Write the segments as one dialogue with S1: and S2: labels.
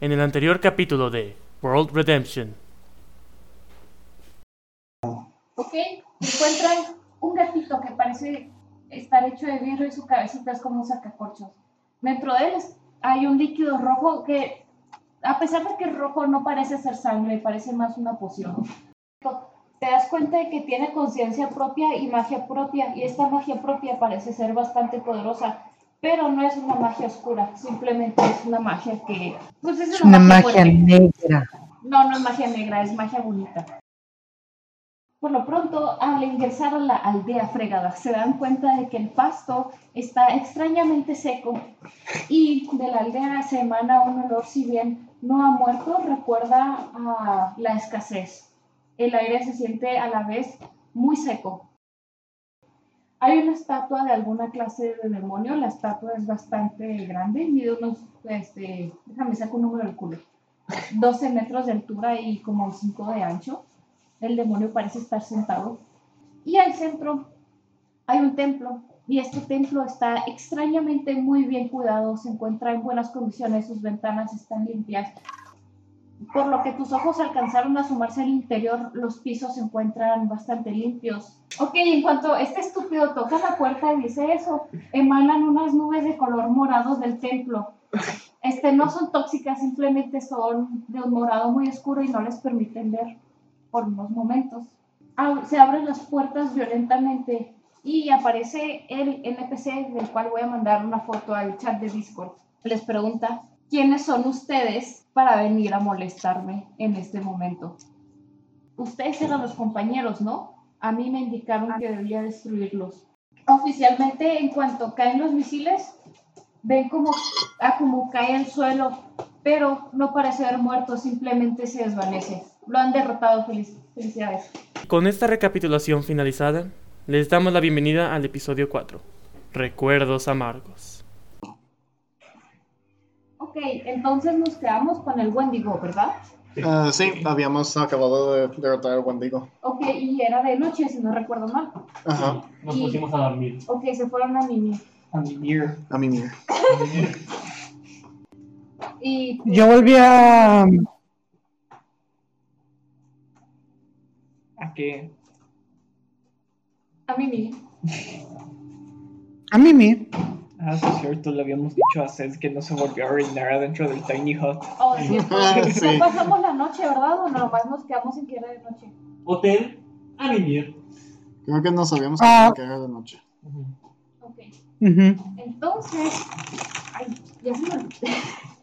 S1: en el anterior capítulo de World Redemption.
S2: Ok, encuentran un gatito que parece estar hecho de vidrio y su cabecita es como un sacacorchos. Dentro de él hay un líquido rojo que, a pesar de que es rojo, no parece ser sangre, parece más una poción.
S3: Te das cuenta de que tiene conciencia propia y magia propia, y esta magia propia parece ser bastante poderosa, pero no es una magia oscura, simplemente es una magia que... Pues es
S4: Es una magia
S3: fuerte.
S4: negra.
S3: No, no es magia negra, es magia bonita. Por lo pronto, al ingresar a la aldea fregada, se dan cuenta de que el pasto está extrañamente seco y de la aldea se emana un olor, si bien no ha muerto, recuerda a la escasez. El aire se siente a la vez muy seco. Hay una estatua de alguna clase de demonio, la estatua es bastante grande, mide unos, este, déjame saco un número del culo. 12 metros de altura y como 5 de ancho. El demonio parece estar sentado. Y al centro hay un templo. Y este templo está extrañamente muy bien cuidado, se encuentra en buenas condiciones, sus ventanas están limpias. Por lo que tus ojos alcanzaron a sumarse al interior, los pisos se encuentran bastante limpios. Ok, en cuanto este estúpido toca la puerta y dice eso, emanan unas nubes de color morado del templo. Este, no son tóxicas, simplemente son de un morado muy oscuro y no les permiten ver por unos momentos. Au- Se abren las puertas violentamente y aparece el NPC del cual voy a mandar una foto al chat de Discord. Les pregunta, ¿quiénes son ustedes para venir a molestarme en este momento? Ustedes eran los compañeros, ¿no? A mí me indicaron que debía destruirlos. Oficialmente, en cuanto caen los misiles, ven como a como cae al suelo, pero no parece haber muerto, simplemente se desvanece. Lo han derrotado, felic- felicidades.
S1: Con esta recapitulación finalizada, les damos la bienvenida al episodio 4, Recuerdos Amargos.
S3: Ok, entonces nos quedamos con el Wendigo, ¿verdad?
S5: Ah, sí, habíamos acabado de derrotar al Wendigo.
S3: Ok, y era de noche, si no recuerdo mal.
S5: Ajá,
S6: Nos
S3: Y-
S6: pusimos a dormir.
S3: Ok, se fueron a Mimi.
S6: A mimir.
S5: a mí mira.
S6: a mimir.
S3: Y
S4: Yo volví a.
S6: ¿A qué?
S3: a Mimi.
S4: a mimir.
S6: Ah, sí, es cierto, le habíamos dicho a Seth que no se volvió a orinar adentro del Tiny Hut.
S3: Oh, es cierto.
S5: Sí.
S3: No pasamos la noche, ¿verdad? O nomás nos quedamos sin que era de noche.
S6: Hotel, a mimir.
S5: Creo que nos habíamos
S4: Ah.
S5: quedado que era de noche.
S6: Ujú.
S3: Ok.
S4: Ujú.
S3: Entonces, ay, ya se me olvidó.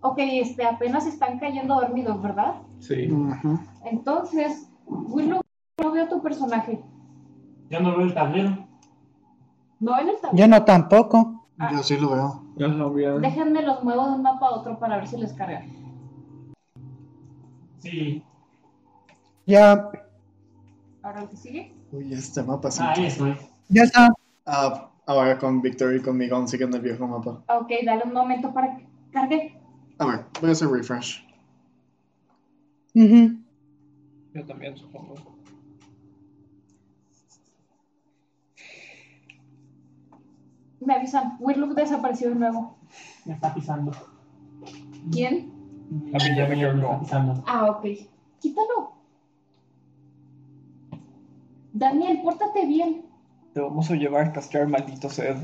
S3: Ok, este, apenas están cayendo dormidos, ¿verdad?
S6: Sí.
S5: Ujú.
S3: Entonces, Willow, no veo tu personaje.
S6: Ya no veo el tablero.
S3: No en el tablero.
S4: Yo no tampoco.
S5: Yo sí lo veo.
S6: Ya lo veo.
S3: Déjenme los muevo de un mapa a otro para ver si les carga.
S6: Sí.
S4: Ya,
S3: Ahora el que sigue.
S5: Uy, este mapa sí.
S6: Ah, ahí estoy.
S4: ya está.
S5: Ah, ahora con Victor y conmigo aún siguen el viejo mapa.
S3: Ah, Ok, dale un momento para que cargue.
S5: A ver, voy a hacer refresh.
S4: Ujú.
S6: Yo también, supongo.
S3: Me avisan. Willow desapareció de nuevo.
S6: Me está pisando.
S3: ¿Quién?
S6: A mí ya me está pisando.
S3: Ah, ok. Quítalo. Daniel, pórtate bien.
S7: Te vamos a llevar a castrar, maldito sed.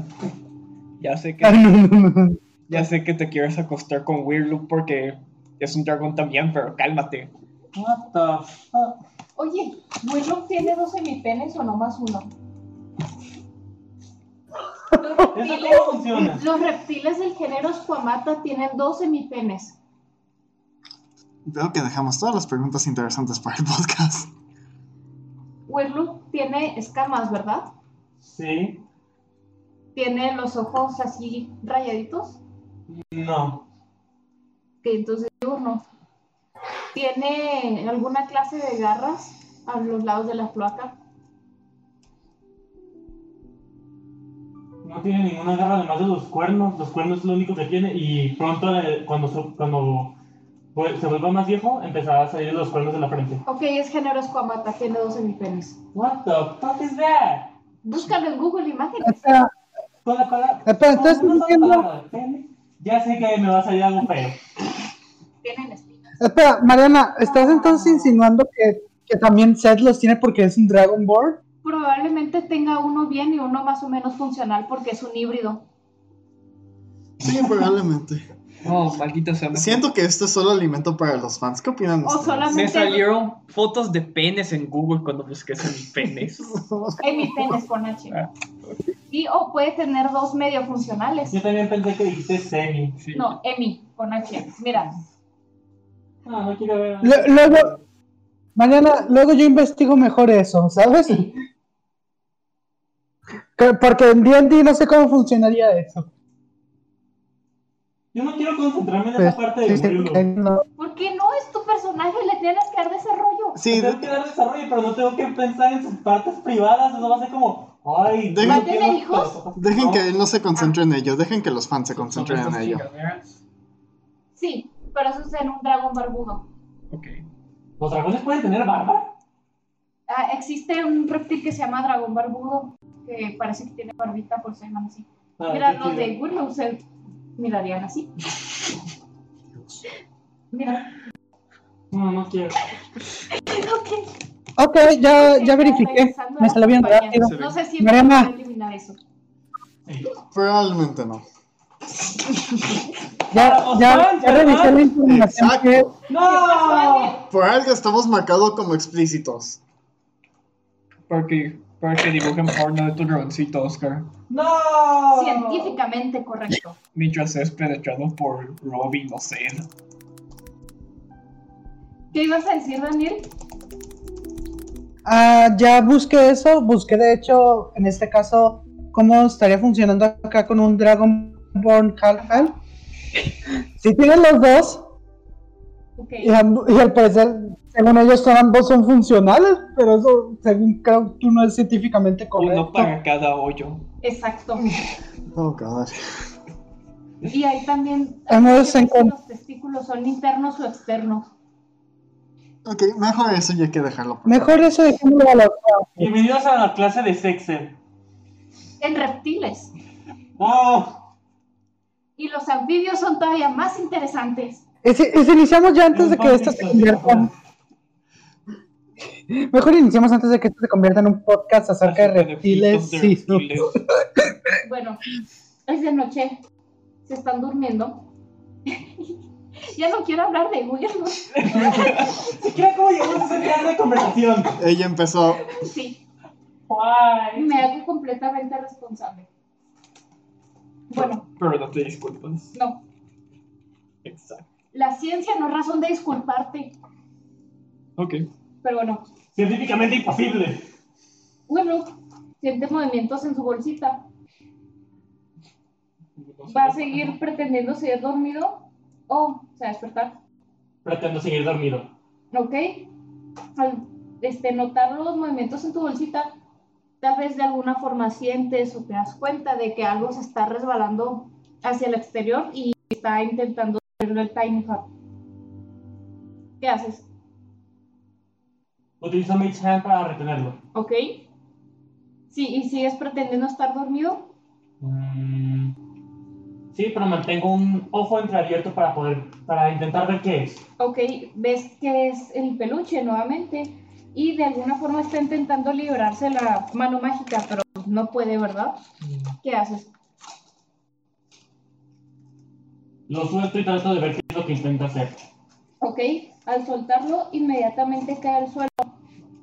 S7: Ya sé que,
S4: Ah, no, no, no.
S7: ya sé que te quieres acostar con Weirloop porque es un dragón también, pero cálmate.
S6: What the fuck?
S3: Oye, ¿Willow tiene dos semipenes o nomás uno? Los
S6: ¿Eso
S3: reptiles,
S6: cómo funciona?
S3: los reptiles del género Squamata tienen dos semipenes.
S5: Veo que dejamos todas las preguntas interesantes para el podcast.
S3: Willow tiene escamas, ¿verdad?
S6: Sí.
S3: Tiene los ojos así rayaditos.
S6: No.
S3: que entonces uno tiene alguna clase de garras a los lados de la cloaca.
S6: No tiene ninguna garra además de los cuernos. Los cuernos es lo único que tiene. Y pronto, eh, cuando, se- cuando vu- se vuelva más viejo, empezará a salir los cuernos de la frente.
S3: Ok, es género escuamata, tiene dos semipenes.
S6: What the fuck is that?
S3: Búscalo en Google Imágenes.
S4: Espera,
S6: Con la palabra.
S4: espera, ¿estás
S6: con la
S4: diciendo?
S6: palabra, pene. Ya sé que me va a salir algo feo.
S4: Espera, Mariana, ¿estás entonces insinuando que, que también Seth los tiene porque es un Dragonborn?
S3: Probablemente tenga uno bien y uno más o menos funcional porque es un híbrido.
S5: Sí, probablemente.
S8: Oh, maldita sea. me-
S5: Siento que esto es solo alimento para los fans. ¿Qué opinan
S3: O
S5: ustedes?
S3: solamente-
S8: Me salieron fotos de penes en Google cuando busqué mis penes.
S3: Emitenes con H.
S8: Ah.
S3: Y o puede tener dos medio funcionales.
S6: Yo también pensé que dijiste semi.
S8: Sí.
S3: No, Emi, con H. Mira,
S6: No, no quiero ver.
S4: Lu- luego, Mariana, luego yo investigo mejor eso, ¿sabes? Que- Porque en D&D no sé cómo funcionaría eso.
S6: Yo no quiero concentrarme en
S4: Pues,
S6: esa parte
S4: sí,
S6: de
S4: sí,
S6: Google.
S4: no.
S3: ¿por qué no es tu personaje? Le tienes que dar desarrollo.
S5: Sí,
S6: tengo
S5: de-
S6: que dar desarrollo, pero no tengo que pensar en sus partes privadas. Eso va a ser como,
S5: Dejen-
S6: ay, no quiero-
S3: ¿Mantener hijos?
S5: dejen
S6: No.
S5: que él no se concentre en ello. Dejen que los fans se
S8: Son
S5: concentren en
S8: estas
S5: ello.
S8: chingaderas.
S3: Sí, pero eso es en un dragón barbudo.
S8: Ok.
S6: ¿Los dragones pueden tener barba?
S3: Ah, existe un reptil que se llama dragón barbudo, que parece que tiene barbita, por eso llaman así.
S6: Ah,
S3: Mira,
S6: qué
S3: los de
S6: chido.
S3: Willow se mirarían así. Mira,
S6: No, no quiero.
S3: ok.
S4: Ok, ya, ya verifiqué.
S3: Regresando a
S4: Me
S3: la
S4: salió bien
S3: campaña.
S4: rápido.
S3: No sé si
S4: Mariana.
S3: voy a eliminar eso.
S5: Probablemente no.
S4: Ya, ya, ya revisé la información que
S5: Exacto.
S6: ¡No!
S5: Por algo estamos marcados como explícitos.
S8: Porque, porque dibujen porno de tu droncito, Oscar.
S6: ¡No!
S3: Científicamente correcto.
S8: Mientras es penetrado por Robin o Zed.
S3: ¿Qué ibas a decir, Daniel?
S4: Ah, ya busqué eso, busqué de hecho, en este caso, cómo estaría funcionando acá con un Dragonborn Halfhal. Si tienen los dos,
S3: Ok.
S4: y, amb- y al parecer, según ellos, son ambos son funcionales, pero eso, según creo tú, no es científicamente
S8: Uno
S7: Pues
S4: correcto.
S8: para cada hoyo.
S3: Exacto.
S5: Oh, God.
S3: Y ahí también
S4: Hemos
S3: hay que ver si
S4: encont-
S3: los testículos son internos o externos.
S5: Ok, mejor eso ya hay que dejarlo. por
S4: Mejor eso dejémoslo a la
S6: Bienvenidos a la clase de Sexer.
S3: En reptiles.
S6: ¡Oh!
S3: Y los anfibios son todavía más interesantes.
S4: y si, y si iniciamos ya antes de que esto se convierta, mejor iniciamos antes de que esto se convierta en un podcast acerca de reptiles.
S8: De
S4: Sí,
S8: reptiles.
S3: Bueno, es de noche. Se están durmiendo. ya no quiero hablar de Google.
S6: Siquiera cómo llegamos a ese nivel de conversación.
S5: Ella empezó.
S3: Sí,
S6: ¡Guay!
S3: me hago completamente responsable. Bueno,
S8: Pero no te disculpas.
S3: no.
S8: Exacto.
S3: La ciencia no es razón de disculparte.
S8: Ok.
S3: Pero bueno,
S6: Científicamente imposible.
S3: Bueno, siente movimientos en su bolsita. ¿Va a seguir pretendiendo seguir dormido? O se va a despertar.
S6: Pretendo seguir dormido.
S3: ¿Ok? Al este, notar los movimientos en tu bolsita, tal vez de alguna forma sientes o te das cuenta de que algo se está resbalando hacia el exterior y está intentando salir del tiny hut. ¿Qué haces?
S6: Utilizo mi Hand para retenerlo.
S3: ¿Ok? Sí, y sigues pretendiendo estar dormido.
S6: Mm, Sí, pero mantengo un ojo entreabierto para poder, para intentar ver qué es.
S3: Ok, ves que es el peluche nuevamente y de alguna forma está intentando librarse la mano mágica, pero no puede, ¿verdad? ¿Qué haces?
S6: Lo suelto y trato de ver qué es lo que intenta hacer.
S3: Ok, al soltarlo inmediatamente cae al suelo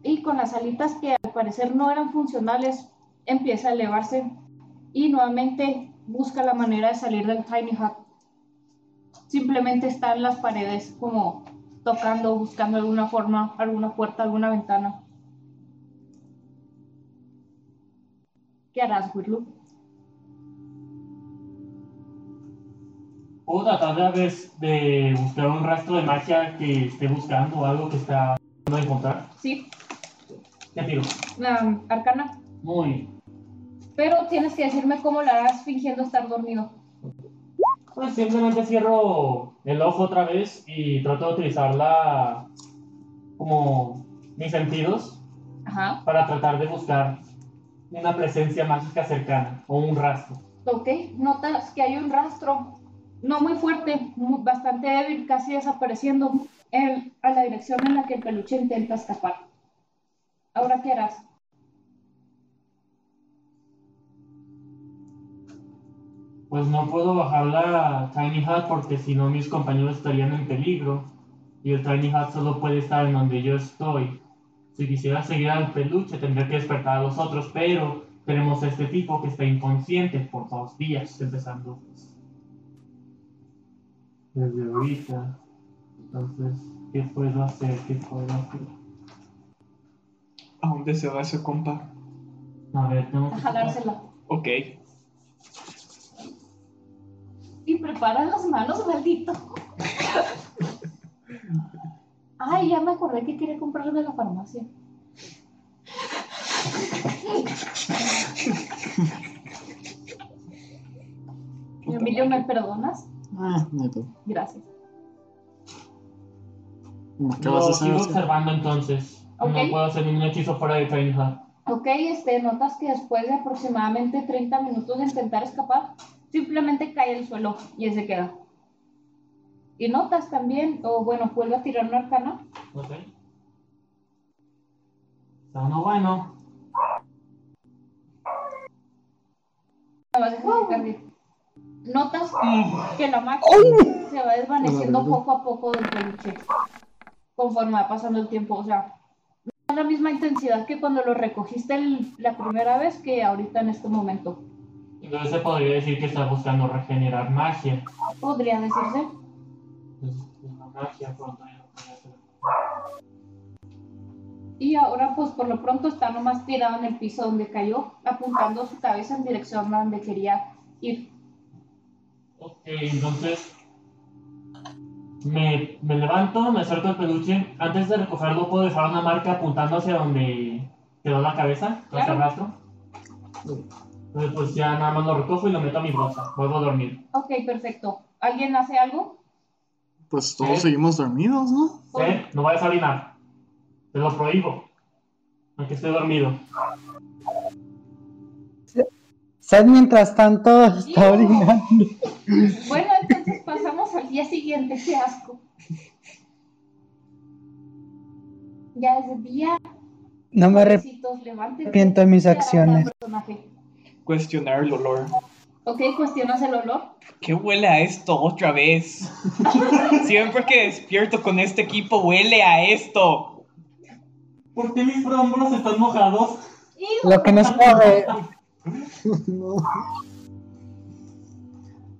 S3: y con las alitas que al parecer no eran funcionales empieza a elevarse y nuevamente busca la manera de salir del tiny hut. Simplemente está en las paredes como tocando, buscando alguna forma, alguna puerta, alguna ventana. ¿Qué harás, Wirlu?
S6: Puedo tratar de, a veces de buscar un rastro de magia que esté buscando o algo que está tratando de encontrar.
S3: Sí,
S6: Ya tiro.
S3: am, Arcana.
S6: Muy bien.
S3: Pero tienes que decirme cómo la harás fingiendo estar dormido.
S6: Pues simplemente cierro el ojo otra vez y trato de utilizarla como mis sentidos
S3: Ajá.
S6: para tratar de buscar una presencia mágica cercana o un rastro.
S3: Ok, notas que hay un rastro, no muy fuerte, mu- bastante débil, casi desapareciendo, em, a la dirección en la que el peluche intenta escapar. Ahora, ¿qué harás?
S6: Pues no puedo bajar la Tiny Hat porque si no mis compañeros estarían en peligro. Y el Tiny Hat solo puede estar en donde yo estoy. Si quisiera seguir al peluche tendría que despertar a los otros, pero tenemos a este tipo que está inconsciente por dos días, empezando pues, desde ahorita. Entonces, ¿qué puedo hacer? ¿Qué puedo hacer?
S8: ¿A dónde se va ese compa?
S6: A ver, tengo
S3: A
S6: que...
S3: jalársela.
S8: Ok.
S3: Y prepara las manos, maldito. Ay, ya me acordé que quería comprarme de la farmacia. Emilio, ¿me perdonas?
S5: Ah, ni tú.
S3: Gracias.
S5: ¿Qué
S6: Lo
S5: vas a hacer?
S6: sigo
S5: Oscar?
S6: observando entonces.
S3: Ok.
S6: No puedo hacer ningún hechizo fuera de Tiny Hat.
S3: Ok, este, notas que después de aproximadamente 30 minutos de intentar escapar, simplemente cae al suelo y ahí se queda. Y notas también, o bueno, vuelve a tirar una arcana.
S6: Ok. Está uno bueno.
S3: No vas a dejar de cargar. Notas que la magia se va desvaneciendo
S5: Hola, Bruno.
S3: poco a poco del peluche conforme va pasando el tiempo. O sea, no es la misma intensidad que cuando lo recogiste el- la primera vez que ahorita en este momento.
S6: Entonces se podría decir que está buscando regenerar magia.
S3: Podría decirse.
S6: Entonces, pues, la magia pronto ya no puede hacer.
S3: Y ahora, pues por lo pronto está nomás tirado en el piso donde cayó, apuntando su cabeza en dirección a donde quería ir.
S6: Ok, entonces me, me levanto, me acerco al peluche. Antes de recogerlo, puedo dejar una marca apuntando hacia donde quedó la cabeza, hacia
S3: Claro.
S6: el rastro. Entonces, pues ya nada más lo recojo y lo meto a mi bolsa. Vuelvo a dormir.
S3: Ok, perfecto. ¿Alguien hace algo?
S5: Pues todos seguimos dormidos, ¿no?
S6: ¿Eh? No vayas a orinar. Te lo prohíbo. Aunque esté dormido.
S4: Seth, mientras tanto, está orinando.
S3: Bueno, entonces pasamos al día siguiente, qué asco. Ya es de día,
S4: No me arrepiento
S3: pobrecitos, levántense.
S4: arrepiento de mis
S3: ¿Qué hará cada
S4: acciones.
S3: personaje?
S8: Cuestionar el olor.
S3: Ok, cuestionas el olor.
S8: ¿Qué huele a esto otra vez? Siempre que despierto con este equipo huele a esto.
S6: ¿Por qué mis hombros están mojados?
S4: Lo que no se puede.
S5: no.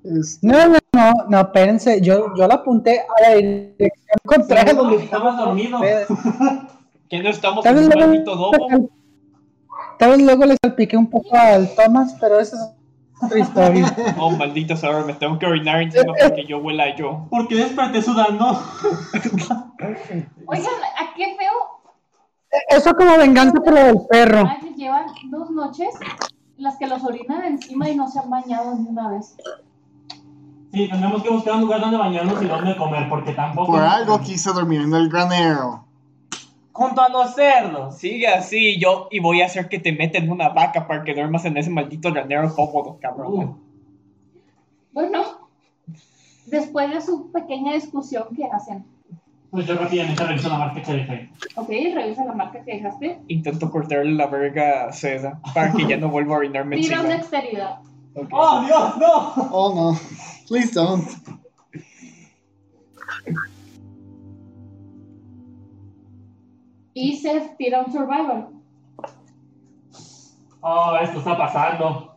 S5: Este,
S4: No, no, no, no, espérense. Yo, yo la apunté a la dirección contraria.
S6: No,
S4: donde
S6: estabas dormido.
S4: ustedes.
S8: Que no estamos
S4: Tal
S8: en
S4: vez,
S8: un maldito domo.
S4: luego, tal vez luego le salpiqué un poco al Thomas, pero esa es otra historia.
S8: Oh, maldita ahora me tengo que orinar encima porque yo huela a yo.
S6: ¿Por qué desperté sudando?
S3: Oigan, ¿a qué feo?
S4: Eso como venganza por lo del perro.
S3: Ah, que llevan dos noches las que los orinan encima y no se han bañado ni una vez.
S6: Sí, tenemos que buscar un lugar donde bañarnos y donde comer, porque tampoco.
S5: por algo quise dormir en el granero.
S1: Junto a los cerdos.
S8: Sigue así yo y voy a hacer que te meten una vaca para que duermas en ese maldito granero cómodo,
S6: Uh,
S8: cabrón.
S3: Bueno, después de su pequeña discusión que hacen.
S6: pues yo rápidamente reviso la marca que dejé.
S3: Ok, revisa la marca que dejaste.
S8: Intento cortarle la verga a Seda para que ya no vuelva a orinarme
S3: Tira una
S8: encima.
S3: exterioridad.
S8: Ok.
S6: ¡Oh, Dios, no!
S5: Oh no, please don't.
S3: Y se tira un survival.
S6: Oh, esto está pasando.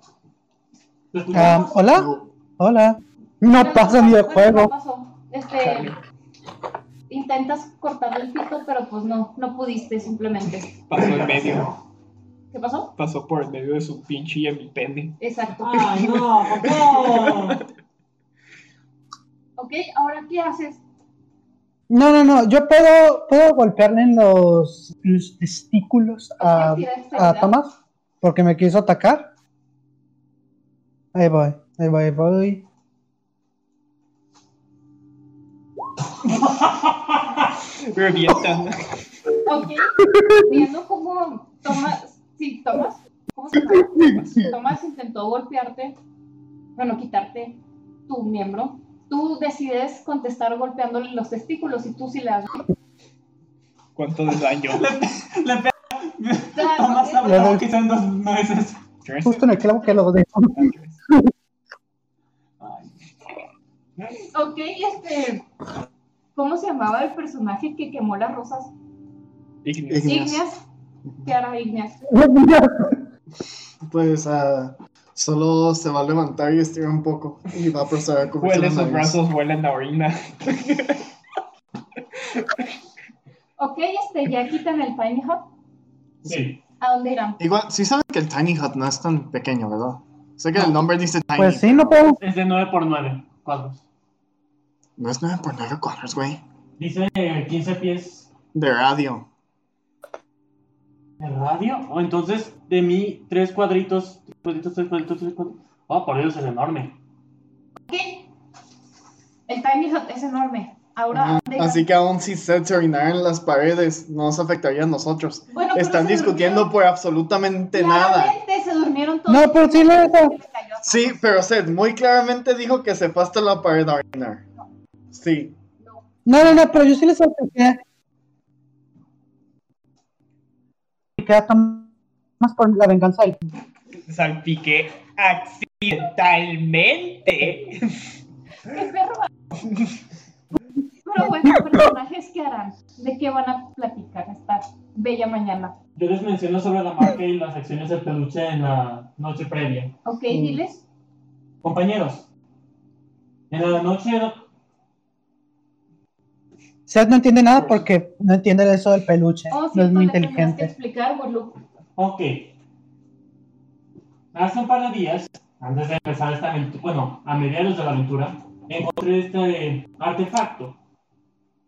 S6: ¿Te
S4: Ah,
S6: escuchamos?
S4: Hola,
S5: No,
S4: hola. No pasa ni de
S3: Bueno, no
S4: juego.
S3: pasó. Este,
S8: Chale.
S3: intentas cortarle el pito, pero pues no, no pudiste simplemente.
S8: Pasó en medio.
S3: ¿Qué pasó?
S8: Pasó por el medio de su pinche y a mi pene.
S3: Exacto.
S6: ¡Ay, no! ¿por qué?
S3: Ok, ahora ¿qué haces?
S4: No, no, no. Yo puedo, puedo golpearle en los, en los testículos a,
S3: Tira
S4: a
S3: exterioridad.
S4: Thomas porque me quiso atacar. Ahí voy, ahí voy, ahí voy.
S8: Revienta.
S3: Ok, viendo cómo Tomás, sí, Tomás, ¿cómo se llama? Tomás intentó golpearte, bueno, quitarte tu miembro, tu Tú decides contestar golpeándole los testículos y tú sí le das.
S8: ¿Cuánto de daño?
S1: Le pega. Tomás
S3: Dale,
S1: la boca y son dos nueces.
S8: ¿Tres?
S4: Justo en el clavo que lo dejo.
S1: Ay,
S3: Ok, este. ¿Cómo se llamaba el personaje que quemó las rosas?
S8: Ignis.
S5: Igneas.
S3: Igneas. ¿Qué hará Igneas?
S5: Pues ah, solo se va a levantar y estirar un poco. Y va a proceder a cubrirse
S8: Huele
S5: los
S8: sus
S5: labios.
S8: brazos, huele la orina.
S3: Ok, este, ya quitan el Tiny Hut.
S6: Sí.
S3: ¿A dónde irán?
S5: Igual, sí saben que el Tiny Hut no es tan pequeño, ¿verdad? Sé que el nombre dice Tiny.
S4: Pues sí, no puedo.
S6: Es de 9 por 9 cuadros.
S5: No es 9 por 9 cuadros, güey.
S6: Dice eh, 15 pies
S5: De radio.
S6: de radio. O entonces, de mí, tres cuadritos. Tres cuadritos, tres cuadritos, tres cuadritos. Oh, por Dios, es enorme.
S3: El Tiny Hut es enorme. Ahora, ¿a
S5: Ah,
S3: dónde irán?
S5: Así que aún si se orinaran las paredes, no nos afectaría a nosotros.
S3: Bueno, pero
S5: Están
S3: se
S5: discutiendo
S3: durmieron.
S5: por absolutamente nada.
S3: Claramente se durmieron todos.
S4: No, pues, pero sí le dejo.
S3: Les cayó a todos.
S5: Sí, pero Seth muy claramente dijo que se fue hasta la pared a orinar. Sí.
S4: No, no, no, pero yo sí les expliqué. Y queda tom- más por la venganza del.
S8: Salpiqué accidentalmente.
S3: ¡Qué perro! Pero bueno, personajes, ¿qué harán? ¿De qué van a platicar esta bella mañana?
S6: Yo les menciono sobre la marca y las acciones del peluche en la noche previa.
S3: Ok, diles.
S6: Compañeros, en la noche
S4: Seth no entiende nada porque no entiende eso del peluche.
S3: Oh,
S4: no es
S3: cierto,
S4: muy
S3: le tenías que
S4: inteligente.
S3: explicar, boludo.
S6: Ok. Hace un par de días, antes de empezar esta aventura, bueno, a mediados de la aventura, encontré este artefacto.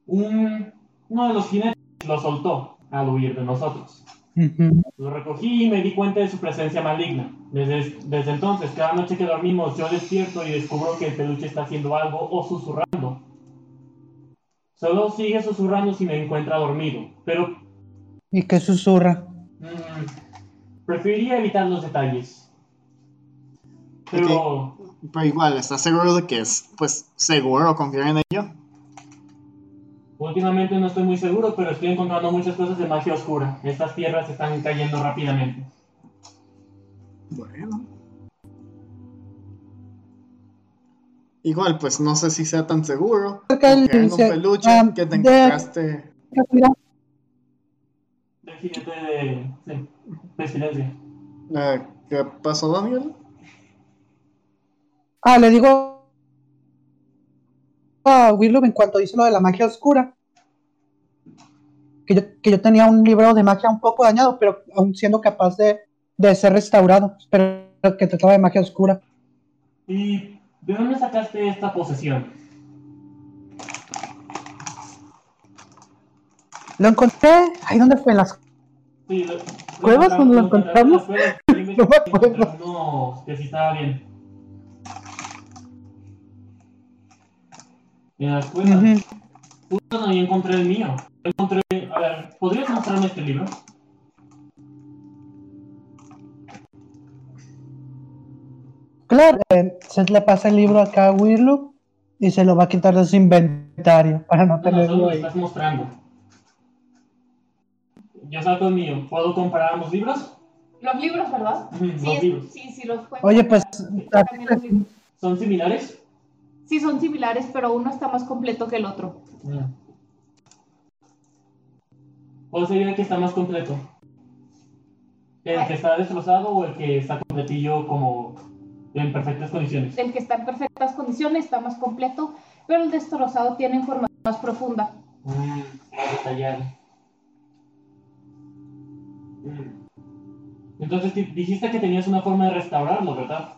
S6: Un- uno de los jinetes lo soltó al huir de nosotros.
S4: Ujú.
S6: Lo recogí y me di cuenta de su presencia maligna. Desde, desde entonces, cada noche que dormimos, yo despierto y descubro que el peluche está haciendo algo o susurrando. Solo sigue susurrando si me encuentra dormido, pero
S4: Y que susurra.
S6: Mm, preferiría evitar los detalles. Pero
S5: Pero igual, ¿estás seguro de que es, pues, seguro confiar en ello?
S6: últimamente no estoy muy seguro, pero estoy encontrando muchas cosas de magia oscura. Estas tierras están cayendo rápidamente.
S5: Bueno. Igual, pues, no sé si sea tan seguro
S4: Creo que él
S5: confiar en un
S4: dice,
S5: peluche
S4: ah,
S5: que te
S4: de-
S5: encontraste.
S6: Del jinete de, sí, de silencio.
S5: Ah, ¿Qué pasó, Daniel?
S4: Ah, le digo a Willow en cuanto dice lo de la magia oscura. Que yo, que yo tenía un libro de magia un poco dañado, pero aún siendo capaz de, de ser restaurado. Pero que trataba de magia oscura.
S6: ¿Y de dónde sacaste esta posesión?
S4: Lo encontré. Ahí donde fue en las.
S6: Sí, lo- lo
S4: ¿Cuevas
S6: encontramos-
S4: cuando lo
S6: lo encontramos en las cuevas,
S4: No me acuerdo.
S6: encontramos uno que sí estaba bien. En las cuevas.
S4: Ujú.
S6: No, yo encontré el mío. Yo Encontré. A ver, ¿podrías mostrarme este libro?
S4: Claro, eh, Seth le pasa el libro acá a Willow y se lo va a quitar de su inventario para no
S6: No, no, solo
S4: tenerlo
S6: me
S4: ahí.
S6: estás mostrando. Yo saco el mío. ¿Puedo comparar ambos libros?
S3: Los libros, ¿verdad?
S6: Ujú,
S3: Sí,
S6: Los
S3: es-
S6: libros.
S3: sí, sí, los cuento.
S4: Oye, pues,
S3: También los libros.
S6: ¿Son similares?
S3: Sí, son similares, pero uno está más completo que el otro.
S6: ¿Cuál sería el que está más completo? ¿El que está destrozado o el que está completillo como en perfectas condiciones?
S3: El que está en perfectas condiciones está más completo, pero el destrozado tiene información más profunda.
S6: Mm, más detallado. Mm. Entonces di- dijiste que tenías una forma de restaurarlo, ¿verdad?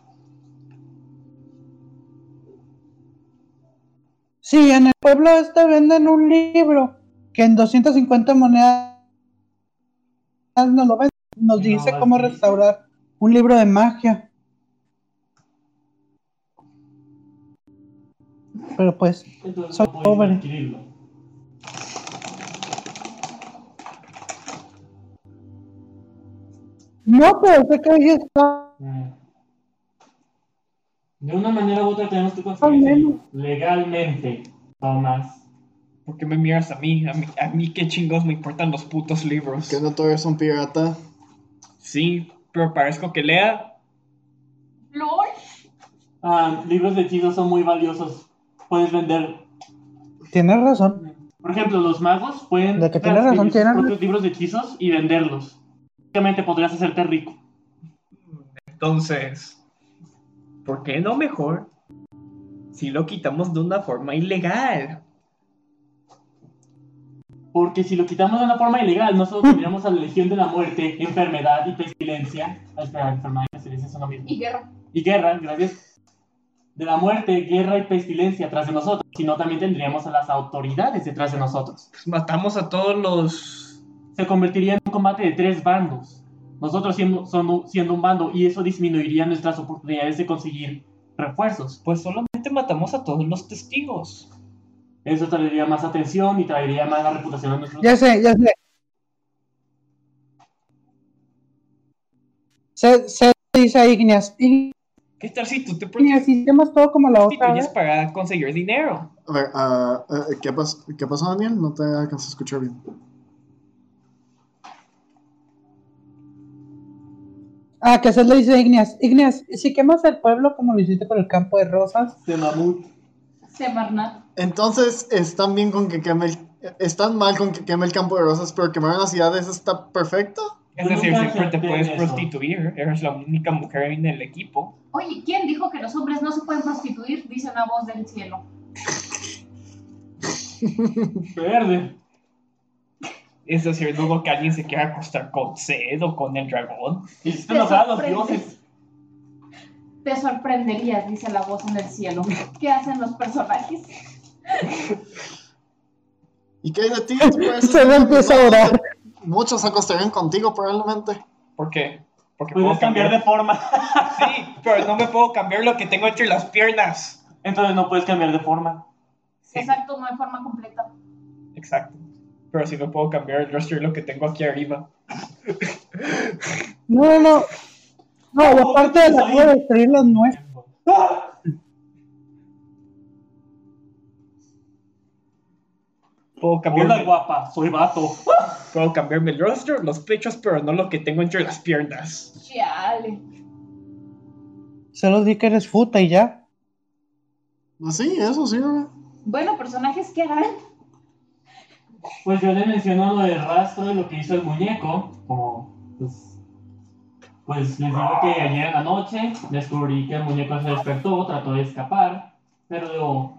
S4: Sí, en el pueblo este venden un libro que en 250 monedas nos lo venden. Nos
S6: No,
S4: dice
S6: vale.
S4: cómo restaurar un libro de magia. Pero pues,
S6: Entonces
S4: Soy
S6: no podías
S4: pobre.
S6: adquirirlo.
S4: no, pero sé que ahí está.
S6: Mm. De una manera u otra tenemos que conseguirlo legalmente, Tomás.
S7: ¿Por qué me miras a mí? A mí, a mí qué chingos me importan los putos libros.
S5: Que no todo es un pirata.
S7: Sí, pero parezco que lea.
S3: LOL.
S6: Ah, libros de hechizos son muy valiosos. Puedes vender.
S4: Tienes razón.
S6: Por ejemplo, los magos pueden
S4: De que tienes razón,
S6: transcribir sus
S4: tienes-
S6: propios libros de hechizos y venderlos. Básicamente podrías hacerte rico.
S7: Entonces, ¿por qué no mejor si lo quitamos de una forma ilegal?
S6: Porque si lo quitamos de una forma ilegal, no
S3: Mm.
S6: solo tendríamos a la Legión de la Muerte, enfermedad y pestilencia. Ah, espera, enfermedad y pestilencia son lo mismo.
S3: Y guerra.
S6: Y guerra, gracias. De la muerte, guerra y pestilencia tras de nosotros. Sino también tendríamos a las autoridades detrás de nosotros.
S7: Pues matamos a todos los...
S6: Se convertiría en un combate de tres bandos. Nosotros siendo, son- siendo un bando y eso disminuiría nuestras oportunidades de conseguir refuerzos.
S7: Pues solamente matamos a todos los testigos.
S6: Eso traería más atención y traería mala reputación a nuestros...
S4: Ya sé, ya sé. Se, se dice Igneas. Igneas,
S7: ¿Qué tal si tú te
S4: hicimos todo como la otra
S7: prostituyes
S4: vez.
S7: para conseguir dinero?
S5: A ver, ah, ah, ¿qué, pas- ¿qué pasó, Daniel? No te alcanzas a escuchar bien.
S4: Ah, que se le dice Igneas. Igneas, si quemas el pueblo como lo hiciste con el campo de rosas,
S6: De mamut.
S3: Semarnat.
S5: Entonces, están bien con que queme el... Están mal con que queme el campo de rosas, pero quemar una ciudad eso está perfecto.
S7: Es
S6: Yo
S7: decir,
S6: Pues nunca
S7: siempre te
S6: acepté
S7: puedes
S6: eso.
S7: prostituir. Eres la única mujer en el equipo.
S3: Oye, ¿quién dijo que los hombres no se pueden prostituir? Dice una voz del cielo.
S6: Verde.
S7: Es decir, dudo que alguien se quiera acostar con Zed o con el dragón.
S6: Hiciste
S3: Te
S6: enojar a los
S3: sorprendes.
S6: dioses.
S3: Te sorprenderías, dice la voz en el cielo. ¿Qué hacen los personajes?
S5: ¿Y qué hay de ti? Pues, ¿Tú pareces
S4: se le
S5: un
S4: empieza a
S5: animal?
S4: orar.
S5: Muchos se acostarían contigo, probablemente.
S7: ¿Por qué? Porque
S6: Puedes cambiar de forma.
S7: Sí, pero no me puedo cambiar lo que tengo entre las piernas.
S6: Entonces no puedes cambiar de forma.
S7: Sí,
S3: Exacto, no hay forma completa.
S7: exacto. Pero sí me puedo cambiar el rostro y lo que tengo aquí arriba.
S4: No, no, no. No, y aparte de la voy a destruir los nuestros.
S7: Puedo
S6: Hola
S7: cambiarme,
S6: guapa, soy vato.
S7: puedo cambiarme el rostro, los pechos, pero no lo que tengo entre las piernas.
S3: Chale.
S4: Solo di que eres puta y ya.
S5: Pues Sí, eso sirve.
S3: Bueno, personajes, ¿qué harán?
S6: Pues yo le menciono lo del rastro y lo que hizo el muñeco. Como, pues, pues les digo que ayer en la noche descubrí que el muñeco se despertó, trató de escapar, pero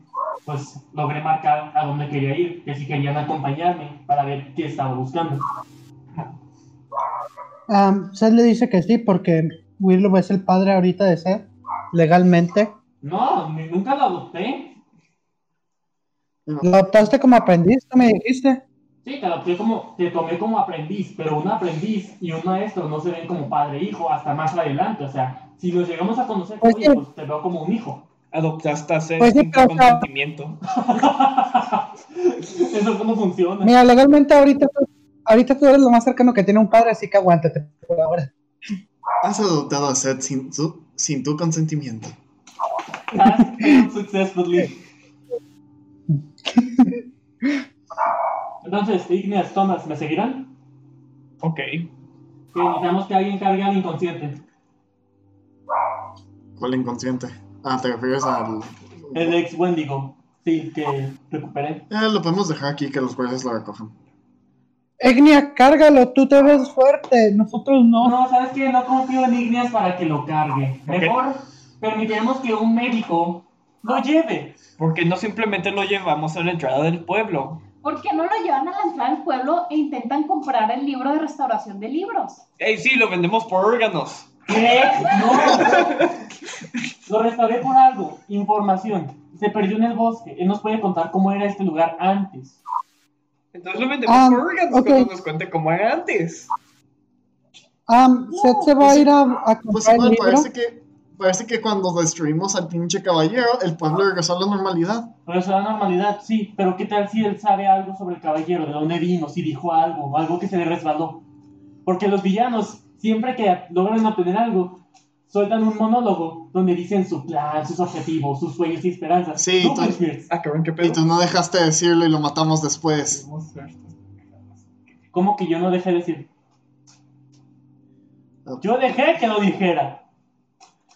S6: pues logré marcar a dónde quería ir, que si querían acompañarme para ver qué estaba buscando.
S4: Ah, Seth le dice que sí porque Willow es el padre ahorita de Seth, legalmente.
S6: No, ni- nunca lo adopté.
S4: Lo adoptaste como aprendiz, tú me dijiste.
S6: Sí, te adopté como, te tomé como aprendiz, pero un aprendiz y un maestro no se ven como padre e hijo hasta más adelante. O sea, si nos llegamos a conocer,
S4: Pues
S6: oye,
S4: sí.
S6: pues te veo como un hijo.
S7: Adoptaste a Zed
S4: Pues sí,
S7: sin tu
S4: pero, o sea-
S7: consentimiento.
S6: Eso no funciona.
S4: Mira, legalmente ahorita, tú- ahorita tú eres lo más cercano que tiene un padre, así que aguántate por ahora.
S5: Has adoptado a Seth sin, su- sin tu consentimiento.
S6: Task failed successfully. Entonces, Igneas, Thomas, ¿me seguirán?
S7: Ok.
S6: Que necesitamos que alguien cargue al inconsciente.
S5: ¿Cuál inconsciente? Ah, te refieres al...
S6: El ex Wendigo. Sí, que recuperé.
S5: Eh, lo podemos dejar aquí que los guardias lo recojan.
S4: Egnia, cárgalo, tú te ves fuerte, nosotros no.
S6: No, ¿sabes qué? No confío en Igneas para que lo cargue. Mejor permitiremos que un médico lo lleve.
S7: Porque no simplemente lo llevamos a la entrada del pueblo.
S3: ¿Por qué no lo llevan a la entrada del pueblo e intentan comprar el libro de restauración de libros?
S7: ¡Ey, sí, lo vendemos por órganos!
S6: ¿Qué? No. Lo restauré por algo. Información. Se perdió en el bosque. Él nos puede contar cómo era este lugar antes.
S7: Entonces lo vendemos
S4: Ah,
S7: por órganos
S4: ok.
S7: cuando nos cuente cómo era antes.
S4: Am, Seth se va a ir a, a
S5: Pues
S4: comprar el
S5: igual,
S4: libro.
S5: parece que, parece que cuando destruimos al pinche caballero, el pueblo regresó a la normalidad.
S6: Pero eso da normalidad, sí. Pero ¿qué tal si él sabe algo sobre el caballero? ¿De dónde vino? ¿Si dijo algo? ¿Algo que se le resbaló? Porque los villanos, siempre que logran obtener algo, sueltan un monólogo donde dicen su plan, sus objetivos, sus sueños y esperanzas. pues,
S5: Sí,
S6: Tú,
S5: tú-
S6: Will Smith,
S9: Ah, cabrón, qué
S5: Y
S9: pedo.
S5: tú no dejaste decirlo y lo matamos después.
S1: Vamos a ver.
S6: ¿Cómo que yo no dejé de decir? Yo dejé que lo dijera.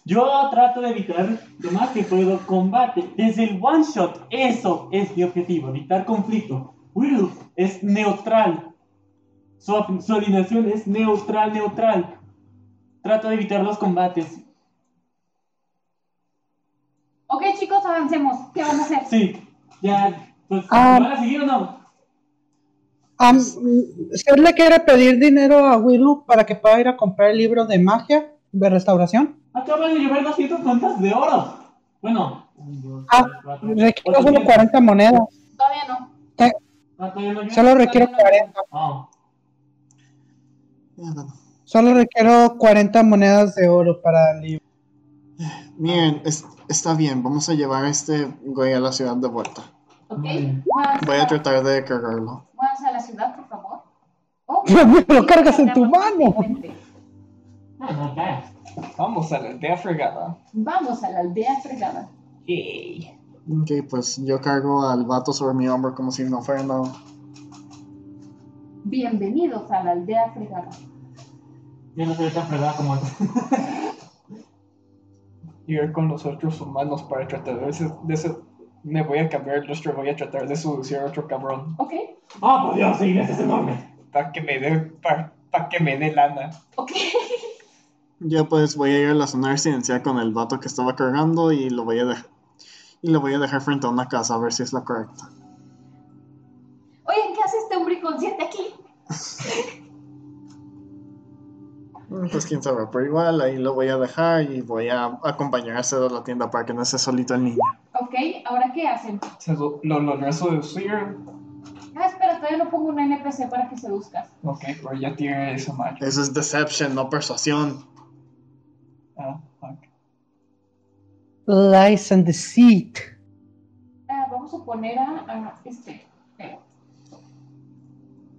S6: Yo trato de evitar lo más que puedo combate. Desde el one shot, eso es mi objetivo, evitar conflicto. Will es neutral. Su, op- su alineación es neutral, neutral. Trato de evitar los combates.
S3: Ok, chicos, avancemos. ¿Qué van a hacer?
S6: Sí, ya. Pues,
S4: Ah.
S6: ¿Van a seguir o no?
S4: Am- si él le quiere pedir dinero a Willow para que pueda ir a comprar el libro de magia de restauración,
S6: Acaba de llevar 200 plantas de oro. Bueno. un, dos,
S4: Ah,
S6: tres, cuatro,
S4: requiero
S6: ocho,
S4: solo
S6: diez.
S4: 40 monedas.
S3: Todavía no.
S6: Ah, todavía no llega.
S4: Solo requiero 40.
S6: Ah,
S4: Solo requiero 40 monedas de oro para el libro.
S5: Miren, es- está bien, vamos a llevar a este güey a la ciudad de vuelta.
S3: Ok,
S6: Vale.
S3: más
S5: Voy a tratar de cargarlo.
S3: Muévanse a la ciudad, por favor. Oh,
S4: Lo cargas en tu mano.
S6: no, no, acá.
S8: Vamos a la aldea fregada.
S3: Vamos a la aldea fregada.
S8: Yay.
S5: Ok, pues yo cargo al vato sobre mi hombro como si no fuera nada.
S3: Bienvenidos a la aldea fregada.
S6: Yo no soy tan fregada como tú.
S8: Y ver con los otros humanos para tratar de ese. de ese- me voy a cambiar nuestro, voy a tratar de seducir a otro cabrón.
S3: Ok,
S6: ¡Ah, por Dios! Sí, ese es enorme.
S8: Para que me dé. Para que me dé lana.
S3: ok.
S5: Yo pues voy a ir a la zona residencial con el vato que estaba cargando y lo voy a dejar. Y lo voy a dejar frente a una casa a ver si es la correcta.
S3: Oigan, ¿qué hace este hombre inconsciente aquí?
S5: Mm, Pues quién sabe, pero igual ahí lo voy a dejar y voy a acompañarse a la tienda para que no esté solito el niño.
S3: Ok, ¿ahora qué hacen?
S8: Se lo, lo logré seducir.
S3: Ah, espera, todavía no pongo un NPC para que se buscas.
S8: Ok, pero ya tiene esa macho.
S5: Eso es deception, no persuasión.
S8: Ah, fuck.
S4: Lies and deceit.
S3: Ah, vamos a poner a, a este. espera.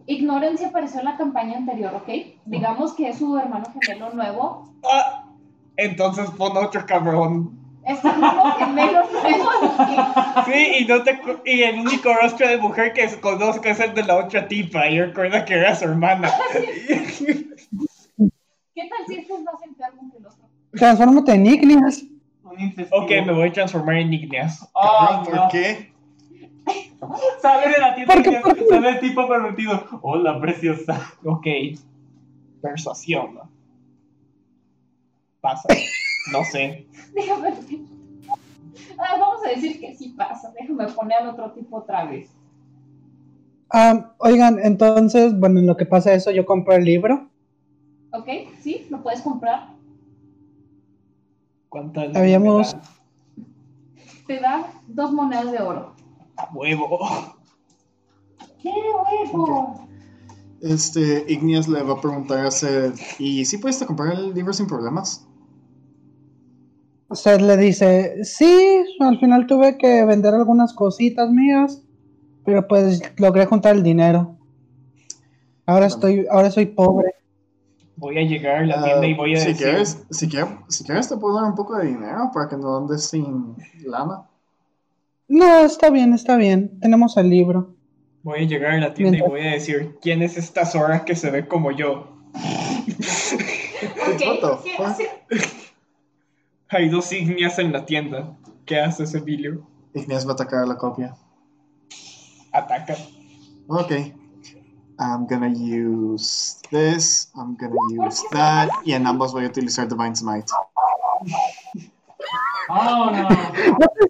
S3: Ignorancia apareció en la campaña anterior, ¿ok? Digamos que es su hermano gemelo nuevo.
S8: Ah, entonces pon otro cabrón.
S3: Es su Este hermano gemelo nuevo. ¿ok?
S8: Sí, y, no te, acu- y el único rostro de mujer que se conozco es el de la otra tipa. Y recuerda que era su hermana.
S3: ¿Qué tal si este es más enfermo que el otro?
S4: Transfórmate en Igneas.
S6: Un incentivo.
S8: ok, me voy a transformar en Igneas.
S6: Ah,
S5: Cabrón,
S6: no.
S5: ¿Por qué?
S6: Sale de la tienda
S4: ¿Por qué?
S6: y dice, sale el tipo permitido. Hola, preciosa.
S8: Ok. Persuasión. Pasa. No sé.
S3: Déjame ver. Ah, vamos a decir que sí pasa. Déjame poner al otro tipo otra vez.
S4: Am, oigan, entonces, bueno, en lo que pasa eso, yo compro el libro.
S3: ¿Ok? ¿Sí? ¿Lo puedes comprar?
S8: ¿Cuánta es la
S4: Habíamos-
S8: moneda?
S3: Te da dos monedas de oro.
S8: A Huevo.
S3: ¡Qué huevo!
S5: Este, Igneas le va a preguntar a Seth, ¿y si puedes comprar el libro sin problemas?
S4: Usted le dice, sí, al final tuve que vender algunas cositas mías, pero pues logré juntar el dinero. Ahora estoy, ahora soy pobre.
S8: Voy a llegar a la tienda y voy a
S5: Ah, si
S8: decir.
S5: Quieres, si, quieres, si quieres te puedo dar un poco de dinero para que no andes sin lana.
S4: No, está bien, está bien. Tenemos el libro.
S8: Voy a llegar a la tienda y
S4: Mientras-
S8: voy a decir, ¿quién es esta zorra que se ve como yo?
S3: Ok,
S5: What the
S3: ¿qué
S5: fuck?
S3: hace?
S8: Hay dos ignias en la tienda. ¿Qué haces, Emilio?
S5: Igneas va a atacar a la copia.
S8: Ataca.
S5: Ok. I'm gonna use this, I'm gonna
S3: ¿Por
S5: use
S3: qué?
S5: that, y en ambos voy a utilizar Divine Smite.
S6: Oh, no.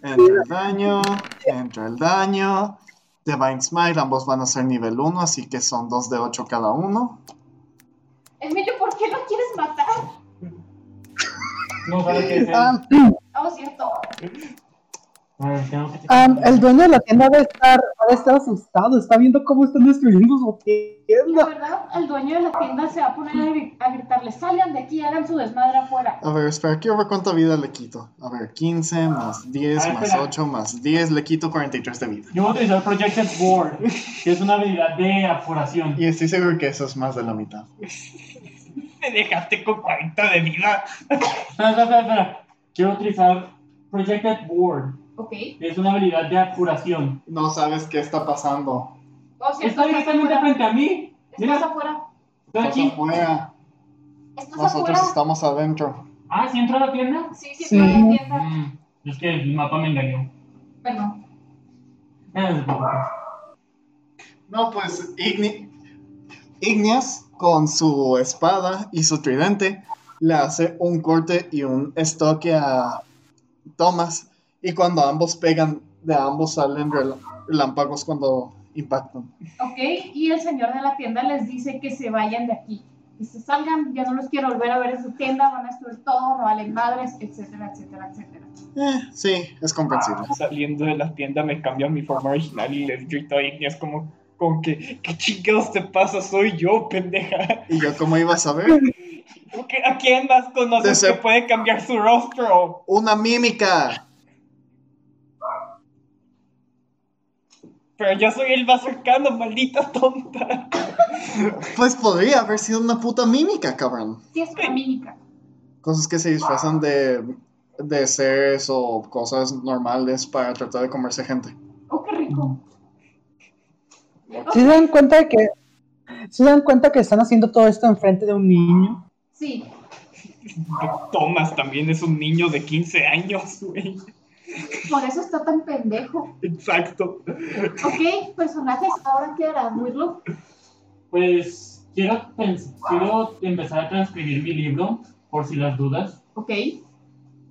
S5: Entra el daño, entra el daño. Divine Smite, ambos van a ser nivel 1, así que son 2 de 8 cada uno.
S3: Emilio, ¿por qué lo quieres matar?
S6: No sabe qué hacer.
S5: Ah,
S4: Am,
S3: Oh, cierto.
S6: Ah, tengo que
S4: am, el dueño de la tienda debe estar, ha de estar asustado. Está viendo cómo están destruyendo su
S3: La
S4: tienda.
S3: verdad, el dueño de la tienda se va a poner a gri- a gritarle, salgan de aquí, hagan su desmadre afuera.
S5: A ver, espera, quiero ver cuánta vida le quito. A ver, 15 más 10
S6: Ah,
S5: más
S6: espera.
S5: 8 más 10, le quito 43 de vida.
S6: Yo voy a utilizar Projected Board, que es una habilidad de apuración.
S5: Y estoy seguro que eso es más de la mitad.
S8: Me dejaste con 40 de vida.
S6: Espera, espera, espera, espera. Quiero utilizar Projected Ward.
S3: Ok. Oh,
S6: Es una habilidad de curación.
S5: No sabes qué está pasando.
S3: O sea,
S6: Está
S3: estás
S6: directamente
S3: afuera.
S6: frente a mí.
S3: Estás
S6: Mira,
S3: afuera.
S6: está
S5: Estás
S6: aquí.
S5: afuera.
S3: Estás
S5: Nosotros
S3: afuera.
S5: estamos adentro.
S6: Ah, ¿sí entró a la tienda?
S3: Sí, sí, estoy
S4: Sí.
S3: en la tienda.
S6: Mm, es que el mapa me engañó.
S3: Perdón.
S6: Eh,
S5: No, pues Igni Igneas, con su espada y su tridente, le hace un corte y un estoque a Thomas. Y cuando ambos pegan, de ambos salen rel- relámpagos cuando impactan.
S3: Ok, y el señor de la tienda les dice que se vayan de aquí. Que se salgan, ya no los quiero volver a ver en su tienda, van a destruir todo, no valen madres, etcétera, etcétera, etcétera.
S5: Eh, sí, es comprensible.
S8: Saliendo de la tienda me cambió a mi forma original y les grito a Igneas como, como que, ¿qué chingados te pasa? Soy yo, pendeja.
S5: ¿Y yo cómo iba a saber?
S8: ¿Tú qué- ¿A quién más conoces
S5: Desde-
S8: que puede cambiar su rostro?
S5: ¡Una mímica!
S8: Pero yo soy el más cercano, maldita tonta.
S5: Pues podría haber sido una puta mímica, cabrón.
S3: Sí, es una mímica.
S5: Cosas que se disfrazan de, de seres o cosas normales para tratar de comerse gente.
S3: Oh, qué rico.
S4: Si se dan cuenta de que. Si se dan cuenta que están haciendo todo esto enfrente de un niño.
S3: Sí,
S8: Thomas también es un niño de 15 años, güey.
S3: por eso está tan pendejo.
S8: Exacto.
S3: Ok, personajes, ahora qué harás, Wirlo.
S6: Pues quiero, pens- quiero empezar a transcribir mi libro, por si las dudas.
S3: Ok,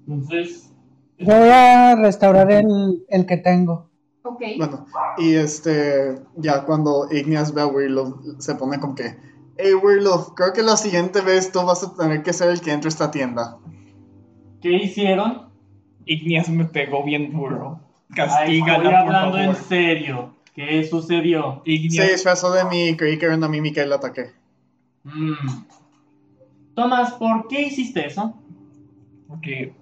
S6: Entonces,
S4: Yo voy a restaurar el, el que tengo.
S3: ok.
S5: Bueno, y este, ya cuando Igneas ve a Weirloof, se pone como que, hey Weirloof, creo que la siguiente vez tú vas a tener que ser el que entre a esta tienda.
S6: ¿qué hicieron?
S8: Igneas me pegó bien duro.
S6: Ay, estoy
S8: Castígala, por
S6: hablando en
S8: favor.
S6: serio. ¿Qué sucedió?
S5: Se
S8: Igneas,
S5: disfrazó de mí, creí que era una mímica y la ataqué.
S6: Mm. Tomás, ¿por qué hiciste eso?
S8: porque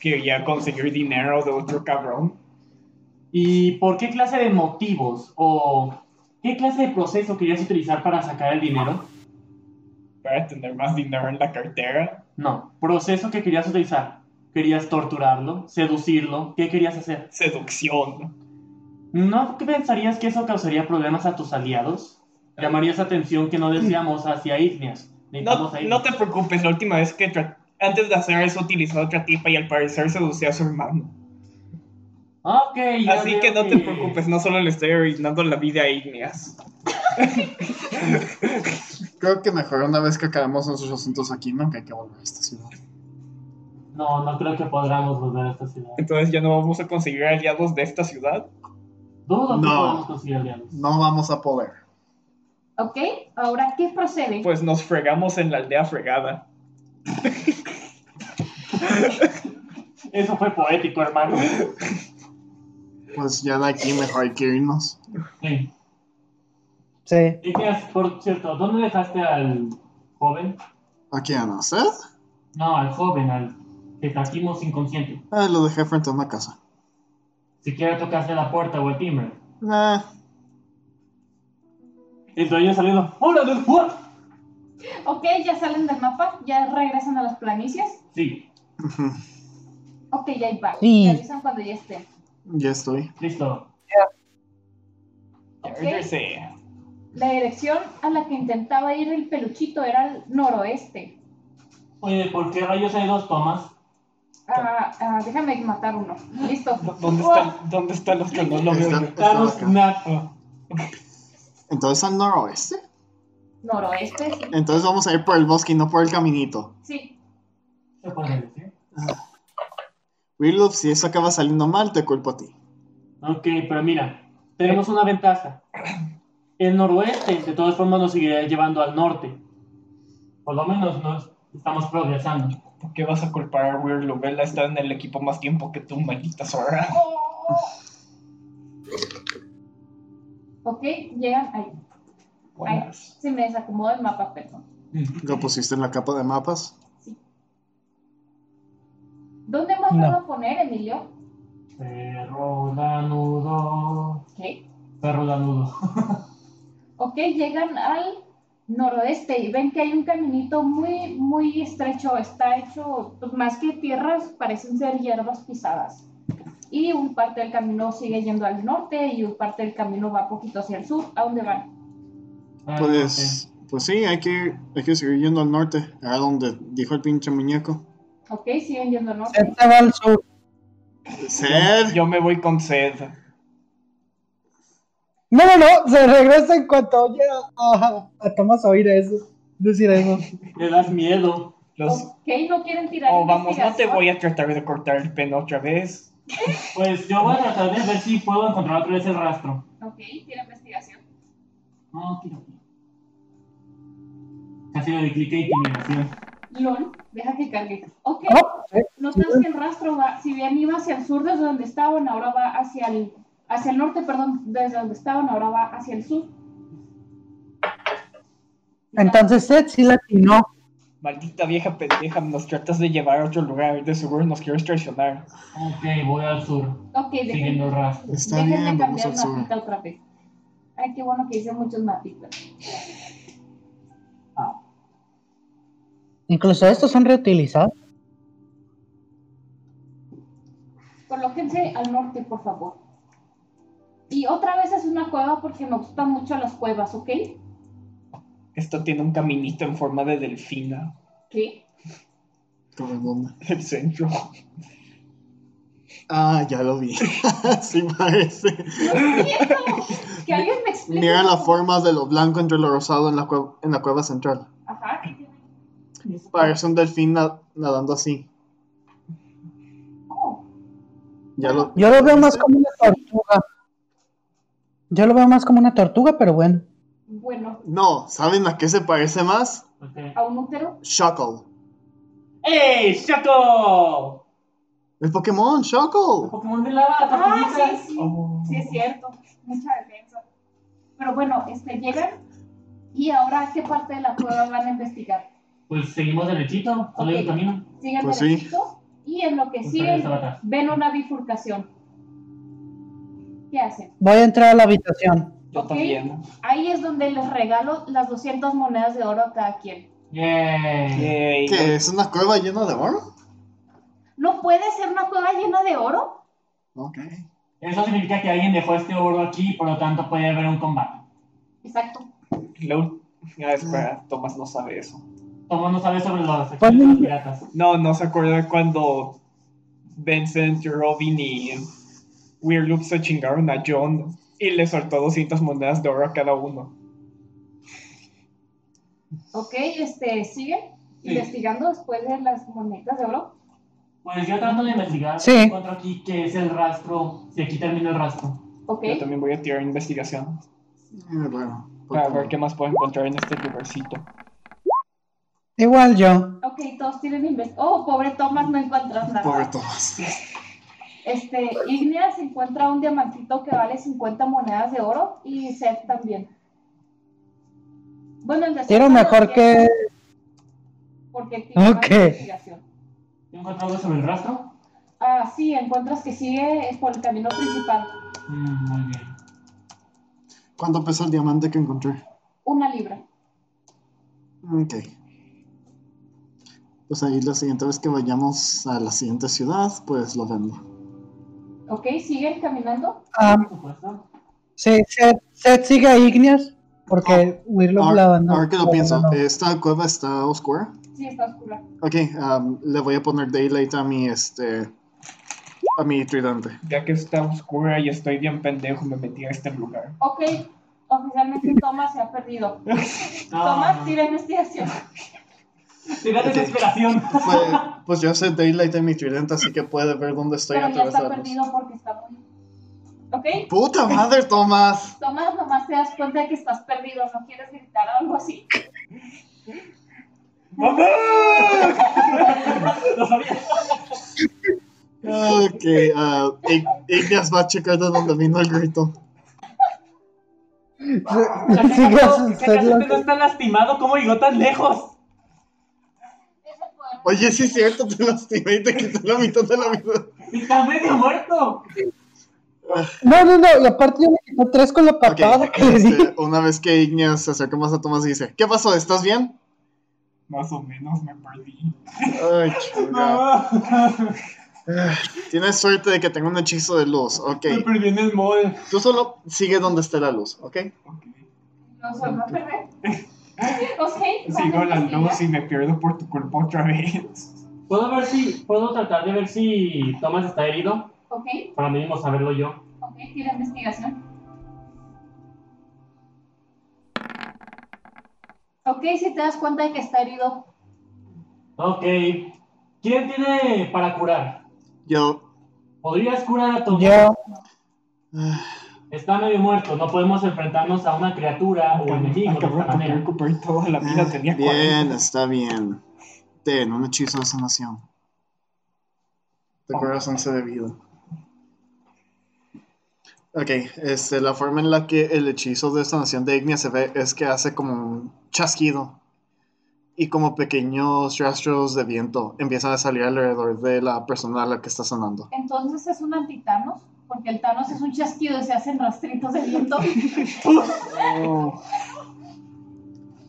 S8: quería conseguir dinero de otro cabrón.
S6: ¿Y por qué clase de motivos o qué clase de proceso querías utilizar para sacar el dinero?
S8: para tener más dinero en la cartera.
S6: No, proceso que querías utilizar. ¿Querías torturarlo? ¿Seducirlo? ¿Qué querías hacer?
S8: Seducción.
S6: ¿No pensarías que eso causaría problemas a tus aliados? Llamarías atención que no deseamos hacia Igneas.
S8: No,
S6: Necesitamos a
S8: no
S6: Igneas.
S8: te preocupes, la última vez que tra- antes de hacer eso utilizó a otra tipa y al parecer sedució a su hermano.
S6: Ok, ya
S8: Así
S6: veo
S8: que no te preocupes, no solo le estoy arruinando la vida a Igneas.
S5: Creo que mejor una vez que acabemos nuestros asuntos aquí, ¿no? Que hay que volver a esta ciudad.
S6: No, no creo que podamos volver a esta ciudad.
S8: Entonces ya no vamos a conseguir aliados de esta ciudad.
S6: Dudo que
S5: No.
S6: podamos conseguir aliados.
S5: No vamos a poder.
S3: Ok, ahora, ¿qué procede?
S8: Pues nos fregamos en la aldea fregada.
S6: Eso fue poético, hermano.
S5: Pues ya de aquí mejor hay que irnos.
S6: Sí.
S4: Sí.
S6: Igneas, por cierto, ¿dónde dejaste al joven?
S5: ¿A quién? ¿A Seth?
S6: No, al joven, al que trajimos inconsciente.
S5: Ah, lo dejé frente a una casa.
S6: Siquiera tocaste la puerta o el timbre.
S5: Nah,
S6: El dueño saliendo. ¡Hola, Dios! ¡Uah!
S3: Ok, ya salen del mapa, ya regresan a las planicies.
S6: Sí,
S5: ujú,
S3: Ok, ya hay va.
S4: Sí.
S3: Me avisan cuando ya estén.
S5: ya estoy.
S6: listo.
S8: Ya
S3: Ok.
S8: regresé.
S3: La dirección a la que intentaba ir el peluchito era el noroeste.
S6: Oye, ¿por qué rayos hay dos tomas?
S3: Ah, ah, déjame matar uno. Listo.
S8: ¿Dó- ¿Dónde
S3: Oh,
S8: están, ¿Dónde están los que no lo veo?
S5: Está-
S8: yo?
S5: está
S6: Thanos,
S5: acá.
S6: na-
S8: Ah,
S5: Entonces al noroeste.
S3: Noroeste, sí.
S5: Entonces vamos a ir por el bosque y no por el caminito.
S3: Sí.
S6: ¿Se puede decir?
S5: Willow, si eso acaba saliendo mal, te culpo a ti.
S6: Ok, pero mira, tenemos una ventaja. El noroeste, de todas formas, nos seguirá llevando al norte. Por lo menos nos estamos progresando.
S8: ¿Por qué vas a culpar a Weird Lovella? Está en el equipo más tiempo que tú, maldita zorra.
S3: Ok, llegan ahí.
S8: Buenas.
S3: Se me desacomodó el mapa, perdón.
S5: Lo pusiste en la capa de mapas.
S3: ¿Dónde más
S4: No.
S3: lo vas a poner, Emilio?
S6: Perro danudo.
S3: Ok.
S6: Perro danudo.
S3: Ok, llegan al noroeste y ven que hay un caminito muy, muy estrecho. Está hecho, pues, más que tierras, parecen ser hierbas pisadas. Y un parte del camino sigue yendo al norte y un parte del camino va poquito hacia el sur. ¿A dónde van?
S6: Ah,
S5: Pues, pues sí, hay que, hay que seguir yendo al norte, a donde dijo el pinche muñeco.
S3: Ok, siguen yendo al norte.
S4: Este va al sur.
S5: Ser.
S8: Yo me voy con sed.
S4: No, no, no, se regresa en cuanto oye a, a Tomás oír eso. Decir eso.
S6: ok. Le das miedo.
S8: Los...
S3: Ok, no quieren tirar.
S8: Oh, vamos, no te
S3: investigación.
S8: voy a tratar de cortar el pelo otra vez.
S6: Pues yo voy a tratar de ver si puedo encontrar otra vez el rastro.
S3: Ok, tiene investigación.
S6: No, tira. Casi le di clic a intimidación.
S3: Lol, deja que cargue. Ok,
S4: No, Ah, sí.
S3: notas que el rastro va, si bien iba hacia el sur desde donde estaban, ahora va hacia el, hacia el norte, perdón, desde donde estaban, ahora va hacia el sur.
S4: Entonces Seth sí latinó.
S8: Maldita vieja pendeja, nos tratas de llevar a otro lugar. De seguro nos quieres traicionar.
S6: Ok, voy al sur,
S3: Ok,
S6: siguiendo
S3: déjenme,
S6: el rastro.
S5: Está
S3: déjenme
S5: bien, vamos
S3: cambiar
S5: al
S3: el
S5: sur.
S3: mapita otra vez. Ay, qué bueno que hice muchos mapitas.
S4: Incluso estos son reutilizados.
S3: Colóquense al norte, por favor. Y otra vez es una cueva porque me gustan mucho las cuevas, ¿ok?
S8: Esto tiene un caminito en forma de delfina.
S3: Sí.
S5: Como en dónde.
S8: El centro.
S5: Ah, ya lo vi. sí parece.
S3: No es cierto. Que alguien me explique.
S5: Mira las formas de lo blanco entre lo rosado en la, cueva, en la cueva central.
S3: Ajá.
S5: Parece un delfín na- nadando así.
S3: Oh,
S5: Ya lo,
S4: Yo lo veo más como una tortuga. Yo lo veo más como una tortuga, pero bueno.
S3: bueno,
S5: No, ¿saben a qué se parece más?
S6: Ok.
S3: a un útero.
S5: Shuckle.
S8: ¡Ey, Shaco!
S5: El Pokémon,
S6: El
S5: Shuckle.
S6: Pokémon de lava,
S3: Ah,
S6: tortuguita.
S3: sí, sí. Sí, es cierto. Mucha defensa. Pero bueno, este, llegan. ¿Y ahora a qué parte de la cueva van a investigar?
S6: Pues seguimos derechito, solo hay un
S3: Ok.
S6: camino.
S3: Siguen
S5: Pues sí.
S3: derechito. Y en lo que
S6: Pues
S3: siguen,
S6: ahí está atrás.
S3: ven una bifurcación. ¿Qué hacen?
S4: Voy a entrar a la habitación.
S8: Yo
S3: Ok.
S8: también.
S3: Ahí es donde les regalo las 200 monedas de oro a cada quien.
S6: Yay.
S8: Yay.
S5: ¿Qué? ¿Es una cueva llena de oro?
S3: ¿No puede ser una cueva llena de oro?
S5: Ok.
S6: Eso significa que alguien dejó este oro aquí, por lo tanto puede haber un combate.
S3: Exacto.
S8: La ul- Ah, espera, Tomás no sabe eso.
S6: Tomo no sabe sobre los
S4: Pues,
S6: acciones de los piratas.
S8: No, no se acuerda cuando Vincent, Robin y Weird Loop se chingaron a John y le soltó 200 monedas de oro a cada uno.
S3: Ok, este, siguen
S6: Sí.
S3: investigando después de las monedas de oro.
S6: Pues yo trato de investigar,
S4: Sí.
S6: encuentro aquí que es el rastro, si aquí termina el rastro.
S3: Ok.
S8: Yo también voy a tirar investigación
S5: Eh, bueno.
S8: para ver qué más puedo encontrar en este lugarcito.
S4: Igual yo.
S3: Ok, todos tienen inves- Oh, pobre Thomas, no encuentras nada.
S5: Pobre Tomás.
S3: Este, Ignea se encuentra un diamantito que vale 50 monedas de oro y Seth también. Bueno, el de Seth
S4: Tiro
S3: no lo
S4: mejor
S3: tiene
S4: que.
S3: Porque tiene más
S4: Ok.
S3: investigación.
S6: ¿Yo encuentro algo sobre el rastro?
S3: Ah, sí, encuentras que sigue por el camino principal.
S6: Mm, muy bien.
S5: ¿Cuánto pesa el diamante que encontré?
S3: Una libra.
S5: Ok. Pues ahí la siguiente vez que vayamos a la siguiente ciudad, pues lo vendo.
S3: Ok, siguen caminando.
S4: Ah,
S6: Por supuesto.
S4: sí, Seth, Seth sigue a Igneas. Porque Wirlo
S5: Ah. Ahora
S4: la abandonó.
S5: ahora que lo
S4: la
S5: pienso,
S4: abandonó.
S5: ¿esta cueva está oscura?
S3: Sí, está oscura.
S5: Ok, um, le voy a poner Daylight a mi, este, a mi tridente.
S8: Ya que está oscura y estoy bien pendejo, me metí a este lugar.
S3: Ok, oficialmente Thomas se ha perdido.
S6: No,
S3: Thomas,
S6: no.
S3: tira investigación.
S6: Tira desesperación.
S5: Fue- pues yo sé Daylight en mi tridente, así que puede ver dónde estoy
S3: Pero
S5: a
S3: ya
S5: través de
S3: está
S5: la luz.
S3: perdido porque está muy... Ok,
S5: ¡Puta madre, Tomás!
S3: Tomás, nomás te das cuenta de que estás perdido, no quieres gritar o algo así.
S8: ¡Mamá!
S6: Lo sabía.
S5: Ok, ah, Ig- Igneas va a checar de dónde vino el grito.
S4: Sigue a
S6: ¿Qué
S4: Seth la-
S6: no está lastimado? ¿Cómo llegó tan lejos?
S3: Es el poder.
S5: Oye, sí es cierto, te lastimé y te quité la mitad de la vida.
S6: Está medio muerto.
S4: No, no, no. Y aparte yo me quité tres con la patada
S5: Ok,
S4: que le di.
S5: este, una vez que Igneas se acerca más a Tomás y dice, ¿qué pasó? ¿Estás bien?
S8: Más o menos me perdí.
S5: Ay, chingada.
S1: No,
S5: Tienes suerte de que tengo un hechizo de luz, ok.
S1: me perdí en el mall.
S5: Tú solo sigue donde esté la luz, ok.
S8: Ok.
S3: No se va a perder. ok. van a
S8: Sigo la
S3: investigar.
S8: luz y me pierdo por tu culpa otra vez.
S6: Puedo ver si. Puedo tratar de ver si Thomas está herido.
S3: Ok,
S6: Para mínimo saberlo yo.
S3: ok, tira investigación. Ok, si te das cuenta de que está herido.
S6: Ok. ¿Quién tiene para curar?
S5: Yo.
S6: ¿Podrías curar a Thomas?
S4: Yo,
S5: ah,
S6: Está medio muerto. No podemos enfrentarnos a una criatura o enemigo de
S8: Acabo
S6: esta
S8: de
S6: manera.
S8: recuperar toda la vida. Tenía
S5: Ah, bien,
S8: 40.
S5: está bien. Ten un hechizo de sanación. Te curas 11 de vida. Ok, este, la forma en la que el hechizo de sanación de Ignia se ve es que hace como un chasquido. Y como pequeños rastros de viento empiezan a salir alrededor de la persona a la que está sanando.
S3: Entonces es un antitanos, porque el Thanos es un chasquido y se hacen rastritos de viento.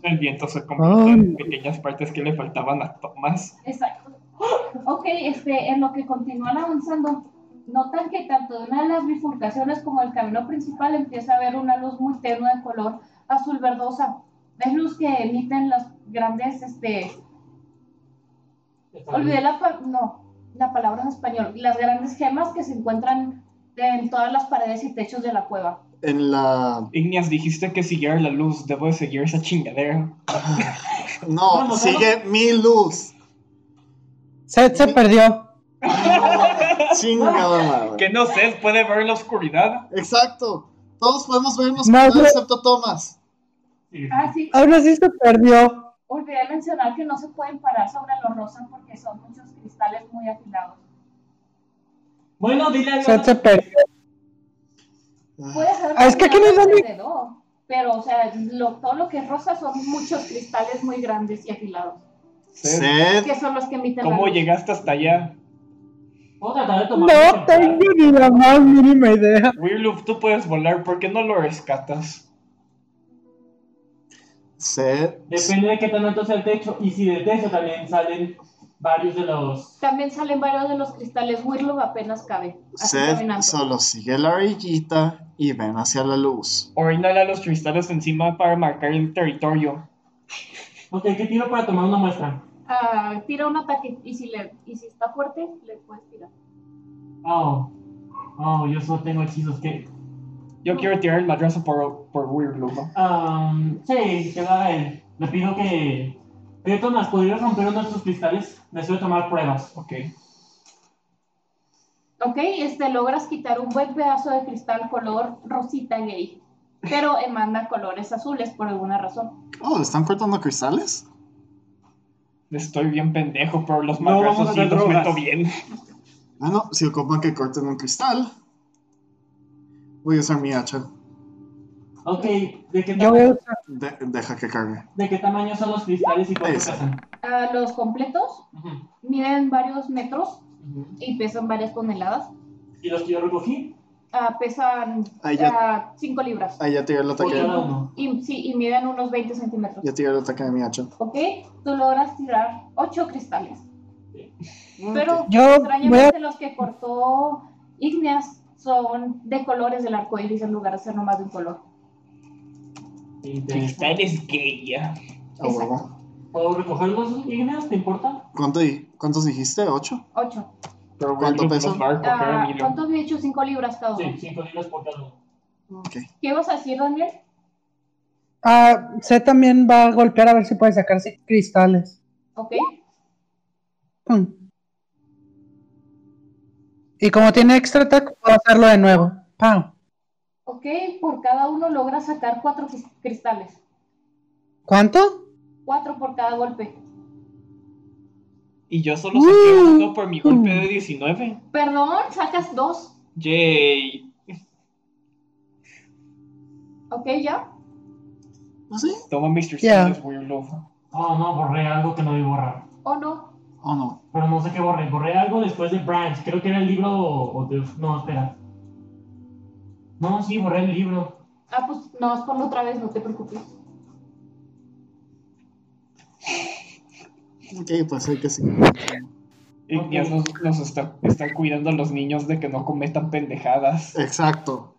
S8: El viento se convirtió en pequeñas partes que le faltaban a Tomás.
S3: Exacto. Ok, este, en lo que continúan avanzando, notan que tanto de una de las bifurcaciones como el camino principal empieza a haber una luz muy tenue de color azul verdosa. Es luz que emiten las grandes, este,
S6: Está bien.
S3: olvidé la, pa- no, la palabra en español, las grandes gemas que se encuentran en todas las paredes y techos de la cueva.
S5: En la
S8: Igneas, dijiste que siguiera la luz. Debo de seguir esa chingadera.
S5: No,
S6: Vamos,
S5: sigue mi luz.
S4: Seth se perdió.
S5: Chingada madre.
S8: Que no sé, puede ver la oscuridad.
S5: Exacto. Todos podemos vernos
S4: No,
S5: con
S4: pero-
S5: excepto Thomas.
S6: Sí.
S3: Ah, sí,
S4: Ahora sí se perdió.
S3: olvidé mencionar que no se pueden parar sobre los rosas porque son muchos cristales muy afilados.
S6: Bueno, dile a
S4: Seth se perdió.
S3: Puedes hacer
S4: Ah, es que aquí no es
S3: alrededor,
S4: donde-
S3: alrededor, Pero, o sea, lo- todo lo que es rosa son muchos cristales muy grandes y afilados.
S8: Seth,
S5: Sed.
S3: Que son los que emiten
S8: ¿Cómo
S3: la luz.
S8: llegaste hasta allá?
S6: Puedo tratar de tomar.
S4: No tengo ni la más mínima idea.
S8: Weirloop, tú puedes volar. ¿Por qué no lo rescatas?
S5: Sed.
S6: Depende de qué tan alto sea el techo. Y si del techo también salen varios de los.
S3: También salen varios de los cristales. Wirlo apenas cabe. Así
S5: Sed.
S3: caminando.
S5: Solo sigue la orillita y ven hacia la luz.
S8: Orínale a los cristales encima para marcar el territorio.
S6: Ok, ¿qué tiro para tomar una muestra?
S3: Ah, tira un ataque. Y si, le, y si está fuerte, le puedes tirar.
S6: Oh. Oh, yo solo tengo hechizos que.
S8: Yo quiero tirar el madrazo por, por Weirloop.
S6: Um, sí, que va a él. Le pido que. Oye, Tomás, ¿podrías romper uno de estos cristales? Deseo tomar pruebas.
S8: Ok.
S3: Ok, este, logras quitar un buen pedazo de cristal color rosita gay. Pero emana colores azules por alguna razón.
S5: Oh, ¿le están cortando cristales?
S8: Estoy bien pendejo, pero los
S6: No, vamos
S8: madrazos
S6: a
S8: sí
S6: hacer
S8: los
S6: drogas.
S8: meto bien.
S5: Bueno, si ocupan que corten un cristal, voy a usar mi hacha.
S6: Ok, ¿de qué,
S4: Yo voy a
S6: tama-
S4: usar-
S5: De- deja que cargue.
S6: ¿de qué tamaño son los cristales y cuánto
S5: Ese.
S6: pesan?
S3: Ah, los completos
S6: Ujú,
S3: miden varios metros
S6: ujú.
S3: y pesan varias toneladas.
S6: ¿Y los que yo recogí?
S3: Ah, pesan
S5: Ahí ya-
S3: 5 libras.
S5: Ah, ya tiré el
S6: ¿O
S5: ataque.
S6: cada uno?
S3: Y, sí, y miden unos 20 centímetros.
S5: Ya tiré el ataque de mi hacha.
S3: ¿Ok? Tú logras tirar 8 cristales. Pero
S4: Yo voy a
S3: extrañamente los que cortó Igneas son de colores del arco iris en lugar de ser nomás de un color.
S6: Interesante.
S8: Cristales gay. ya.
S5: A huevo.
S6: ¿Puedo recogerlos, Igneas? ¿Te importa?
S5: ¿Cuánto di- ¿Cuántos dijiste? ¿Ocho?
S3: 8.
S8: Pero
S5: ¿Cuánto
S8: Weirloop
S5: pesa?
S8: los va a recoger
S3: Ah,
S8: al hilo.
S3: ¿Cuánto había hecho? 5 libras cada uno.
S6: Sí, cinco libras por cada uno.
S5: Ok.
S3: ¿Qué vas a decir, Daniel?
S4: Ah, Seth también va a golpear a ver si puede sacarse cristales.
S3: ¿Ok?
S4: Hmm. Y como tiene extra attack, puedo hacerlo de nuevo. Pau.
S3: ¿Ok? Por cada uno logras sacar 4 cristales.
S4: ¿Cuánto?
S3: 4 por cada golpe.
S8: Y yo solo saqué
S4: Uh.
S8: uno por mi golpe de 19.
S3: Perdón, sacas 2.
S8: Yay.
S3: ¿Ok? ¿Ya?
S5: ¿Pues sí?
S8: Toma mis
S4: Ya.
S8: cristales, Weirloop.
S6: Oh, no, borré algo que no debí borrar.
S3: ¿O no?
S5: ¿O no?
S6: Pero no sé qué borré. Borré algo después de Branch. Creo que era el libro o, o de- No, espera. No, sí, borré el libro.
S3: Ah, pues no, es ponlo otra vez, no te preocupes.
S5: Ok, pues hay que seguir.
S7: Ignias nos, nos está, está cuidando a los niños de que no cometan pendejadas.
S5: Exacto.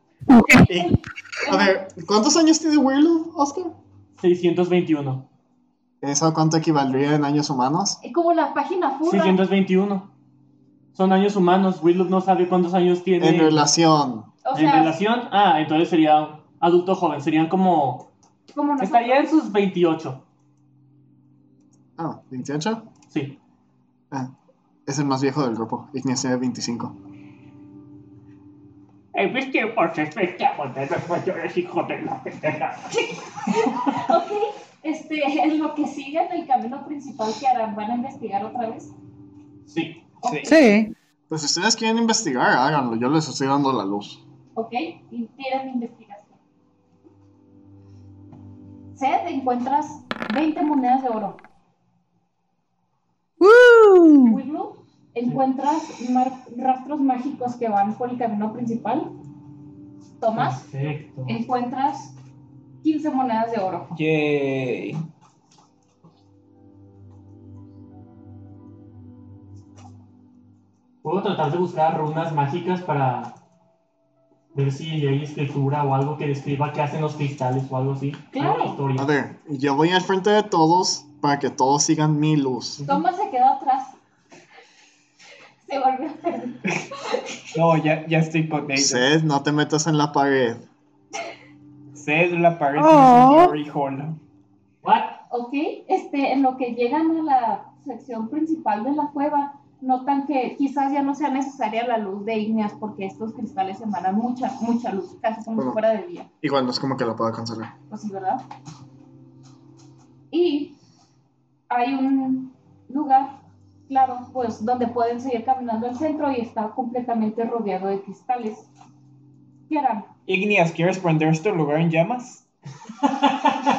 S5: Y- a ver, ¿cuántos años tiene Weirdo, Oscar?
S6: 621.
S5: ¿Eso a cuánto equivaldría en años humanos?
S3: Es como la página furra.
S6: 621. Son años humanos. Willow no sabe cuántos años tiene.
S5: En relación.
S3: o
S6: En
S3: sea,
S6: relación, ah, entonces sería adulto joven, serían como...
S3: como nosotros.
S6: Estaría en sus 28,
S5: Ah, 28.
S6: sí.
S5: Ah, es el más viejo del grupo. Ignias tiene 25.
S6: El viste por festejo de los mayores hijos de la pendeja.
S10: Ok, este, en lo que sigue en el camino principal que harán, van a investigar otra vez.
S6: Sí.
S7: Sí.
S4: Sí,
S5: Pues si ustedes quieren investigar, háganlo. Yo les estoy dando la luz.
S10: Ok, y tiran investigación. Seth, encuentras 20 monedas de oro.
S3: Willow, encuentras mar- rastros mágicos que van por el camino principal. Tomás,
S6: Perfecto.
S3: encuentras 15 monedas de oro.
S7: Yay.
S6: Puedo tratar de buscar runas mágicas para ver si hay escritura o algo que describa qué hacen los cristales o algo así.
S3: Claro.
S6: Una historia.
S5: A ver, yo voy al frente de todos para que todos sigan mi luz.
S3: Tomás se quedó atrás. Se volvió a perder.
S7: No, ya, ya estoy con ellos.
S8: pues,
S5: Sed, no te metas en la pared.
S7: Sed la pared
S4: Oh.
S7: de Hall.
S6: What?
S3: Ok, este, en lo que llegan a la sección principal de la cueva, notan que quizás ya no sea necesaria la luz de Igneas porque estos cristales emanan mucha, mucha luz, casi como si
S5: Bueno.
S3: fuera de día.
S5: Igual no es como que lo pueda cancelar.
S3: Pues sí, ¿verdad? Y hay un lugar, claro, pues donde pueden seguir caminando al centro y está completamente rodeado de cristales. ¿Qué harán?
S7: Ignias, ¿quieres prender este lugar en llamas?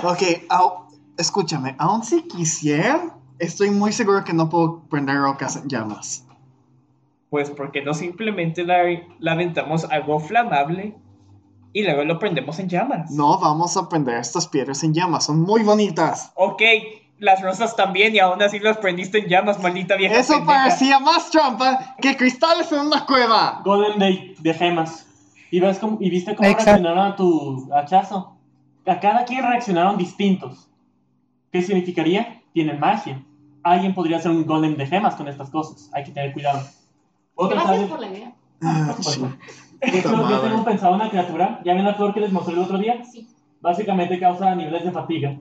S5: Ok, au- escúchame, aun si quisiera, estoy muy seguro que no puedo prender rocas en llamas.
S7: Pues porque no simplemente la, la aventamos algo flamable y luego lo prendemos en llamas.
S5: No vamos a prender estas piedras en llamas, son muy bonitas.
S7: Ok, las rosas también y aún así las prendiste en llamas, maldita vieja.
S5: Eso
S7: pendeja.
S5: parecía más trampa que cristales en una cueva.
S6: Golden Day de gemas. Y, ves cómo- y viste cómo
S4: Exacto.
S6: reaccionaron a tu hachazo. A cada quien reaccionaron distintos. ¿Qué significaría? Tienen magia. Alguien podría hacer un golem de gemas con estas cosas. Hay que tener cuidado. Otra
S3: Gracias
S6: vez-
S3: por la idea.
S5: Ah,
S6: por
S5: sí.
S6: supuesto. De hecho,
S5: Puta
S6: yo
S5: madre.
S6: tengo pensado una criatura. ¿Ya ven la flor que les mostré el otro día?
S3: Sí,
S6: Básicamente causa niveles de fatiga.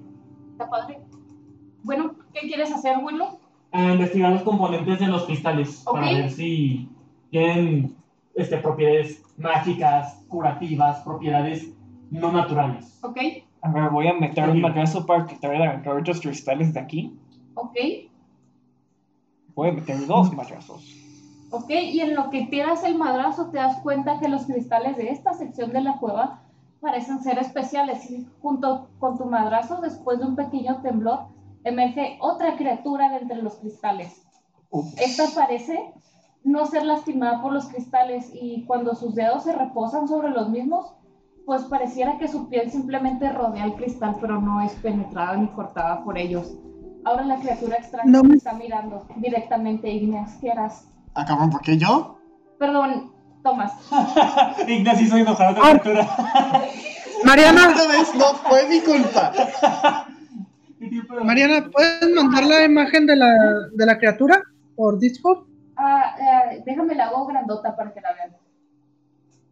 S3: está padre. Bueno, ¿qué quieres hacer, Willow?
S6: a Eh, investigar los componentes de los cristales
S3: Ok.
S6: para ver si tienen este, propiedades mágicas, curativas, propiedades no naturales.
S3: Ok,
S7: A ver, voy a meter un magazo para quitar a arrancar los cristales de aquí.
S3: ok,
S7: Voy a meter dos magazos.
S3: ok. Y en lo que tiras el madrazo, te das cuenta que los cristales de esta sección de la cueva parecen ser especiales. Y junto con tu madrazo, después de un pequeño temblor, emerge otra criatura de entre los cristales.
S7: Ups.
S3: Esta parece no ser lastimada por los cristales y cuando sus dedos se reposan sobre los mismos, pues pareciera que su piel simplemente rodea el cristal, pero no es penetrada ni cortada por ellos. Ahora la criatura extraña
S4: No
S3: te
S4: me-
S3: está mirando directamente, Igneas, ¿qué harás?
S5: Ah, cabrón, ¿por qué yo?
S3: Perdón, Tomás.
S6: Ignacio hizo enojar a otra
S4: Ah.
S6: criatura.
S4: Mariana,
S5: Esta vez no fue mi culpa.
S4: Mariana, ¿puedes mandar la imagen de la, de la criatura por Discord?
S3: Ah, ah, déjame la hago grandota para que la vean.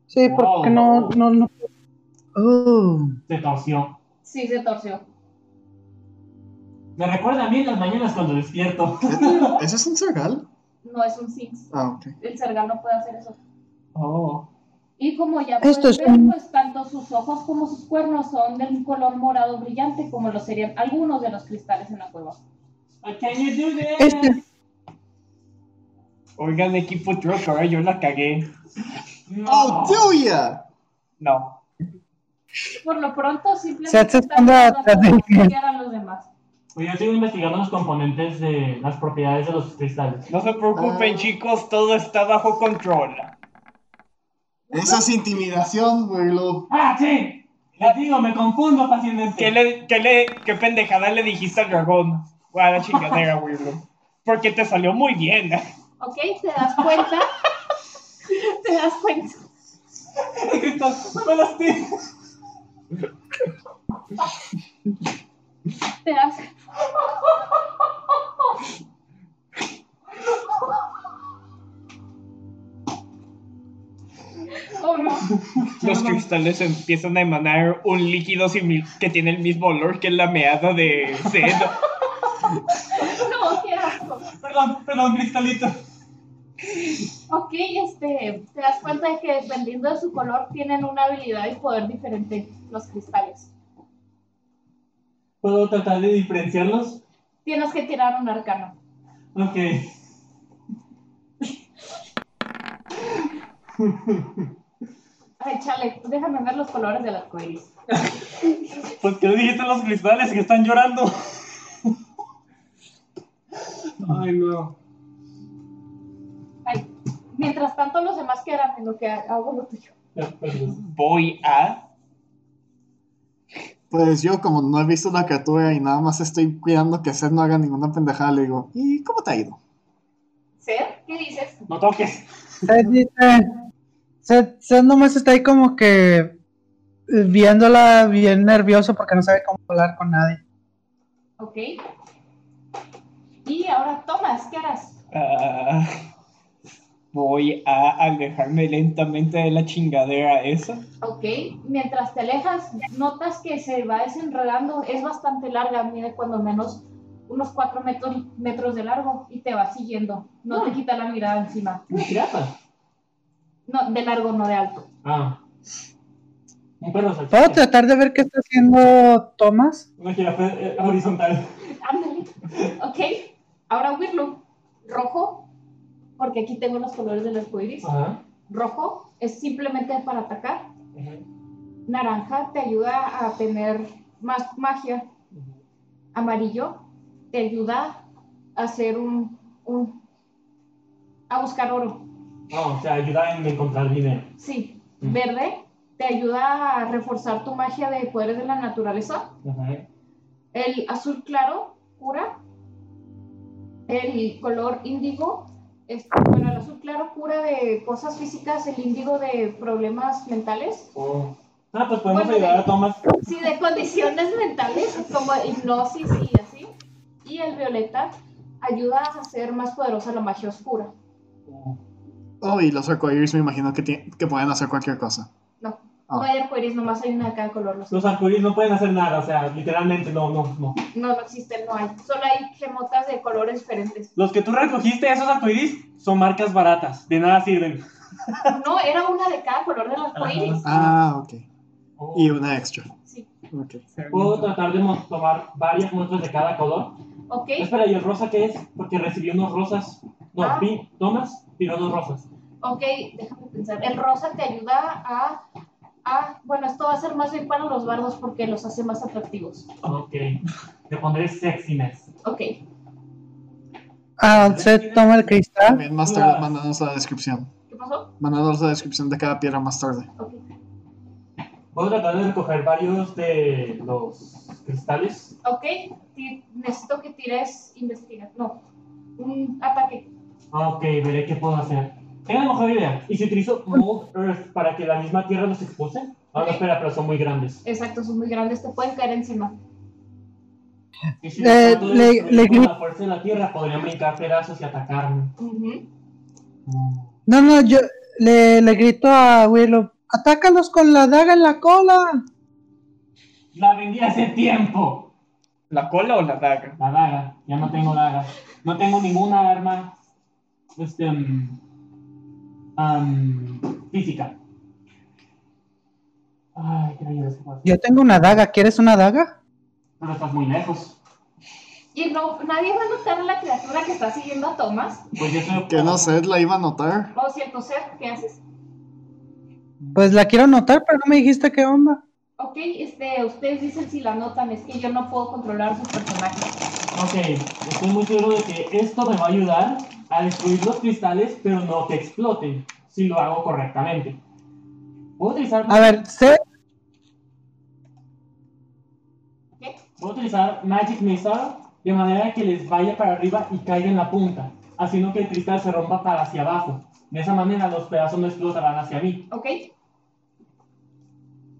S4: Sí,
S6: Wow.
S4: porque no, no, no. Oh.
S6: Se torció.
S3: Sí, se torció.
S6: Me recuerda a mí en las mañanas cuando despierto.
S5: ¿Eso es un cergal?
S3: No es un Sinx.
S5: Ah, ok.
S3: El Sergal no puede hacer eso.
S7: Oh.
S3: Y como ya
S4: Esto
S3: pueden
S4: es
S3: ver,
S4: un-
S3: pues tanto sus ojos como sus cuernos son del color morado brillante, como lo serían algunos de los cristales en la cueva.
S6: Can you do this?
S4: Este.
S7: Oigan, equipo truck, ahora yo la cagué.
S6: No.
S5: ¡Oh, tuya!
S7: No.
S3: Por lo pronto, simplemente.
S4: Se hace
S3: están
S4: esconda
S3: viendo
S4: atrás de
S3: atrás
S4: ella.
S3: qué harán los demás.
S6: Pues yo sigo investigando los componentes de las propiedades de los cristales.
S7: No se preocupen,
S5: Ah.
S7: chicos, todo está bajo control.
S5: Eso es intimidación, Weirloop.
S1: ¡Ah, sí! Les digo, me confundo
S8: ¿Qué,
S1: fácilmente.
S8: le, qué, le, ¿Qué pendejada le dijiste al dragón? A la chingadera, Weirdo. Porque te salió muy bien.
S3: ¿Ok? ¿Te das cuenta? ¿Te das cuenta?
S1: Gritan, ¡No me lastimes!
S3: ¿Te das Oh, no.
S8: Los cristales empiezan a emanar un líquido simil- que tiene el mismo olor que la meada de Zed.
S3: No, qué asco.
S1: Perdón, perdón, cristalito.
S3: Ok, este, te das cuenta de que dependiendo de su color tienen una habilidad y poder diferente los cristales.
S1: ¿Puedo tratar de diferenciarlos?
S3: Tienes que tirar un arcano.
S1: Ok.
S3: Ay, chale, déjame ver los colores del arcoíris.
S1: Pues que le dijiste a los cristales que están llorando. Ay, no.
S3: Ay, mientras tanto los demás quedan en lo que hago lo tuyo.
S1: Ya, perdón.
S8: Voy a.
S5: Pues yo, como no he visto una criatura y nada más estoy cuidando que Seth no haga ninguna pendejada, le digo, ¿y cómo te ha ido?
S3: ¿Ser? ¿Qué dices?
S1: No toques.
S4: Seth dice, Seth, Seth nomás está ahí como que eh, viéndola bien nervioso porque no sabe cómo hablar con nadie.
S3: Ok. Y ahora tomas, ¿qué harás?
S8: ah, voy a alejarme lentamente de la chingadera esa.
S3: Ok, mientras te alejas, notas que se va desenredando, es bastante larga, mide cuando menos unos 4 metros, metros de largo y te va siguiendo. No te quita la mirada encima.
S6: ¿Una jirafa?
S3: No, de largo, no de alto.
S6: Ah. Un perro
S4: ¿Puedo
S6: salchicha.
S4: tratar de ver qué está haciendo Thomas?
S1: Una jirafa eh, horizontal.
S3: Ándale. Ok, ahora Wirlo, rojo, porque aquí tengo los colores del arco iris.
S6: Ajá.
S3: Rojo es simplemente para atacar.
S6: Ujú.
S3: Naranja te ayuda a tener más magia. Amarillo te ayuda a hacer un, un- a buscar oro.
S6: No, Ah, o sea, ayuda en encontrar dinero.
S3: Sí.
S6: Mm.
S3: Verde te ayuda a reforzar tu magia de poderes de la naturaleza.
S6: Ajá.
S3: El azul claro cura. El color índigo es bueno, el azul claro cura de cosas físicas, el índigo de problemas mentales.
S6: Oh. Ah, pues podemos
S3: Bueno,
S6: ayudar
S3: de-
S6: a Thomas.
S3: Sí, de condiciones mentales como hipnosis y así. Y el violeta ayuda a hacer más poderosa la magia oscura.
S5: Oh, y los arcoíris me imagino que, ti- que pueden hacer cualquier cosa. Ah.
S3: No hay arcoíris, nomás hay una de cada color. No, sé.
S6: Los arcoíris no pueden hacer nada, o sea, literalmente no, no, no.
S3: no, no existen, no hay. Solo hay gemotas de colores diferentes.
S6: Los que tú recogiste, esos arcoíris, son marcas baratas. De nada sirven.
S3: No, era una de cada color del arcoíris.
S5: Ah, ok.
S3: Oh,
S5: Y una extra.
S3: Sí.
S5: Ok.
S6: ¿Puedo tratar de mo- tomar varias muestras de cada color?
S3: Ok,
S6: Espera, ¿y el rosa qué es? Porque recibí unos rosas. No,
S3: Ah.
S6: vi, Thomas pidió dos rosas.
S3: ok, déjame pensar. El rosa te ayuda a. a- bueno, esto va a ser más bien para los bardos porque los hace más atractivos.
S6: Ok. Le pondré sexiness.
S3: Ok,
S4: Ah, Seth toma el cristal.
S5: También más tarde
S6: Ah.
S5: mándanos la descripción.
S3: ¿qué pasó?
S5: Mándanos la descripción de cada piedra más tarde.
S3: Ok.
S6: Voy a tratar de recoger varios de los cristales.
S3: Ok, ti- necesito que tires investigar. No, un ataque.
S6: Ok, veré qué puedo hacer. Tengo la mejor idea. ¿Y si utilizo Mold Earth para que la misma tierra los expulse? Ah, no, espera, pero son muy grandes.
S3: Exacto, son muy grandes, te pueden caer encima.
S6: Y si
S4: Eh,
S6: trato de
S4: le-
S6: destruir
S4: le
S6: con
S4: gri-
S6: la fuerza de la tierra podrían brincar pedazos y atacarme.
S3: Ujú.
S6: Mm.
S4: No, no, yo le, le grito a Willow, atácalos con la daga en la cola.
S6: La vendí hace tiempo.
S8: ¿La cola o la daga?
S6: La daga, ya no tengo daga. No tengo ninguna arma este, mm, am, física. Ay, qué rayos, qué pasa.
S4: Yo tengo una daga, ¿quieres una daga?
S6: Pero estás muy lejos.
S3: Y no, nadie va a notar a la criatura que está siguiendo a Thomas.
S6: Pues yo soy
S5: Que no sé, la iba a notar.
S3: O cierto ser, ¿qué haces?
S4: Pues la quiero anotar, pero no me dijiste qué onda.
S3: Ok, este, ustedes dicen si la notan, es que yo no puedo controlar sus personajes.
S6: Ok, estoy muy seguro de que esto me va a ayudar a destruir los cristales, pero no que exploten, si lo hago correctamente. ¿Puedo utilizar,
S4: A ver, sé.
S6: puedo utilizar Magic Missile de manera que les vaya para arriba y caiga en la punta, haciendo que el cristal se rompa para hacia abajo. De esa manera los pedazos no explotarán hacia mí.
S3: Ok,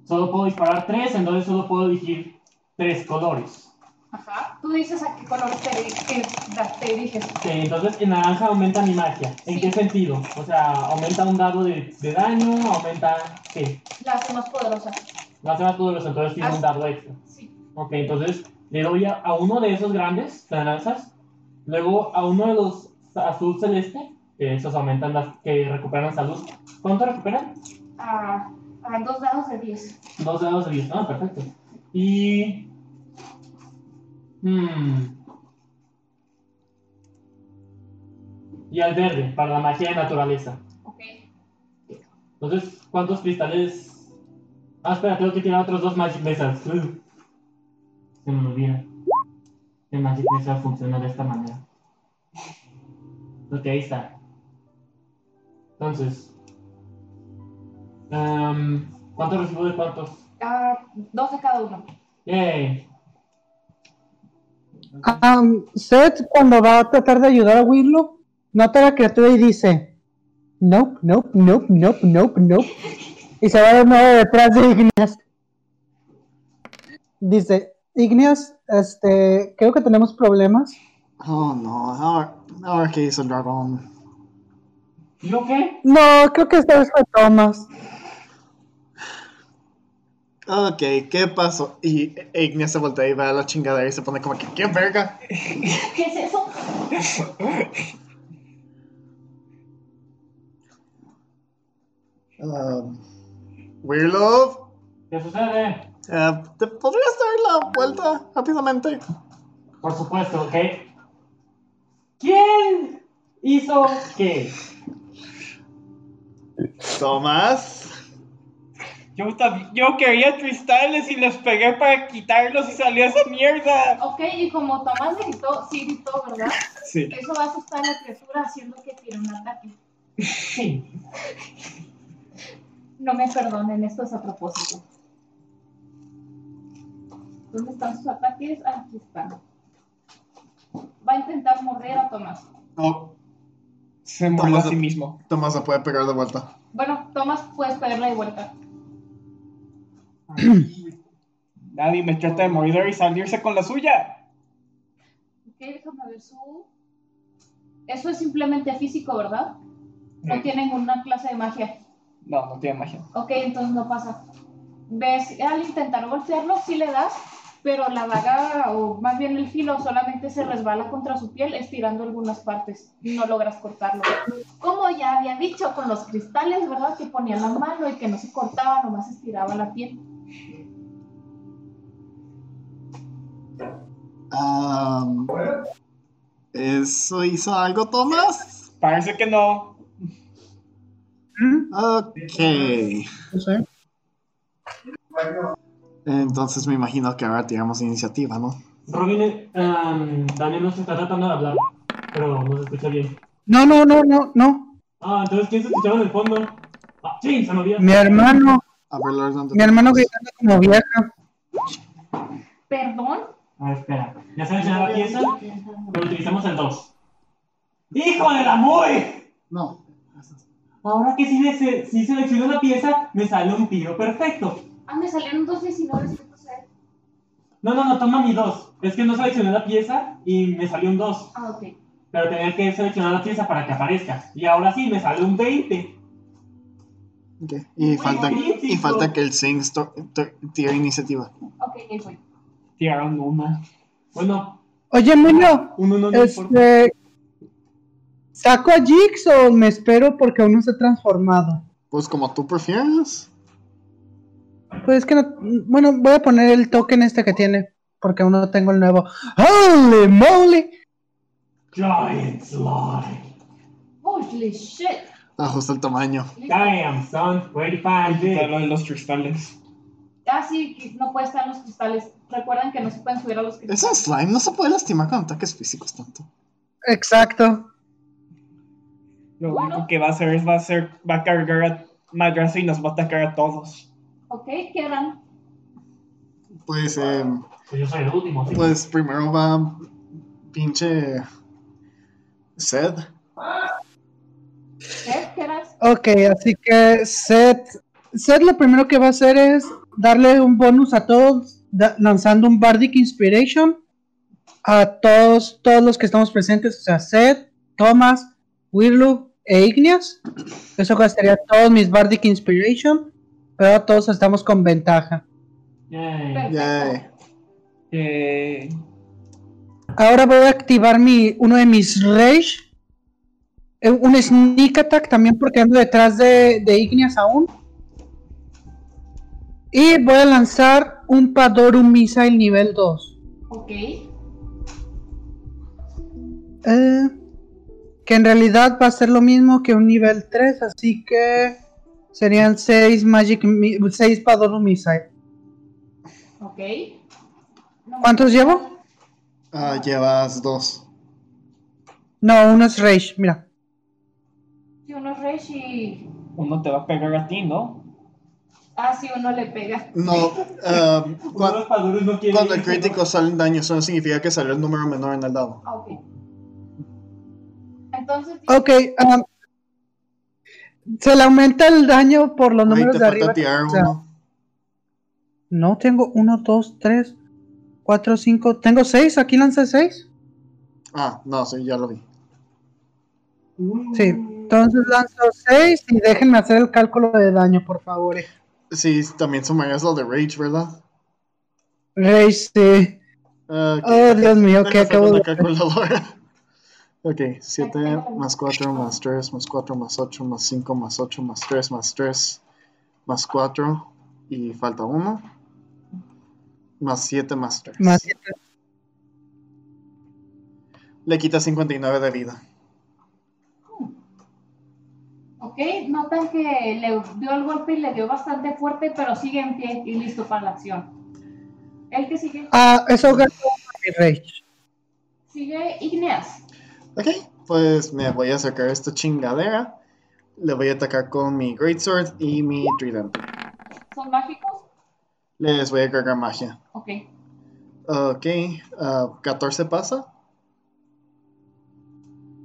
S6: Solo puedo disparar tres, entonces solo puedo elegir tres colores.
S3: ajá. Tú dices a qué color te, que da- te diriges.
S6: Ok, entonces en naranja aumenta mi magia. ¿En
S3: Sí.
S6: qué sentido? O sea, aumenta un dado de, de daño, aumenta... ¿Qué?
S3: La hace más poderosa.
S6: Lo hace más poderoso, entonces tiene un dado extra.
S3: Sí.
S6: Ok, entonces le doy a, a uno de esos grandes, de naranjas, luego a uno de los azul celeste, que esos aumentan las que recuperan salud. ¿Cuánto recuperan?
S3: A, a Ah, dos dados de 10.
S6: Dos dados de 10. Ah, perfecto. Y. hmm. Y al verde, para la magia de naturaleza.
S3: Ok.
S6: Entonces, ¿cuántos cristales? Ah, espera, tengo que tirar otros dos Magic Missiles. Ugh. Se me olvida. El Magic Missile funciona de esta manera. Ok, ahí está. Entonces, em, ¿cuántos recibo de cuántos?
S3: A Ah, dos de cada uno.
S6: Yay.
S4: Um, Seth, cuando va a tratar de ayudar a Willow, nota la criatura y dice: Nope, nope, nope, nope, nope, nope. Y se va de nuevo detrás de Igneas. Dice: Igneas, este, creo que tenemos problemas.
S5: Oh no, ahora, ahora que hizo el dragón.
S6: ¿Yo qué?
S4: No, creo que esta vez fue Thomas.
S5: Ok, ¿qué pasó? Y Ignis se voltea y ve a la chingadera y se pone como que, ¿qué verga?
S3: ¿Qué es eso?
S5: Um, Weirlove,
S6: ¿Qué sucede?
S5: eh, ¿te podrías dar la vuelta rápidamente?
S6: Por supuesto, ¿ok? ¿Quién hizo qué?
S5: Tomás.
S8: Yo, tam- yo quería cristales y les pegué para quitarlos y salió esa mierda.
S3: Ok, y como Tomás gritó, sí gritó, ¿verdad?
S8: Sí.
S3: Eso va a asustar a la criatura haciendo que tire un ataque.
S6: Sí.
S3: No me perdonen, esto es a propósito. ¿Dónde están sus ataques? Aquí están. Va a intentar morder a Tomás.
S5: No,
S8: Se murió a
S5: Tomás-
S8: sí mismo.
S5: Tomás no puede pegar de vuelta.
S3: Bueno, Tomás, puedes pegarle de vuelta.
S8: Nadie me trata de morir y salirse con la suya.
S3: Ok, déjame ver su... Eso es simplemente físico, ¿verdad? No tiene ninguna clase de magia.
S8: No, no tiene magia.
S3: Ok, entonces no pasa. ¿Ves? Al intentar golpearlo, sí le das, pero la daga, o más bien el filo, solamente se resbala contra su piel, estirando algunas partes. No logras cortarlo. Como ya había dicho, con los cristales, ¿verdad? Que ponían la mano y que no se cortaba, nomás estiraba la piel.
S5: Um, ¿Eso hizo algo, Tomás?
S8: Parece que no.
S5: ¿Mm? Ok.
S4: No sé.
S5: Entonces me imagino que ahora tiramos iniciativa, ¿no?
S6: Robin, em, Daniel nos está tratando de hablar, pero no se escucha bien.
S4: No, no, no, no, no.
S6: Ah, entonces, ¿quién se escuchaba en el fondo? Ah, sí, se me olvidó.
S4: Mi hermano,
S5: A ver, Lord, ¿dónde-
S4: mi hermano gritando como vieja.
S3: Perdón,
S6: A ver, espera. Ya sabes ya la pieza, pero utilizamos el 2. ¡Hijo de la muy!
S5: No.
S6: Ahora que sí, dese- sí selecciono la pieza, me sale un tiro perfecto.
S3: ah, me salieron dos 19, ¿qué pasa?
S6: No, no, no, toma mi 2. Es que no seleccioné la pieza y me salió un 2.
S3: Ah, ok.
S6: Pero tenía que seleccionar la pieza para que aparezca. Y ahora sí, me sale un 20.
S5: Ok, Y, falta, y
S6: crítico.
S5: falta que el Sings tire iniciativa.
S3: Ok, ahí voy.
S8: Tiraron una.
S6: Bueno,
S4: Oye, Emilio,
S6: un 1 no importa.
S4: este. ¿Saco a Jix o me espero porque aún no se ha transformado?
S5: Pues como tú prefieres.
S4: Pues es que no. Bueno, voy a poner el token este que tiene. Porque aún no tengo el nuevo. ¡Holy moly!
S6: Giant Slaughter.
S3: Holy shit.
S5: Ajusta el tamaño.
S6: Damn, son, where to find
S8: Está
S6: it?
S8: lo de los cristales.
S3: Ah, sí, que no puede estar en los cristales. Recuerden que no se pueden subir a los cristales.
S5: Ese slime no se puede lastimar con ataques físicos tanto.
S4: Exacto.
S8: Lo único que va a hacer es va a, hacer, va a cargar a Madrazo y nos va a atacar a todos.
S3: Ok, ¿qué harán?
S5: Pues, eh,
S6: Pues yo soy el último. ¿sí?
S5: pues primero va pinche Sed.
S3: ¿Qué, ¿Qué harás?
S4: Ok, así que Seth, Seth lo primero que va a hacer es darle un bonus a todos, da- lanzando un Bardic Inspiration a todos, todos los que estamos presentes, o sea, Seth, Thomas, Wirlu e Igneas. Eso gastaría todos mis Bardic Inspiration, pero todos estamos con ventaja.
S6: Yay.
S5: Yay.
S8: Eh,
S4: Ahora voy a activar mi, uno de mis Rage. eh, Un sneak attack también porque ando detrás de, de Igneas aún. Y voy a lanzar un Padorum Missile nivel 2.
S3: Ok,
S4: Eh, que en realidad va a ser lo mismo que un nivel 3, así que serían 6 Magic 6 Padorum Missile.
S3: ok.
S4: ¿Cuántos llevo?
S5: Ah, llevas dos.
S4: No, uno es Rage, mira.
S3: Si uno es Rage y.
S8: uno te va a pegar a ti, ¿no?
S3: Ah, si uno le pega.
S5: No, ah, cua-
S1: Uno de los paduros no quiere
S5: cuando el
S1: irse, ¿no?
S5: crítico salen daños, eso no significa que salió el número menor en el dado.
S3: Ah, ok. Entonces,
S4: Ok, um, se le aumenta el daño por los
S5: Ahí
S4: números
S5: te
S4: de
S5: falta
S4: arriba.
S5: tirar
S4: o sea,
S5: uno.
S4: No, tengo 1, 2, 3, 4, 5. Tengo 6. Aquí lancé 6.
S5: Ah, no, sí, ya lo vi.
S4: Sí. Entonces lanzo 6 y déjenme hacer el cálculo de daño, por favor.
S5: Sí, también sumarías lo de Rage, ¿verdad?
S4: Rage, sí.
S5: Ah, ok.
S4: Oh, Dios mío,
S5: Deja
S4: que
S5: saco
S4: acabo
S5: la
S4: de.
S5: calculadora. Ok, 7 más 4 más 3 más 4 más 8 más 5 más 8 más 3 más 3 más 4 y falta 1 más 7 más 3.
S4: Más siete.
S5: Le quita 59 de vida.
S3: ok, notan que le dio el golpe y le dio bastante fuerte, pero sigue en pie y listo para la acción. El que sigue,
S4: Ah, eso gastó mi Rage.
S3: sigue Igneas.
S5: Ok, pues me voy a sacar esta chingadera. Le voy a atacar con mi Greatsword y mi Tridente.
S3: ¿Son mágicos?
S5: Les voy a cargar magia.
S3: Ok.
S5: Ok, ah, 14 pasa.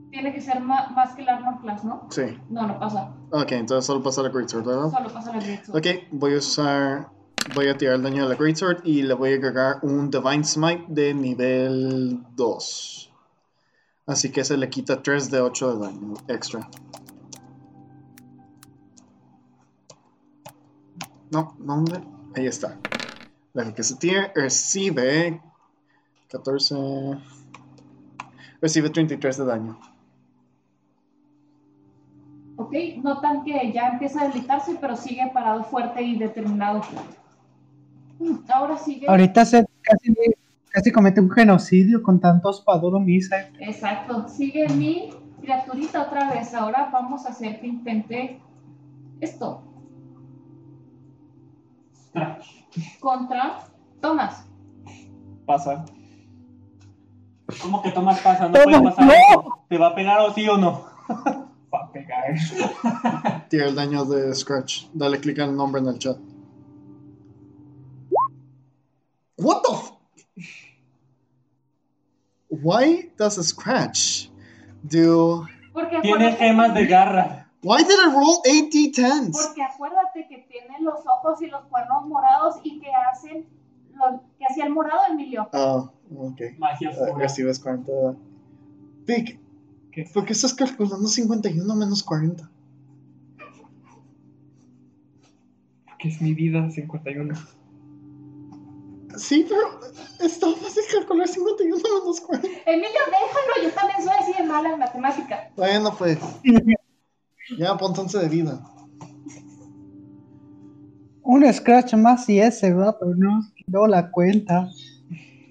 S3: Tiene que ser ma- más que el armor class, ¿no?
S5: Sí.
S3: No, no pasa.
S5: Ok, entonces solo pasa la Greatsword, ¿verdad?
S3: Solo pasa la dirección.
S5: Ok, voy a usar. Voy a tirar el daño de la Greatsword y le voy a agregar un Divine Smite de nivel 2. Así que se le quita 3 de 8 de daño extra. No, no, hombre. Ahí está. Deja que se tire. Recibe 14. Recibe 33 de daño.
S3: Ok, notan que ya empieza a debilitarse, pero sigue parado fuerte y determinado. Mm, Ahora sigue.
S4: Ahorita se casi, casi comete un genocidio con tantos Padorum Missile.
S3: Exacto, sigue mi criaturita otra vez. Ahora vamos a hacer que intente esto
S8: Trash.
S3: contra Tomás.
S8: Pasa.
S1: ¿Cómo que tomas pasa? No
S4: Tomas,
S1: puedes pasar.
S4: no.
S1: eso. ¿Te va a pegar o sí o no?
S8: Va a pegar.
S5: Tira el daño de Scratch. Dale clic al nombre en el chat. What the? f- Why does Scratch do?
S3: Porque
S1: Tiene
S3: acuérdate-
S1: gemas de garra.
S5: Why did it roll 8d10s?
S3: Porque acuérdate que tiene los ojos y los cuernos morados y que hacen lo que hacía el morado Emilio.
S5: Ah, ok.
S1: Magia
S5: Ah,
S1: oscura.
S5: Recibes 40. Vic,
S8: ¿Qué?
S5: ¿por qué estás calculando 51 menos 40?
S8: Que es mi vida, 51.
S5: Sí, pero está fácil calcular 51 menos 40.
S3: Emilio, déjalo, yo también soy así de mala en matemática.
S5: Bueno, pues. Ya, ponte 11 de vida.
S4: Un scratch más y ese, ¿verdad? Pero no, no la cuenta.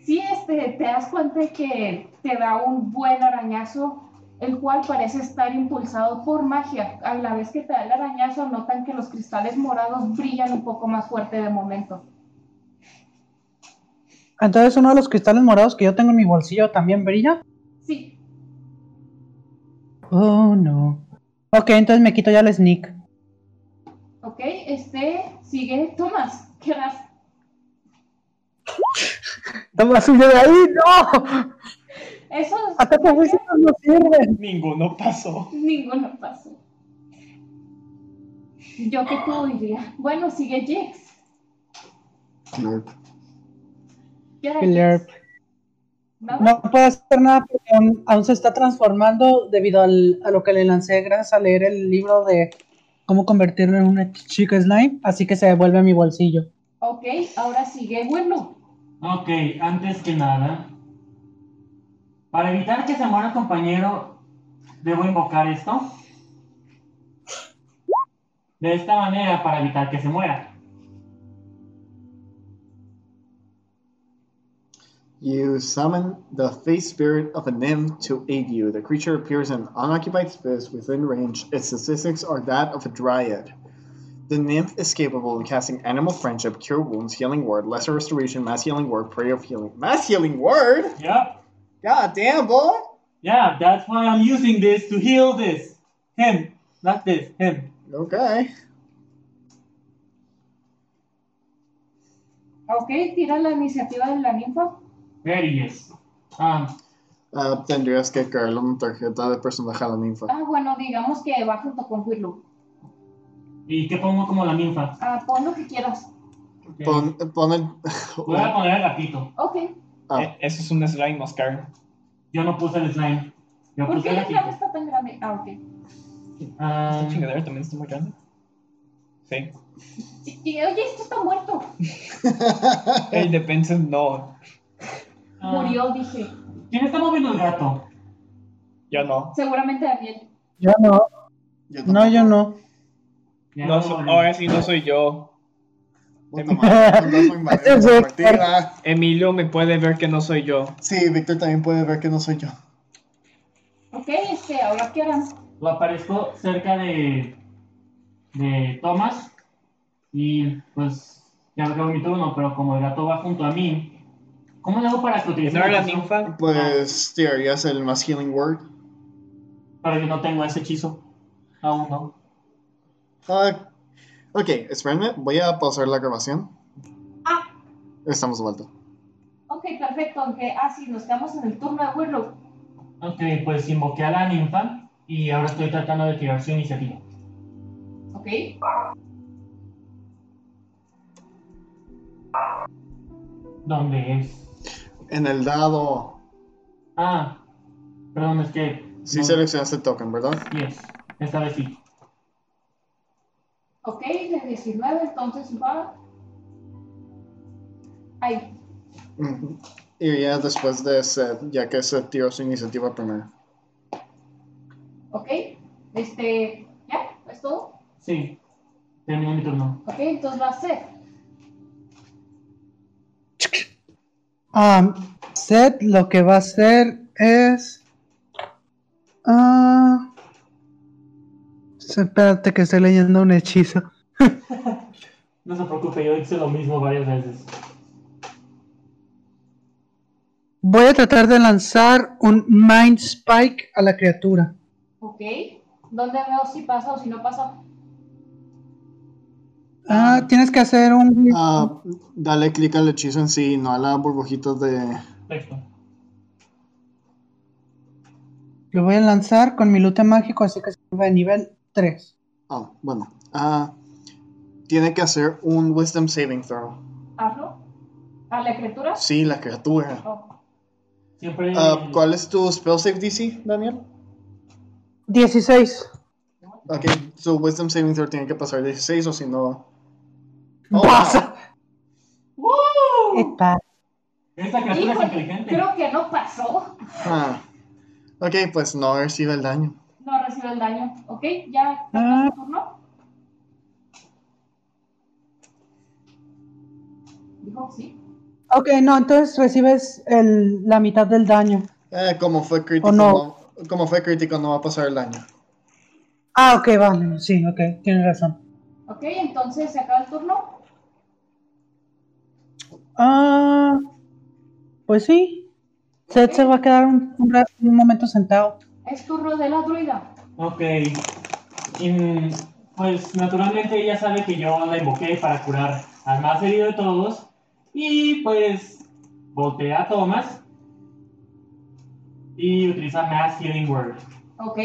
S3: Sí, este, te das cuenta de que te da un buen arañazo, el cual parece estar impulsado por magia. A la vez que te da el arañazo, notan que los cristales morados brillan un poco más fuerte de momento.
S4: Entonces uno de los cristales morados que yo tengo en mi bolsillo también brilla.
S3: Sí,
S4: Oh, no. Ok, entonces me quito ya el sneak.
S3: Ok, este sigue Tomás. ¿Qué más?
S4: Tomás subió de ahí, no.
S3: Eso
S4: Hasta como no sirve.
S8: Ninguno pasó.
S3: ninguno pasó. Yo que tú diría. Bueno, sigue Jax.
S5: Slurp.
S3: ¿Qué era
S4: Slurp.
S3: Jax? ¿Nada?
S4: No puedo hacer nada porque aún, aún se está transformando debido al- a lo que le lancé gracias a leer el libro de cómo convertirme en una chica slime, así que se devuelve a mi bolsillo.
S3: Ok, ahora sigue Bueno.
S6: Ok, antes que nada, para evitar que se muera un compañero, debo invocar esto. De esta manera, para evitar que se muera.
S5: You summon the face spirit of an nymph to aid you. The creature appears in unoccupied space within range. Its statistics are that of a dryad. The nymph is capable of casting Animal Friendship, Cure Wounds, Healing Word, Lesser Restoration, Mass Healing Word, Prayer of Healing. Mass Healing Word?
S1: Yeah,
S5: God damn, boy!
S1: yeah, that's why I'm using this to heal this. Him, not this, him.
S5: Okay.
S3: Ok, tira la iniciativa de la ninfa.
S6: Very yes. Um,
S5: Ah, tendrías que caerle una tarjeta de personaje a la ninfa.
S3: Ah, bueno, digamos que va junto con Willow.
S6: ¿Y qué pongo como la ninfa?
S3: Ah, pon lo que quieras.
S5: Pon, pon el-
S6: Voy a poner el gatito.
S3: Ok.
S5: Ah.
S7: Eh,
S8: E- Eso es un slime, Oscar.
S6: Yo no puse el slime. Yo
S3: ¿Por
S6: puse
S3: qué
S6: el
S3: la clave
S6: gatito.
S3: está tan grande? Ah, ok.
S8: Esta
S6: Um,
S8: chingadera también está muy grande. Sí.
S3: Y- y- oye, esto está muerto.
S8: El de Benson no.
S6: Ah.
S3: Murió, dije.
S6: ¿Quién está moviendo el gato?
S8: Yo no.
S3: Seguramente Daniel.
S4: Yo no,
S5: Yo
S4: no, yo no.
S6: Ya
S8: no
S6: lo
S8: so-
S6: moví.
S8: ahora sí no soy yo.
S5: Puta madre, andas muy mal en esta partida.
S8: Emilio me puede ver que no soy yo.
S5: Sí, Víctor también puede ver que no soy yo.
S3: Ok, este, ahora qué harán.
S6: Lo aparezco cerca de, de Thomas y pues ya acabo mi turno, pero como el gato va junto a mí, ¿cómo le hago para que
S8: ¿No
S6: utilice
S8: era la
S6: hechizo?
S8: ninfa?
S5: Pues tirarías el Mass Healing Word.
S6: Pero yo no tengo ese hechizo. Aún no.
S5: Ah, ok, espérenme, voy a pausar la grabación.
S3: Ah.
S5: Estamos de vuelta.
S3: Ok, perfecto. Aunque, ah, sí, nos quedamos en el turno de Willow.
S6: Ok, pues invoqué a la ninfa y ahora estoy tratando de tirar su iniciativa.
S3: Ok.
S6: ¿Dónde es?
S5: En el dado,
S6: Ah, perdón, es que.
S5: sí
S6: no-
S5: seleccionaste token, ¿verdad?
S6: Yes, esta vez sí.
S3: Ok, de 19, entonces va. Ahí.
S5: Ujú. Y ya después de Seth, ya que Seth tiró su iniciativa primero.
S3: Ok. Este, ya, es todo.
S6: Sí, terminé mi turno.
S3: Ok, entonces va a ser.
S4: Ah, Seth lo que va a hacer es. Ah, espérate que estoy leyendo un hechizo.
S6: No se preocupe, yo hice lo mismo varias veces.
S4: Voy a tratar de lanzar un Mind Spike a la criatura.
S3: Ok. ¿Dónde veo si pasa o si no pasa?
S4: Ah, tienes que hacer un.
S5: Ah, dale clic al hechizo en sí, no a la burbujita de...
S6: Perfecto.
S4: Lo voy a lanzar con mi lute mágico, así que sube a nivel 3.
S5: Ah, bueno. Ah, tiene que hacer un Wisdom Saving Throw.
S3: Hazlo. ¿A la criatura?
S5: Sí, la criatura.
S3: Oh,
S6: Siempre.
S5: Ah, ¿Cuál es tu Spell Save DC, Daniel?
S4: 16.
S5: Ok, su Wisdom Saving Throw tiene que pasar 16 o si no... Oh,
S4: ¡Pasa!
S6: ¡Woo!
S4: ¿Qué pasa?
S6: Esta criatura es
S3: Híjole,
S6: inteligente.
S3: creo que no pasó.
S5: Ah. Ok, pues no recibe el daño.
S3: No recibe el daño. Ok, ya.
S4: Ah.
S3: ¿Tu turno? Dijo, sí.
S4: Ok, no, entonces recibes el- la mitad del daño.
S5: Eh, como fue crítico,
S4: Oh, no.
S5: no- como fue crítico no va a pasar el daño.
S4: Ah, ok, vale. Sí, ok, tienes razón.
S3: Ok, entonces se acaba el turno.
S4: Ah, pues sí. Seth se va a quedar un, un ra- un momento sentado.
S3: Es turno de la druida.
S6: Ok. In- Pues naturalmente ella sabe que yo la invoqué para curar al más herido de todos. Y pues voltea a Thomas y utiliza Mass Healing Word.
S3: Ok.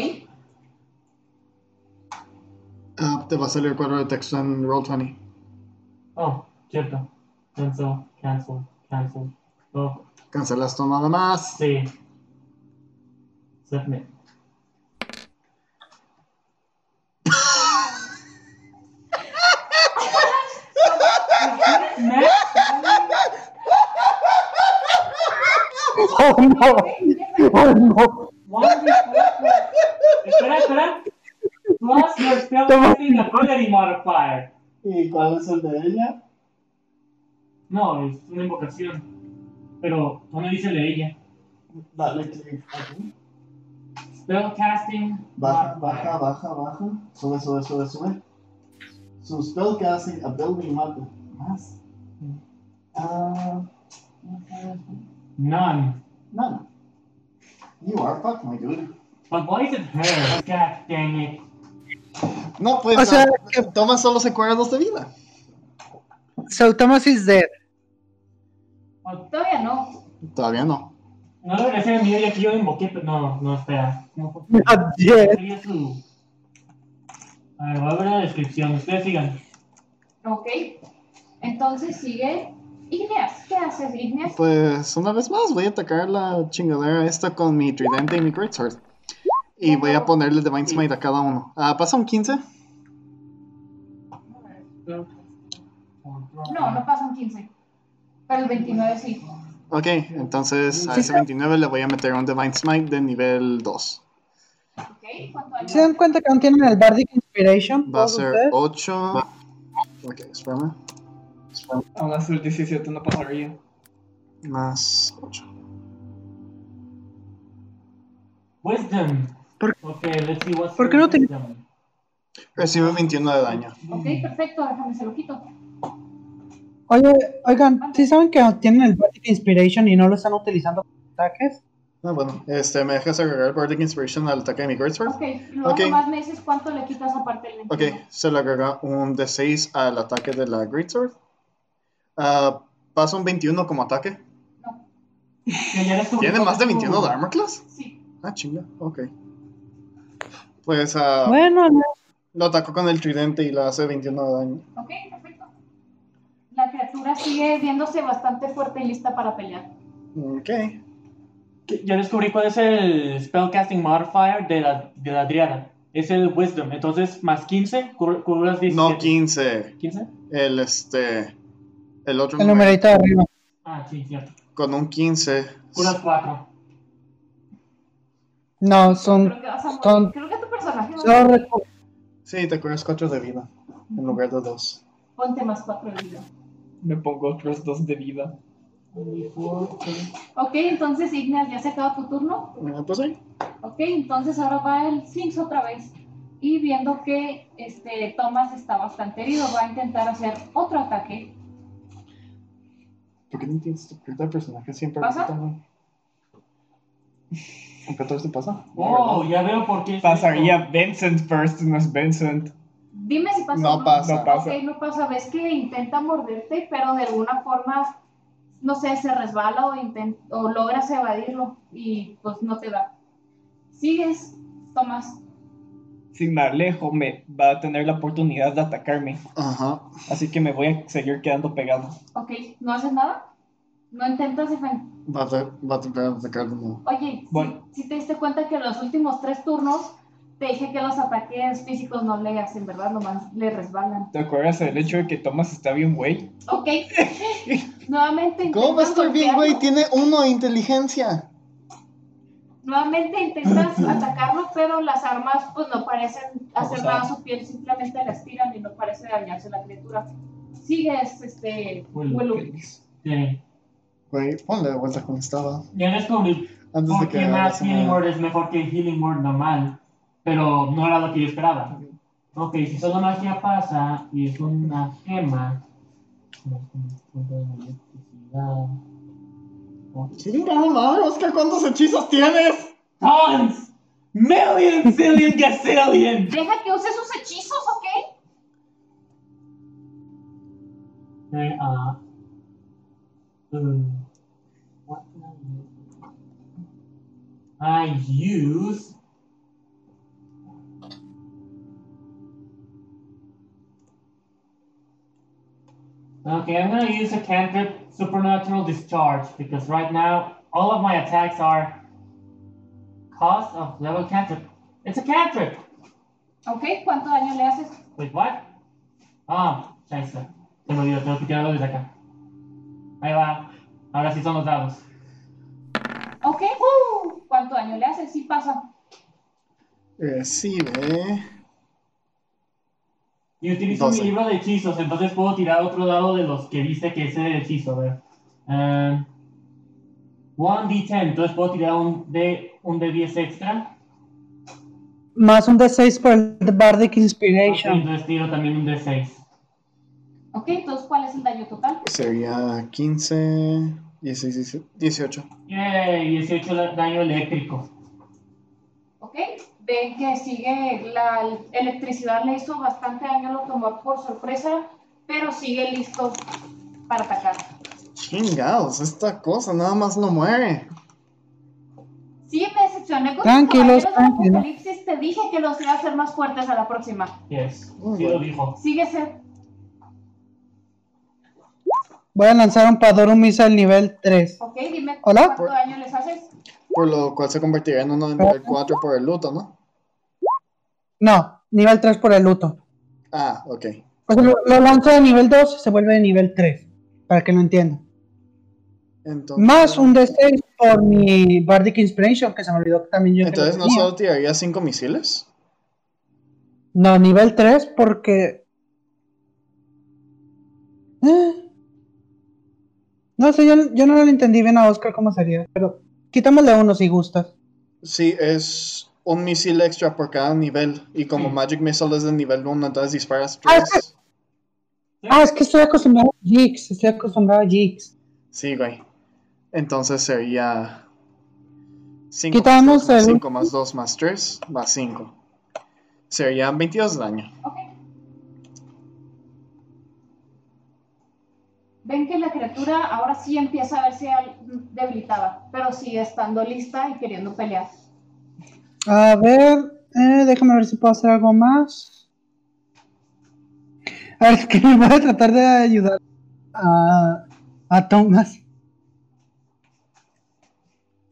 S5: Ah, te va a salir el cuadro de texto en Roll20.
S6: Oh, cierto. Cancel, cancel, cancel. Oh,
S5: Cancelaste nada más.
S6: sí. Submit.
S9: Oh no. Oh no.
S6: One D4 Espera, espera. Plus your spell
S9: Toma.
S6: casting ability modifier.
S5: ¿Y cuál es el de ella?
S6: No, es una invocación. Pero no me dice el de ella.
S5: Dale clic aquí.
S6: Spell casting.
S5: Baja,
S6: modifier.
S5: baja, baja, baja. Sube, sube, sube, sube. Su spellcasting ability mata. Más. Ah.
S6: None.
S5: none. You are fucked, my dude.
S6: But why is it her? God dang it.
S5: No, pues.
S4: O sea,
S5: ah,
S4: que-
S5: Toma solo se cuerda dos de vida.
S4: So Thomas is dead.
S3: Todavía no.
S5: Todavía no.
S6: No debería ser el mío ya que yo lo invoqué, pero no, no, espera. No fue-
S4: Not dead.
S6: sería su- A ver, voy a ver la descripción. Ustedes sigan.
S3: Ok. Entonces sigue Igneas. ¿Qué haces, Igneas?
S5: Pues una vez más voy a atacar la chingadera esta con mi tridente y mi greatsword. Y voy a ponerle Divine Smite a cada uno. Ah, pasa un 15.
S3: No, no pasan 15. Pero el 29 sí.
S5: Ok, entonces a
S4: Sí,
S5: ese
S4: sí.
S5: 29 le voy a meter un Divine Smite de nivel 2.
S3: Ok. ¿Cuánto daño?
S4: ¿Se dan cuenta que no tienen el Bardic Inspiration?
S5: Va a
S4: todos
S5: ser
S4: ustedes?
S5: 8. Ok, espérame.
S8: Aún así el 17 no pasaría.
S5: Más 8.
S6: Wisdom.
S4: ¿Por-
S6: Okay, let's see what's
S4: por
S6: her
S4: qué no te-
S6: wisdom.
S5: Recibe 21 de daño.
S3: Ok, perfecto. Déjame se lo quito.
S4: Oye, oigan, ¿sí saben que tienen el Bardic Inspiration y no lo están utilizando para ataques?
S5: Ah, bueno, este, ¿me dejas agregar Bardic Inspiration al ataque de mi Greatsword?
S3: Ok. Luego
S5: Ok.
S3: nomás me dices cuánto le quitas aparte del 21.
S5: Ok, se le agrega un D6 al ataque de la Greatsword. Ah, pasa un 21 como ataque.
S6: Que ya descubrí
S5: ¿Tiene
S6: cuál
S5: más
S6: es
S5: de
S6: su-
S5: 21 de armor class?
S3: Sí.
S5: Ah, chinga, ok. Pues ah,
S4: Bueno, no.
S5: lo atacó con el tridente y le hace 21 de daño.
S3: Ok, perfecto. La criatura sigue viéndose bastante fuerte y lista para pelear.
S5: Ok.
S6: que Ya descubrí cuál es el spellcasting modifier de la, de la Driada. Es el Wisdom. Entonces, más 15, cur- curas 17.
S5: No 15.
S6: 15.
S5: El este. El otro
S4: el
S5: número.
S4: numerito de arriba.
S6: Ah, sí, cierto.
S5: Con un 15.
S6: Curas 4.
S4: No, son...
S3: Creo que vas a morir.
S4: Con-
S3: Creo que tu personaje va a
S4: son
S3: morir.
S4: recu-
S5: Sí, te curas 4 de vida. En lugar de 2.
S3: Ponte más cuatro de vida.
S8: Me pongo otros dos de vida.
S3: Ok, entonces Ignas, ya se acaba tu turno.
S5: pues sí.
S3: Ok, entonces ahora va el Sphinx otra vez. Y viendo que este Thomas está bastante herido, va a intentar hacer otro ataque.
S5: ¿Por qué no tienes tu carta de personaje siempre?
S3: ¿Pasa?
S5: ¿Con 14 pasa?
S6: Oh, ya veo por qué. es
S8: Pasaría Vincent first, no es Vincent.
S3: Dime si pasa. o
S5: No pasa.
S8: No pasa.
S3: Ok, no pasa. Ves que intenta morderte, pero de alguna forma, no sé, se resbala o, inten- o logras evadirlo y pues no te da. Sigues, Tomás.
S8: Si me alejo, me va a tener la oportunidad de atacarme.
S5: Ajá.
S8: Así que me voy a seguir quedando pegado.
S3: Ok, ¿no haces nada? ¿No intentas defender?
S5: Va a, tra- va a tratar de atacar de nuevo.
S3: Oye,
S8: Voy.
S3: si, si te diste cuenta que en los últimos tres turnos te dije que los ataques físicos no le hacen, ¿verdad? Nomás le resbalan.
S8: ¿Te acuerdas del hecho de que Thomas está bien, güey?
S3: Ok. Nuevamente
S5: ¿Cómo va a
S3: intentas
S5: estar bien,
S3: golpearlo.
S5: güey? Tiene 1 de inteligencia.
S3: Nuevamente intentas atacarlo, pero las armas pues no parecen hacer
S8: Vamos a
S3: nada a
S8: ver.
S3: su piel, simplemente las tiran y no parece dañarse la criatura. Sigues, este,
S6: Willow.
S3: Willow.
S8: Feliz.
S6: Sí.
S5: Güey, ponle de vuelta como estaba.
S6: Ya descubrí
S5: Antes de
S6: por
S5: que.
S6: qué más
S5: hagas una-
S6: Healing Word es mejor que Healing Word normal. Pero no era lo que yo esperaba. Ok, si solo magia pasa y es una gema. Punto de electricidad.
S5: Chingada madre, Oscar, ¿cuántos hechizos tienes?
S6: ¡Tons!
S1: Million, zillion, gazillion.
S3: Deja que use sus hechizos, ¿ok?
S6: They are. um, what can I use? I use. Okay, I'm gonna use a cantrip supernatural discharge because right now all of my attacks are cost of level cantrip. It's a cantrip.
S3: ¿Ok? ¿Cuánto daño le haces?
S6: Wait, Pues, what? Ah, chance. Se me olvidó, tengo que tirarlo desde acá. Ahí va. Ahora sí son los dados.
S3: ¿Ok? ¡uh! ¿Cuánto daño le haces? Sí pasa.
S5: Eh, Recibe.
S6: Y utilizo
S5: Doce.
S6: mi libro de hechizos, entonces puedo tirar otro dado de los que dice que es el hechizo. A ver. Eh, 1d10, entonces puedo tirar un, de, un de 10 extra.
S4: Más un D6 por el Bardic
S6: Ok,
S4: Inspiration.
S6: entonces tiro también un de 6.
S3: ¿Ok? Entonces, ¿cuál es el daño total?
S5: Sería 15, 16, 17, 18.
S6: Yay, 18 da- daño eléctrico.
S3: ¿Ok? Ven que sigue la electricidad, le hizo bastante daño, lo tomó por sorpresa, pero sigue listo para atacar.
S5: Chingados, esta cosa nada más no muere.
S3: Sí, me decepcioné con
S4: Tranquilos,
S3: los caballeros del
S4: tranquilos.
S3: apocalipsis. Te dije que los iba a hacer más fuertes a la próxima.
S6: Yes,
S5: Muy
S6: sí
S5: bueno.
S6: lo dijo.
S3: Sigue Seth.
S4: Voy a lanzar un Padorum Missile nivel 3.
S3: ¿Ok? Dime
S4: Hola. pues.
S3: cuánto daño les haces.
S5: Por lo cual se convertirá en uno de nivel 4 por el luto, ¿no?
S4: No, nivel 3 por el luto.
S5: Ah, ok.
S4: O sea, lo, lo lanzo de nivel 2 y se vuelve de nivel 3. Para que lo entiendan.
S5: Entonces,
S4: Más un D6 por mi Bardic Inspiration, que se me olvidó que también yo. que lo
S5: Entonces no
S4: tenía.
S5: solo tiraría 5 misiles.
S4: No, nivel 3 porque... Ah. No sé, yo, yo no lo entendí bien a Oscar cómo sería, pero quitámosle uno si gustas.
S5: Sí, es un misil extra por cada nivel. Y como
S6: Sí.
S5: Magic Missile es de nivel 1, entonces disparas
S4: Ah, es
S5: 3.
S4: Ah, es que estoy acostumbrado a Jigs, estoy acostumbrado a Jigs.
S5: Sí, güey. Entonces sería 5
S4: Quitamos el-
S5: 5 más 2 más 3 más 5. Serían 22 de daño.
S3: ¿Ok? Ven que la criatura ahora sí empieza a verse al- debilitada, pero sigue estando lista y queriendo pelear.
S4: A ver, eh, déjame ver si puedo hacer algo más. A ver, es que voy a tratar de ayudar a, a Thomas.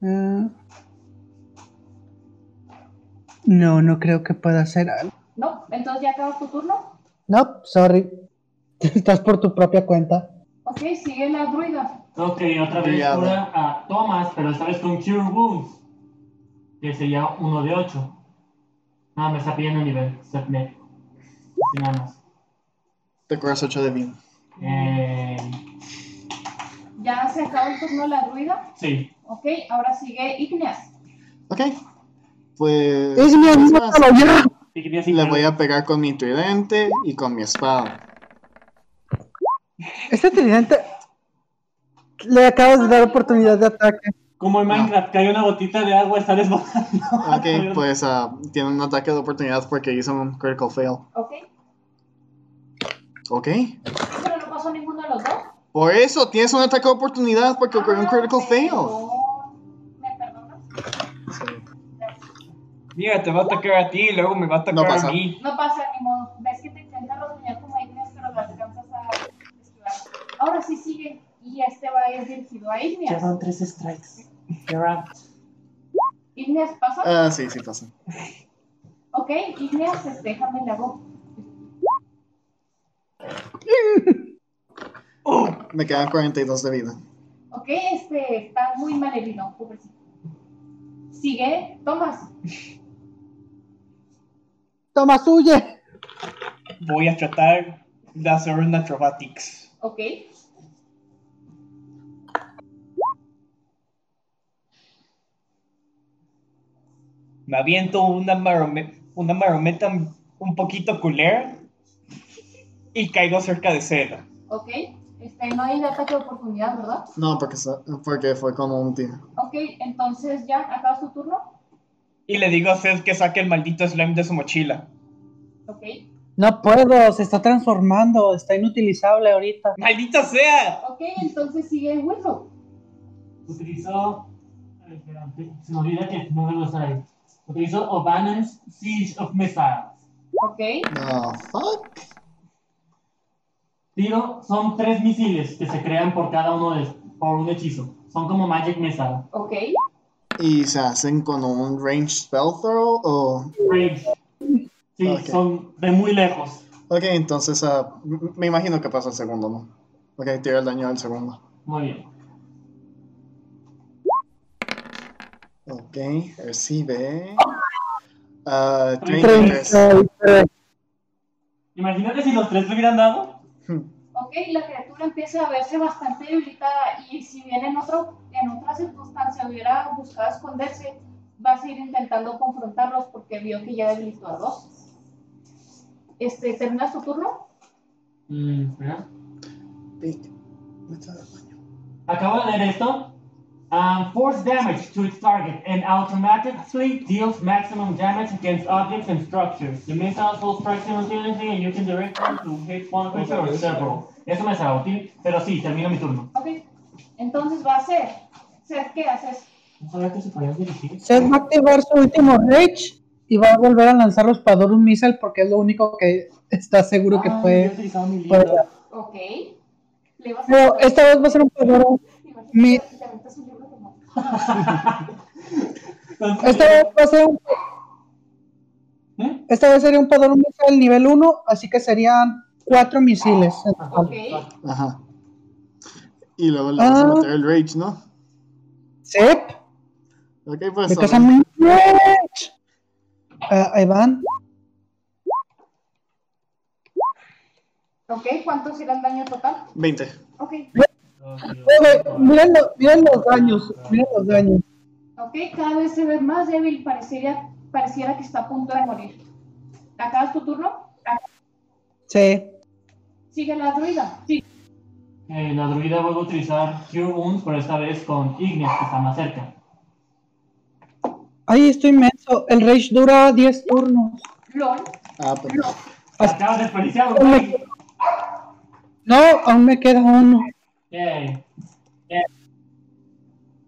S4: Eh, no, no creo que pueda hacer algo.
S3: ¿No? Entonces ya acabas tu turno.
S4: No, sorry. Estás por tu propia cuenta.
S3: Ok, sigue la druida.
S6: Ok, otra vez
S5: Brillado.
S6: cura a Thomas, pero esta vez con Cure Wounds, que sería uno de 8. Ah, me está pidiendo nivel, setnet. Sí, nada más.
S5: Te curas 8 de vida.
S6: Eh,
S3: Ya se acabó el turno de la druida.
S6: sí,
S3: Ok, ahora sigue Igneas.
S5: Ok. Pues.
S4: Es mi
S5: es
S4: amigo
S5: más,
S4: ya.
S6: sí quería decir
S5: le
S6: que-
S5: voy a pegar con mi tridente y con mi espada.
S4: Este tridente le acabas de dar oportunidad de ataque.
S1: Como en
S5: No.
S1: Minecraft, cae una gotita de agua, está desbordando.
S5: Ok, pues ah, tiene un ataque de oportunidad porque hizo un critical fail.
S3: Ok,
S5: Ok.
S3: pero no pasó ninguno de los dos.
S5: Por eso tienes un ataque de oportunidad porque ocurrió un
S3: Ah,
S5: critical fail.
S3: perdón. ¿Me perdonas?
S8: Mira, te va a atacar a ti y luego me va a atacar
S5: No pasa.
S8: a mí.
S3: No pasa, ni modo. Ves que te intenta rasguñar como Igneas, pero lo alcanzas a esquivar. Ahora sí sigue. Y este va a ir dirigido a Igneas.
S1: tres strikes. You're out.
S3: Igneas pasa.
S5: Ah, sí, sí pasa.
S3: Ok, Igneas, este, déjame la voz.
S5: Me quedan 42 de vida.
S3: Ok, este está muy mal herido, pobrecito. Sigue, Tomás.
S4: Thomas, huye.
S8: Voy a tratar de hacer un acrobatics.
S3: Ok,
S8: Me aviento una, marome- una marometa un poquito culera y caigo cerca de Cela.
S3: ok. Este, no hay ataque de oportunidad, ¿verdad?
S5: No, porque, sa- porque fue con un tiro.
S3: Ok, entonces ya, acabas tu turno.
S8: Y le digo a Seth que saque el maldito slime de su mochila.
S3: Ok.
S4: No puedo, se está transformando, está inutilizable ahorita.
S8: ¡Maldita sea!
S3: Ok, entonces sigue Willow.
S6: Utilizó. ay, Espérate, se me olvida que no debo estar ahí. Utilizó O'Banner's Siege of Missiles.
S3: Ok.
S5: No, fuck.
S6: Tiro, son tres misiles que se crean por cada uno de por un hechizo. Son como Magic Missile.
S3: Ok.
S5: ¿Y se hacen con un range spell throw o...?
S6: Range. Sí,
S5: Ok.
S6: son de muy lejos.
S5: Ok, entonces ah, m- me imagino que pasa el segundo, ¿no? Ok, tira el daño del segundo.
S6: Muy bien.
S5: Ok, recibe... ah, 33.
S9: 33.
S6: Imagínate si los tres le hubieran dado.
S3: Ok, la criatura empieza a verse bastante debilitada y si bien en, otro, en otra circunstancia hubiera buscado esconderse, va a seguir intentando confrontarlos porque vio que ya debilitó a dos. Este, ¿Terminas tu turno?
S6: Mm, espera.
S5: Vete, vete al baño.
S6: Acabo de leer esto. Um, force damage to its target and automatically deals maximum damage against objects and structures. The missile will strike simultaneously and you can direct them to hit one creature or several. Eso me será útil, pero sí, termino mi turno.
S3: Ok, entonces va a ser. Ser, ¿qué haces?
S6: No sabía que se podían dirigir.
S4: Seth va a activar su último rage y va a volver a lanzar los Pador un missile porque es lo único que está seguro que
S6: Ay, yo he
S4: fue.
S6: utilizado mi
S4: fue-
S6: libro.
S3: Ok. Le vas a
S4: Pero esta vez va a ser un Pador. mi-
S3: Te aventas un libro como-
S4: Esta vez va a ser un,
S6: ¿Eh?
S4: esta vez sería un Pador un missile nivel 1, así que serían cuatro misiles. en total.
S3: Ok.
S5: Ajá. Y luego le vas a
S4: Ah.
S5: meter el rage, ¿no?
S4: Seth,
S5: Ok, pues...
S4: me
S5: ahora-
S4: causa muy rage. Ah, ahí van.
S3: Ok, ¿cuánto será el daño total?
S5: 20.
S3: Ok.
S4: Oye, Miren, lo- miren los daños, miren los daños.
S3: Ok, cada vez se ve más débil, pareciera, pareciera que está a punto de morir. ¿Acabas tu turno?
S4: Sí.
S3: Sigue la druida. Sí.
S6: Eh, la druida vuelve a utilizar Cure Wounds, pero esta vez con Ignis, que está más cerca.
S4: Ay, estoy inmenso. El rage dura 10 turnos.
S3: LOL.
S5: Ah, pues...
S6: Acabas de desperdiciar un rey.
S4: No, aún me queda uno.
S6: Yay.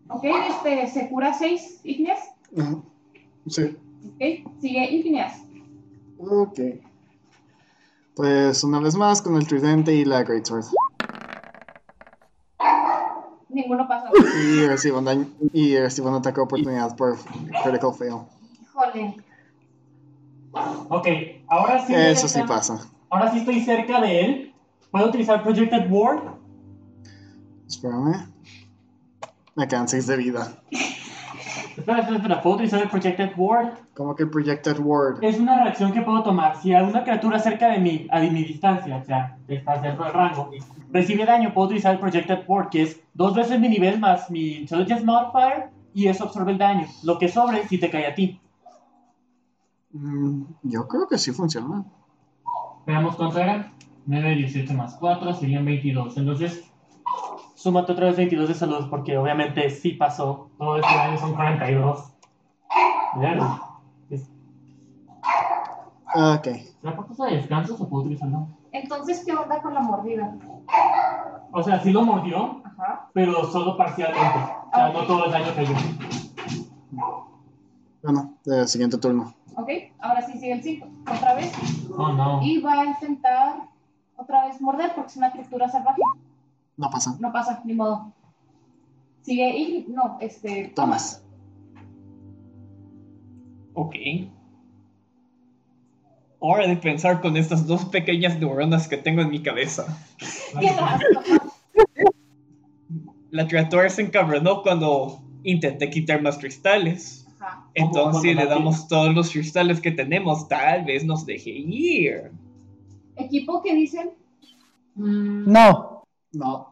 S3: Ok, este, se cura 6, Igneas.
S5: Ajá. Sí.
S3: Ok, sigue Igneas.
S5: Ok. Pues una vez más con el tridente y la Great Sword.
S3: Ninguno pasa.
S5: Y recibo un daño. Y recibo un ataque de oportunidad por Critical Fail.
S3: Híjole.
S6: Ok, ahora sí.
S5: Eso sí
S6: ahorita-
S5: pasa.
S6: Ahora sí estoy cerca de él. ¿Puedo utilizar Projected Ward?
S5: Espérame. Me quedan 6 de vida.
S6: Espera, espera, espera. ¿Puedo utilizar el Projected Ward?
S5: Como que Projected Ward.
S6: Es una reacción que puedo tomar. Si alguna criatura cerca de mí, a mi distancia, o sea, está dentro del rango, recibe daño, puedo utilizar el Projected Ward, que es dos veces mi nivel más mi Intelligence Modifier, y eso absorbe el daño. Lo que sobre si te cae a ti.
S5: Mm, yo creo que sí funciona.
S6: Veamos cuánto era. 9, 18 más 4 serían 22. Entonces, súmate otra vez 22 de salud, porque obviamente sí pasó. Todo este daño son 42. Verga.
S5: Ok.
S6: ¿Será por cosa de descansos o puedo utilizarlo?
S3: Entonces, ¿qué onda con la mordida?
S6: O sea, sí lo mordió,
S3: Ajá.
S6: pero solo parcialmente. O sea, no todo el daño que yo.
S5: Bueno, eh, siguiente turno.
S3: Ok, ahora sí sigue el 5. Otra vez.
S6: Oh, no.
S3: Y va a intentar otra vez morder porque es una criatura salvaje.
S5: No pasa.
S3: No pasa, ni modo. Sigue Igneas. No, este.
S5: Tomas.
S8: Ok. Hora de pensar con estas dos pequeñas neuronas que tengo en mi cabeza.
S3: Tienes razón.
S8: La criatura se encabronó cuando intenté quitar más cristales.
S3: Ajá.
S8: Entonces, si
S6: Ojo,
S8: le
S6: mamá,
S8: damos todos los cristales que tenemos, tal vez nos deje ir.
S3: Equipo que dicen, mm,
S4: No.
S5: No.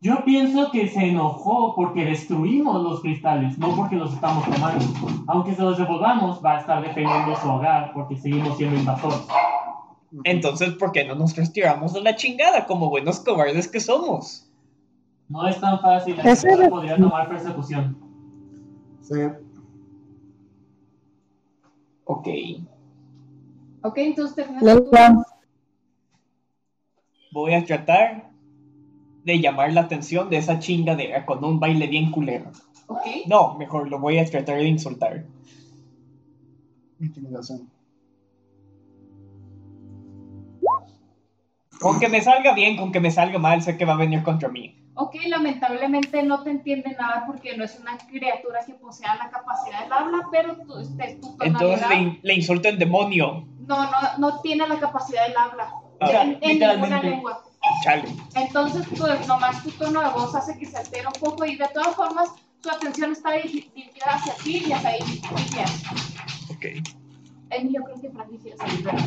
S6: Yo pienso que se enojó porque destruimos los cristales, no porque los estamos tomando. Aunque se los devolvamos, va a estar defendiendo su hogar porque seguimos siendo invasores.
S8: Entonces, ¿por qué no nos retiramos de la chingada como buenos cobardes que somos?
S6: No es tan fácil. La
S4: Ese
S6: criatura
S4: era-
S6: podría tomar persecución.
S5: Sí.
S8: Ok.
S3: Ok, entonces termina tu turno.
S4: Leila,
S8: Voy a tratar de llamar la atención de esa chingadera con un baile bien culero.
S3: Ok,
S8: No, mejor lo voy a tratar de insultar.
S5: Intimidación.
S8: Con que me salga bien, con que me salga mal, sé que va a venir contra mí.
S3: ok, lamentablemente no te entiende nada porque no es una criatura que posea la capacidad del habla, pero tu, este, tu
S8: Entonces
S3: tonalidad
S8: le, in- le insulto el demonio.
S3: no, no, no tiene la capacidad del habla.
S8: Ah,
S3: en, en ninguna
S1: literalmente.
S3: lengua.
S8: Chale.
S3: Entonces, pues nomás tu tono de voz hace que se altere un poco y de todas formas tu atención está diri- dirigida hacia ti y hacia ahí.
S8: Ok.
S3: Emilio, creo que Frank quisiera salir. ¿verdad?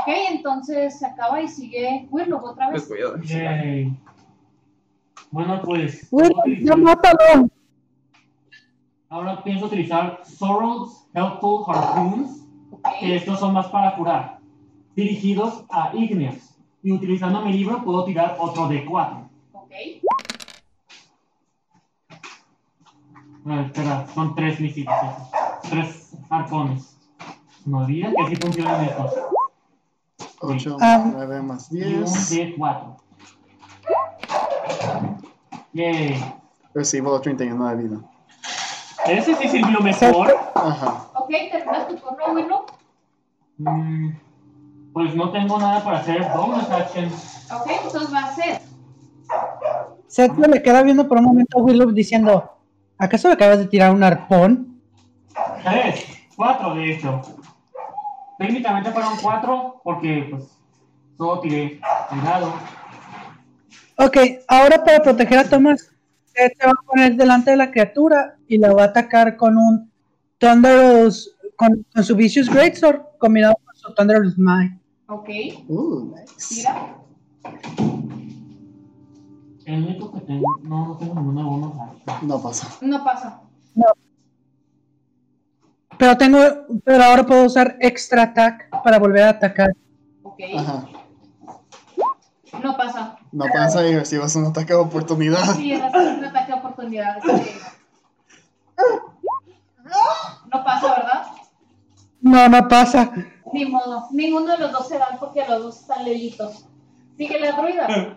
S3: Ok, entonces se acaba y sigue Willow otra vez.
S8: Pues voy a dar.
S6: Yay. Bueno, pues.
S9: Güey,
S6: voy a utilizar-
S9: ya mátalo.
S6: Ahora pienso utilizar Sorrel's Helpful Harpoons,
S3: Ok,
S6: que estos son más para curar, dirigidos a Igneas. Y utilizando mi libro puedo tirar otro de 4.
S3: ok.
S6: espera, son tres misiles. esos. Tres arpones. No olviden que sí funcionan estos.
S5: 8,
S4: Ah.
S5: 9 más
S6: Y un
S5: 10.
S6: de 4. Yay.
S5: Recibo 31 de vida.
S6: Ese sí sirvió mejor.
S5: Ajá.
S3: Ok, terminas tu turno, Willow.
S6: Mm, pues no tengo nada para hacer bonus action.
S3: Ok, entonces va a ser.
S4: Seth se le queda viendo por un momento a Willow diciendo, ¿acaso le acabas de tirar un arpón?
S6: Tres, cuatro de hecho. Técnicamente fueron cuatro porque pues solo tiré el dado.
S4: Ok, ahora para proteger a Thomas, Seth se va a poner delante de la criatura y la va a atacar con un Thunderous, con, con su Vicious Greatsword combinado con su Thunderous Might.
S3: Ok,
S5: Uh, nice.
S3: tira.
S6: El único que tengo, no, no tengo ninguno de bonus action.
S5: No pasa.
S3: No pasa.
S4: Pero tengo, pero ahora puedo usar extra attack para volver a atacar.
S3: Ok,
S5: Ajá.
S3: no pasa.
S5: No pasa y recibas un ataque de oportunidad.
S3: Sí, es un ataque de oportunidad. No pasa, ¿verdad?
S4: No, no pasa.
S3: Ni modo, ninguno de los dos se dan porque los dos están lejitos. Sigue la druida.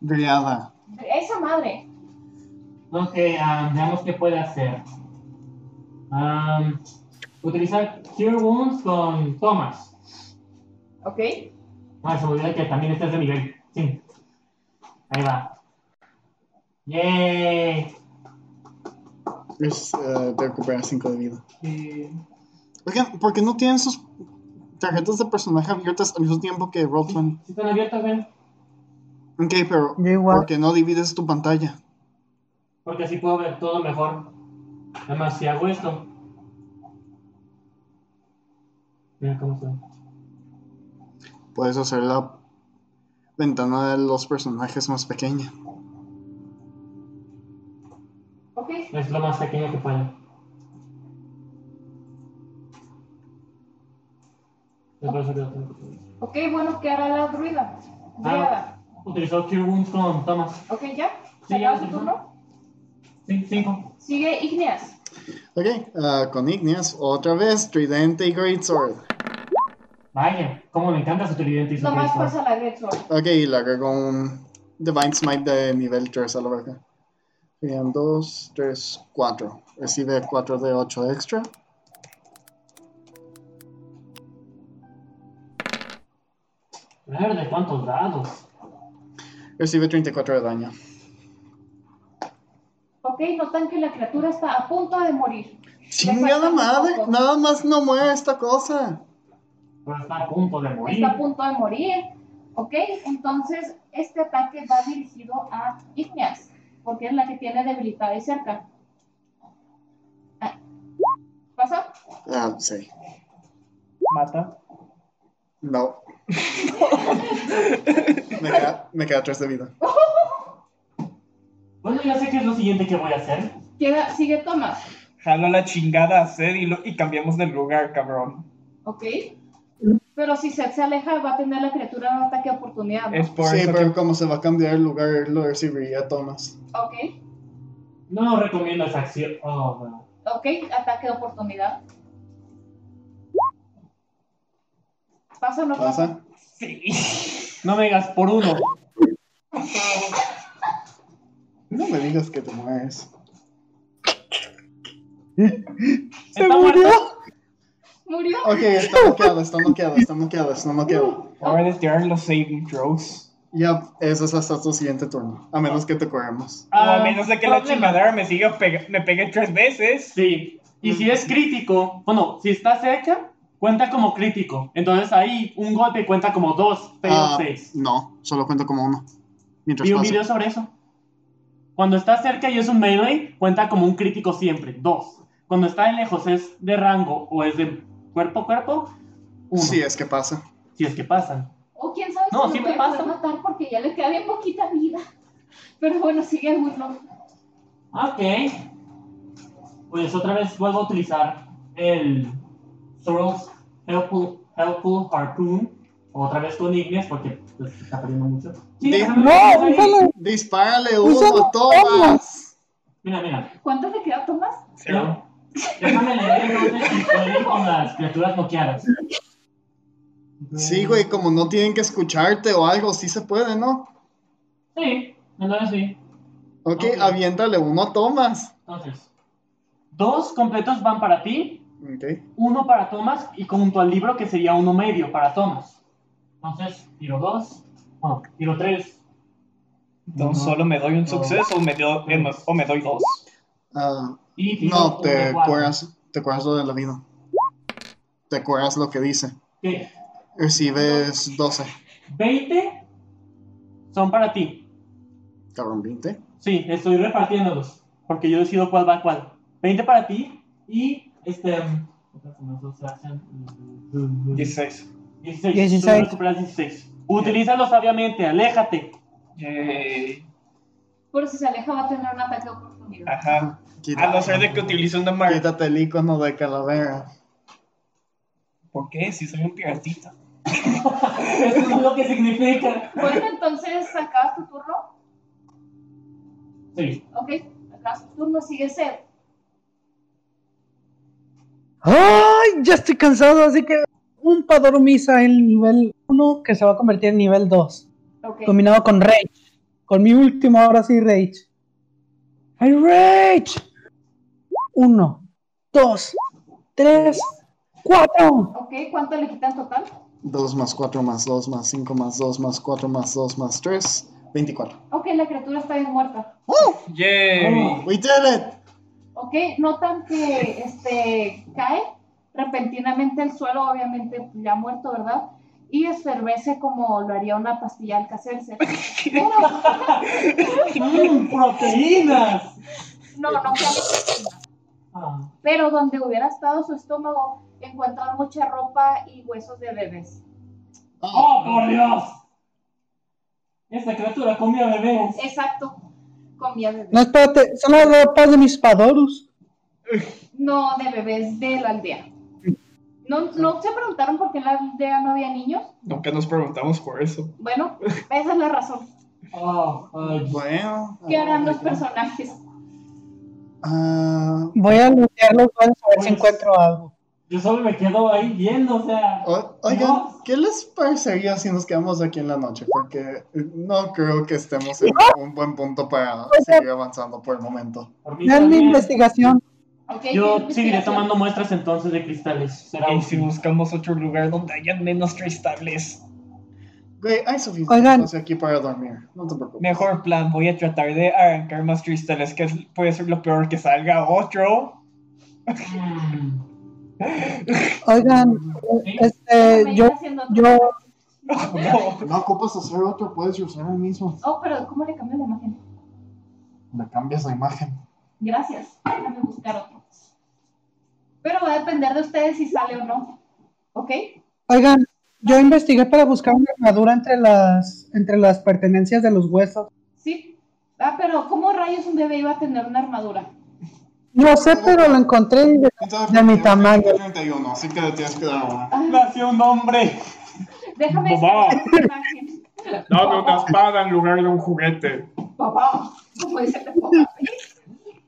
S5: Driada.
S3: Esa madre.
S6: Ok, ah, veamos qué puede hacer. Am, utilizar Cure Wounds con Thomas.
S3: Ok,
S6: Ah, se me olvidó que también este es de nivel. Sí. Ahí va. Yay.
S5: Es, eh, te recuperas 5 de vida.
S8: Eh,
S5: Oigan, ¿por qué no tienen sus tarjetas de personaje abiertas al mismo tiempo que Roll20?
S6: ¿Sí están abiertas, ven?
S5: Ok, pero
S4: Yo igual.
S5: ¿por qué no divides tu pantalla?
S6: Porque así puedo ver todo mejor. Nada más si hago esto. Mira cómo se ve.
S5: Puedes hacer la ventana de los personajes más pequeña.
S3: ok.
S6: Es lo más pequeño que pueda. Me parece que lo tengo.
S3: Ok, bueno, ¿qué hará la druida?
S6: Ah,
S3: Druida.
S6: Utilizó Cure Wounds con Thomas.
S3: Ok, ya.
S6: Sí,
S3: ¿Se
S6: ya,
S3: acaba su
S6: ujú.
S3: turno?
S6: Sí, cinco.
S3: Sigue Igneas.
S5: Ok, ah, con Igneas, otra vez, Tridente y Greatsword.
S6: Vaya, cómo me encanta su tridente y su
S3: Nomás
S6: Greatsword.
S3: pasa la Greatsword.
S5: Ok, y le agrego un Divine Smite de nivel 3 a la verga. Serían 2, 3, 4. Recibe 4 de 8 extra.
S6: Verde, cuántos dados.
S5: Recibe 34 de daño.
S3: Ok, notan que la criatura está a punto de morir.
S5: ¡Chingada madre!
S3: poco.
S5: Nada más no mueve esta cosa.
S6: Pero está a punto de morir.
S3: Está a punto de morir. Ok, entonces este ataque va dirigido a Igneas, porque es la que tiene debilitada de cerca. Ah. ¿Pasa?
S5: Ah, sí.
S8: Mata.
S5: No. me, queda, me queda 3 de vida.
S6: Bueno, ya sé qué es lo siguiente que voy a hacer.
S3: Queda, sigue Thomas.
S8: Jalo la chingada a Sed y, lo- y cambiamos de lugar, cabrón.
S3: Ok. Pero si Seth se aleja, va a tener la criatura un ataque de oportunidad. ¿no?
S8: Es por
S5: sí,
S8: eso
S5: pero
S8: que-
S5: como se va a cambiar el lugar, lo recibiría Thomas.
S3: Ok.
S6: No recomiendo esa acción. Oh, bueno.
S3: Ok, ataque de oportunidad. ¿Pasa o no pasa?
S5: ¿Pasa?
S8: Sí. No me digas por uno.
S5: No me digas que te mueres.
S4: ¡Se murió!
S3: ¿Murió?
S5: Ok, está noqueado, está noqueado, está noqueado, está noqueado.
S8: Ahora les tirar los saving throws.
S5: Ya, eso es hasta tu siguiente turno. A menos que te corremos.
S8: O a
S6: Ah,
S8: menos de que la
S6: problema.
S8: chingadera me siga pega- me pegue tres veces.
S6: Sí. Y si es crítico, bueno, si está cerca, cuenta como crítico. Entonces ahí un golpe cuenta como dos, pero
S5: Ah,
S6: seis.
S5: no, solo cuento como uno. Mientras
S6: Vi un
S5: paso.
S6: video sobre eso. Cuando está cerca y es un melee, cuenta como un crítico siempre, dos. Cuando está de lejos es de rango o es de cuerpo a cuerpo, uno.
S5: Sí, es que pasa.
S6: Si es que pasan.
S3: O quién sabe
S6: No,
S3: si lo
S6: siempre
S3: voy a poder
S6: pasa.
S3: matar porque ya le queda bien poquita vida. Pero bueno, sigue el burro.
S6: Ok. Pues otra vez vuelvo a utilizar el Thor's Helpful, Helpful Harpoon. Otra vez con Ignis porque pues, se está perdiendo mucho. Sí,
S5: Digo,
S6: déjame ver
S4: ¡No!
S6: ahí.
S4: ¡Úsalo!
S5: Dispárale
S4: ¡Úsalo!
S5: uno, toma.
S6: Mira, mira.
S3: ¿Cuánto le queda, Tomás?
S8: Cero.
S6: Déjame leer entonces si pueden con las criaturas noqueadas.
S5: Sí, güey, como no tienen que escucharte o algo, sí se puede, ¿no?
S6: Sí, entonces sí.
S5: Ok,
S6: Ok.
S5: aviéntale uno, tomas.
S6: Entonces, dos completos van para ti
S5: Ok.
S6: uno para Thomas y junto al libro que sería uno medio para Thomas. Entonces, tiro dos, bueno, tiro tres.
S8: Entonces solo me doy un suceso o me, do- eh, me- o me doy dos.
S5: Ah,
S6: Y tiro
S5: no,
S6: un
S5: te
S6: de cuatro.
S5: cueras, te cueras lo de la vida. Te cueras lo que dice.
S6: ¿Qué?
S5: Recibes 12.
S6: 20 son para ti.
S5: Cabrón, 20.
S6: Sí, estoy repartiéndolos, porque yo decido cuál va a cuál. 20 para ti y este... mm, otras son las dos, se hacen, mm,
S8: 16.
S6: 16. tú
S4: 16.
S6: recuperas 16. Utilízalo sabiamente, aléjate.
S8: Yay.
S3: Por si se aleja va a tener un ataque de oportunidad.
S8: Ajá. A no ser de que utilice una marca.
S5: Quítate el icono de calavera.
S8: ¿Por qué? Si soy un piratita.
S6: Eso es lo que significa.
S3: Bueno, entonces acabas tu turno.
S6: Sí.
S3: Ok, acabas tu turno, sigue ser.
S4: ¡Ay! Ya estoy cansado, así que un Padormisa en nivel 1 que se va a convertir en nivel 2.
S3: Ok.
S4: Combinado con Rage. Con mi último, ahora sí, Rage. ¡Ay, Rage! 1, 2, 3, 4.
S3: Ok, ¿cuánto le quita en total?
S5: 2 más 4 más 2 más 5 más 2 más 4 más 2 más 3. 24.
S3: Ok, la criatura está bien muerta.
S8: Yay.
S5: We did it.
S3: Ok, notan que este, cae repentinamente al suelo, obviamente ya muerto, ¿verdad? Y esfervece como lo haría una pastilla al caserse.
S6: Mm, proteínas.
S3: No, no cae.
S6: Ah.
S3: pero donde hubiera estado su estómago encuentran mucha ropa y huesos de bebés.
S5: Oh,
S6: ¡Oh, por Dios! Esta criatura comió bebés.
S3: Exacto, comía bebés.
S4: No, espérate, son las ropas de mis Padorus.
S3: No de bebés de la aldea. No, no se preguntaron por qué en la aldea no había niños.
S8: Nunca nos preguntamos por eso.
S3: Bueno, esa es la razón.
S6: Oh, ay,
S5: bueno.
S3: ¿Qué harán los
S5: Ah,
S3: personajes?
S5: ah,
S4: Voy a lootearlos para ver si encuentro algo.
S6: yo solo me quedo ahí viendo, o sea.
S5: o- oigan,
S6: No.
S5: ¿qué les parecería si nos quedamos aquí en la noche? Porque no creo que estemos en un buen punto para seguir avanzando por el momento.
S6: Por mí
S4: Ya en mi
S6: también.
S4: investigación.
S3: Ok,
S6: Yo seguiré
S3: investigación.
S6: tomando muestras entonces de cristales. Será
S8: Y si
S6: útil.
S8: buscamos otro lugar donde hayan menos cristales.
S5: Güey, hay suficiente
S4: Oigan.
S5: espacio aquí para dormir. No te preocupes.
S8: Mejor plan, voy a tratar de arrancar más cristales, que es- puede ser lo peor que salga otro.
S6: Mm,
S4: Oigan,
S6: ¿sí?
S4: este,
S3: Me
S4: yo,
S3: está haciendo otro-
S4: yo,
S5: No ocupas hacer otro, puedes usar el mismo.
S3: Oh, pero ¿cómo le cambió la imagen?
S5: Le cambias la imagen.
S3: Gracias. Déjame buscar otro. Pero va a depender de ustedes si sale o no. ¿Ok?
S4: oigan, yo investigué para buscar una armadura entre las, entre las pertenencias de los huesos.
S3: Sí. Ah, pero ¿cómo rayos un bebé iba a tener una armadura?
S4: No sé, pero lo encontré. y- De mi tamaño.
S5: 31, así que le tienes que dar una.
S8: Nació un hombre.
S3: Déjame
S8: Papá.
S3: descargar la imagen.
S8: Dame una espada en lugar de un juguete.
S3: Papá, como dice el papá.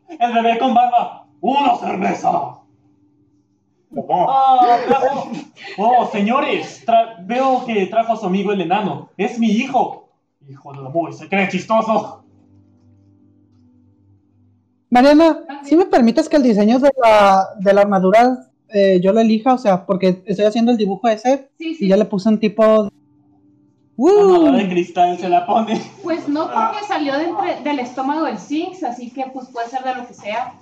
S6: El bebé con barba. ¡Una cerveza!
S1: Ah, trajo- Oh, señores, tra- veo que trajo a su amigo el enano. Es mi hijo. Hijo de la muy, se cree chistoso.
S4: Mariana, si me permites que el diseño de la, de la armadura eh, yo lo elija, o sea, porque estoy haciendo el dibujo ese
S3: Sí,
S4: y
S3: sí.
S4: ya le puse un tipo. de- ¡Woo!
S1: Armadura de cristal se la pone.
S3: Pues no, porque salió de entre- del estómago del Sphinx, así que pues puede ser de lo que sea.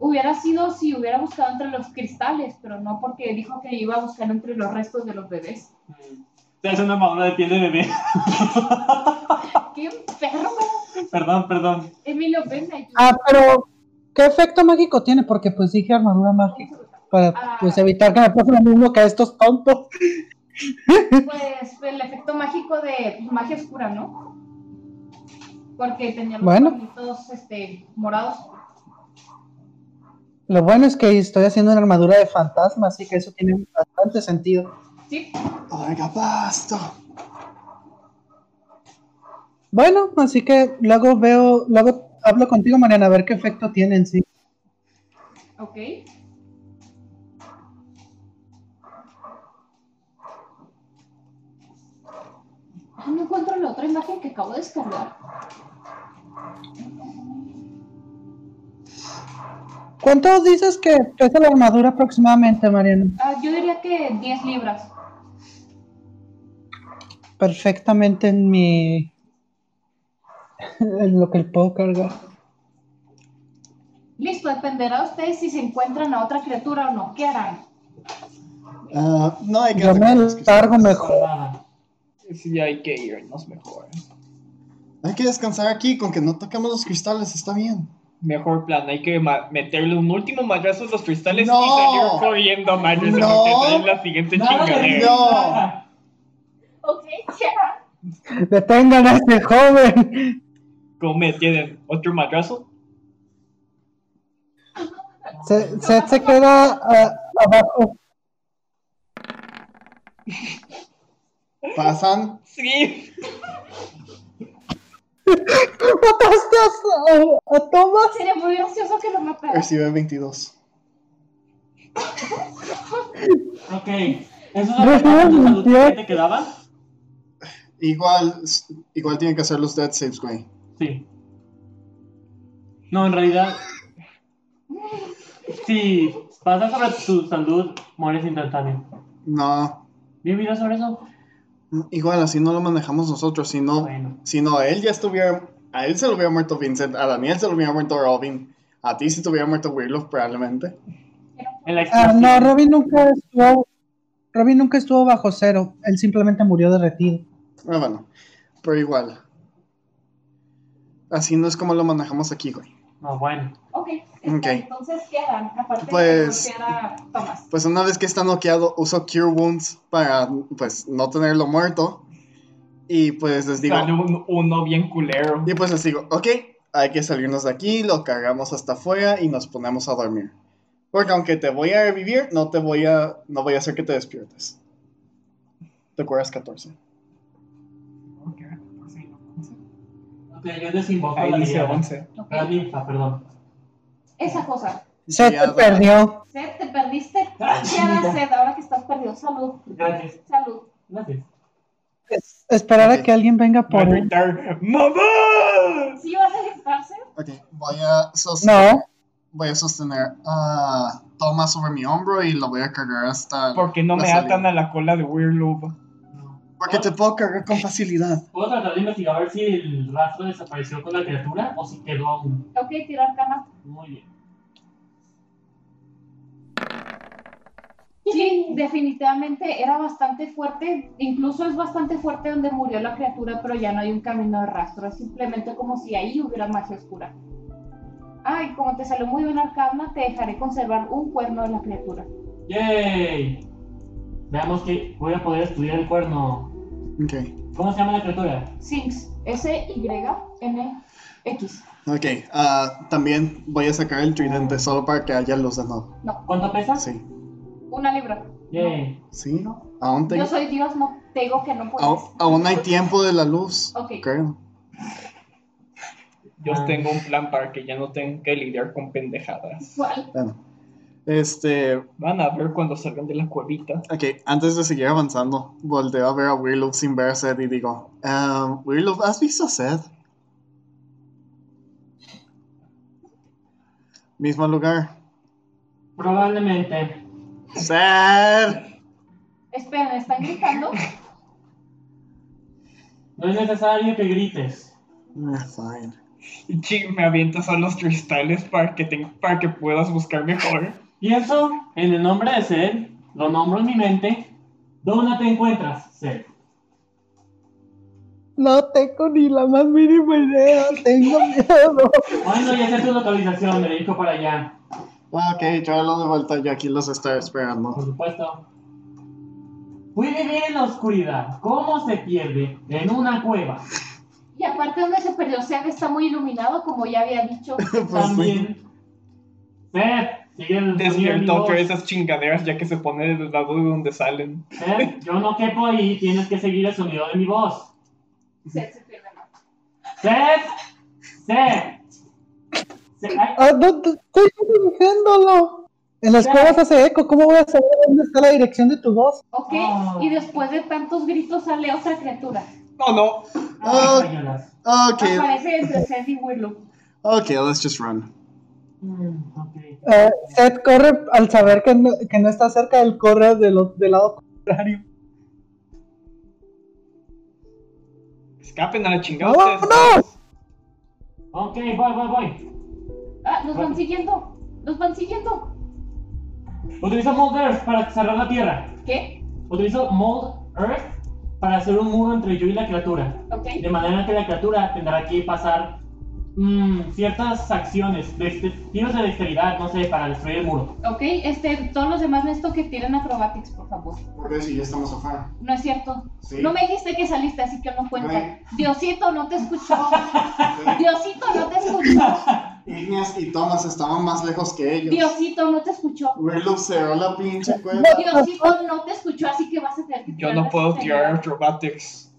S3: Hubiera sido si hubiera buscado entre los cristales, pero no porque dijo que iba a buscar entre los restos de los bebés.
S1: Se hace una armadura de piel de bebé.
S3: ¡Qué perro!
S1: Perdón, perdón.
S3: Emilio, ven ahí.
S4: Ah, pero ¿qué efecto mágico tiene? Porque pues dije armadura mágica para pues evitar que me pase lo mismo que a estos tontos.
S3: Pues el efecto mágico de pues, magia oscura, ¿no? Porque tenía los
S4: Bueno.
S3: ojitos, este, morados.
S4: Lo bueno es que estoy haciendo una armadura de fantasma, así que eso tiene bastante sentido.
S3: Sí,
S5: Oiga, basta.
S4: Bueno, así que luego veo, luego hablo contigo, Mariana, a ver qué efecto tiene en sí.
S3: ok. Ah, no encuentro la otra imagen que acabo de descargar.
S4: ¿Cuánto dices que pesa la armadura aproximadamente, Mariana?
S3: Ah, yo diría que 10 libras.
S4: perfectamente en mi en lo que puedo cargar.
S3: Listo, dependerá de ustedes si se encuentran a otra criatura o no. ¿Qué harán?
S5: Ah, no hay que
S4: Yo me
S5: descansar.
S4: largo mejor.
S1: Nada.
S8: Sí, hay que irnos mejor.
S5: Hay que descansar aquí con que no toquemos los cristales, está bien.
S8: Mejor plan, hay que ma- meterle un último madrazo a los cristales
S5: No.
S8: y salir corriendo, madre.
S5: No.
S8: porque traen la siguiente
S1: Nada de
S8: chingadera.
S5: No.
S1: nada.
S3: Ok, ya.
S4: Detengan a este joven.
S8: ¿Cómo me tienen? ¿Otro madrazo?
S4: Se, Seth se queda ah, abajo.
S5: Pasan
S8: Sí.
S4: ¿Mataste a, a- a Thomas?
S3: Sería muy gracioso que lo mataran.
S5: Recibe 22.
S1: Ok. ¿Eso es la de salud que te quedaba?
S5: Igual, igual tienen que hacer los Dead Saves, güey.
S1: Sí. No, en realidad. Si pasas sobre tu salud, mueres instantáneo.
S5: No.
S1: ¿Vi un video sobre eso?
S5: Igual, así no lo manejamos nosotros, si no,
S1: Bueno.
S5: si no, él ya estuviera, a él se lo hubiera muerto Vincent, a Daniel se lo hubiera muerto Robin, a ti se te hubiera muerto Weirloof probablemente.
S1: En la
S4: Ah,
S1: explosión.
S4: no, Robin nunca estuvo. Robin nunca estuvo bajo cero. Él simplemente murió derretido.
S5: Ah, bueno, pero igual. Así no es como lo manejamos aquí, güey.
S1: No, bueno.
S3: Ok, está,
S5: Ok.
S3: entonces, ¿qué harán? Aparte
S5: Pues-
S3: de golpear a Tomás.
S5: Pues una vez que está noqueado, uso Cure Wounds para, pues, no tenerlo muerto. Y pues les digo,
S8: Sale un- uno bien culero.
S5: Y pues les digo, ok, hay que salirnos de aquí, lo cargamos hasta afuera y nos ponemos a dormir. Porque aunque te voy a revivir, no te voy a, no voy a hacer que te despiertes. ¿Te acuerdas 14?
S1: Ok, yo desinvoco
S8: Ahí
S1: la
S8: dice
S1: vida.
S8: 11.
S3: Ok.
S1: La ninfa, Ah, perdón.
S3: Esa cosa.
S4: Seth
S5: Ya,
S4: se
S5: da-
S4: perdió.
S3: Sed, te perdiste. ¿Qué harás, Sed, ahora que estás perdido? Salud,
S1: Gracias.
S3: salud.
S1: Gracias.
S4: Es- esperar a que alguien venga
S8: Va a
S4: por él.
S8: gritar, ¡Mamá!
S3: ¿Sí vas a gritarse?
S5: Ok, voy a sostener,
S4: No,
S5: voy a sostener a Thomas sobre mi hombro y lo voy a cargar hasta...
S8: ¿Por qué no
S5: la
S8: me
S5: salida.
S8: atan a la cola de Weirloop?
S5: Porque te puedo cargar con facilidad.
S1: ¿Puedo tratar de investigar a ver si el rastro desapareció con la criatura o si quedó aún?
S3: Ok, tirar canas.
S1: Muy bien.
S3: Sí, definitivamente era bastante fuerte. Incluso es bastante fuerte donde murió la criatura, pero ya no hay un camino de rastro. Es simplemente como si ahí hubiera magia oscura. Ay, como te salió muy bien Arcana, te dejaré conservar un cuerno de la criatura.
S1: ¡Yay! Veamos que voy a poder estudiar el cuerno.
S5: Ok,
S1: ¿Cómo se llama la criatura?
S3: Sinx, S-Y-N-X.
S5: ok. ah, también voy a sacar el tridente solo para que haya luz de nuevo.
S1: ¿Cuánto pesa?
S5: Sí.
S3: Una libra.
S1: Yay.
S5: ¿Sí? Aún tengo...
S3: Yo soy Dios, no te digo que no puedes.
S5: Au- aún hay tiempo de la luz,
S3: Ok.
S5: creo.
S8: Yo
S1: Ah.
S8: tengo un plan para que ya no tengan que lidiar con pendejadas.
S3: ¿Cuál?
S5: Bueno, Este,
S8: Van a ver cuando salgan de la cuevita.
S5: ok, antes de seguir avanzando, volteo a ver a Weirloop sin ver a Seth y digo, "Ah, Weirloop, ¿has visto a Seth? Mismo lugar.
S6: Probablemente.
S5: Seth.
S3: Esperen, ¿están gritando?
S6: No es necesario que grites.
S5: Ah, fine.
S8: Y ching, me avientas a los cristales para que, te- para que puedas buscar mejor.
S6: Y eso, en el nombre de Seth, lo nombro en mi mente. ¿Dónde te encuentras, Seth?
S4: No tengo ni la más mínima idea. Tengo miedo.
S6: Bueno, ya sé tu localización, me dirijo para allá.
S5: Ah, Ok, tráelo de vuelta, yo aquí los estoy esperando.
S6: Por supuesto. Fui a vivir en la oscuridad. ¿Cómo se pierde? En una cueva.
S3: Y aparte donde se perdió Seb está muy iluminado, como ya había dicho.
S5: Pues sí.
S6: También. Seth, sigue el sonido de mi
S8: Despierto
S6: voz.
S8: por esas chingaderas ya que se pone del lado de donde salen.
S6: Seth, yo no quepo ahí, tienes que seguir el sonido de mi voz.
S3: Seb se pierde.
S6: Seth, Seth. Seth, ay,
S4: Ah, no, no, estoy dirigiéndolo. En las
S6: Ya.
S4: cuevas hace eco. ¿Cómo voy a saber dónde está la dirección de tu voz?
S3: Ok,
S6: Ah.
S3: y después de tantos gritos sale otra criatura.
S8: No, no.
S6: ay,
S5: Ah.
S6: payolas.
S5: Ok,
S3: Aparece entre Seb y Willow.
S5: ok, let's just run.
S6: Mm, ok.
S4: Eh, Seth corre al saber que no, que no está cerca del corre de lo- del lado contrario.
S8: Escapen a la chingada.
S4: ¡Vámonos!
S8: ustedes.
S6: Ok, voy, voy, voy.
S3: Ah, nos van siguiendo. Nos van siguiendo.
S6: Utilizo Mold Earth para cerrar la tierra.
S3: ¿Qué?
S6: Utilizo Mold Earth para hacer un muro entre yo y la criatura.
S3: Ok.
S6: De manera que la criatura tendrá que pasar mm, ciertas acciones, dex- tiros de dexteridad, no sé, para destruir el muro.
S3: Ok, este, todos los demás necesito que tiren acrobatics, por favor.
S5: Porque si ya estamos afuera.
S3: No es cierto.
S5: Sí.
S3: No me dijiste que saliste, así que no cuenta.
S5: Ven.
S3: Diosito, no te escuchó. Diosito, no te escuchó.
S5: Igneas y Thomas estaban más lejos que ellos.
S3: Diosito, no te escuchó.
S5: Weirloop cerró la pinche cueva.
S3: Diosito, no te escuchó, así que vas a tener que
S8: Yo
S3: tirar
S8: no
S3: la
S8: puedo
S3: sexta
S8: tirar
S3: ayuda.
S8: acrobatics.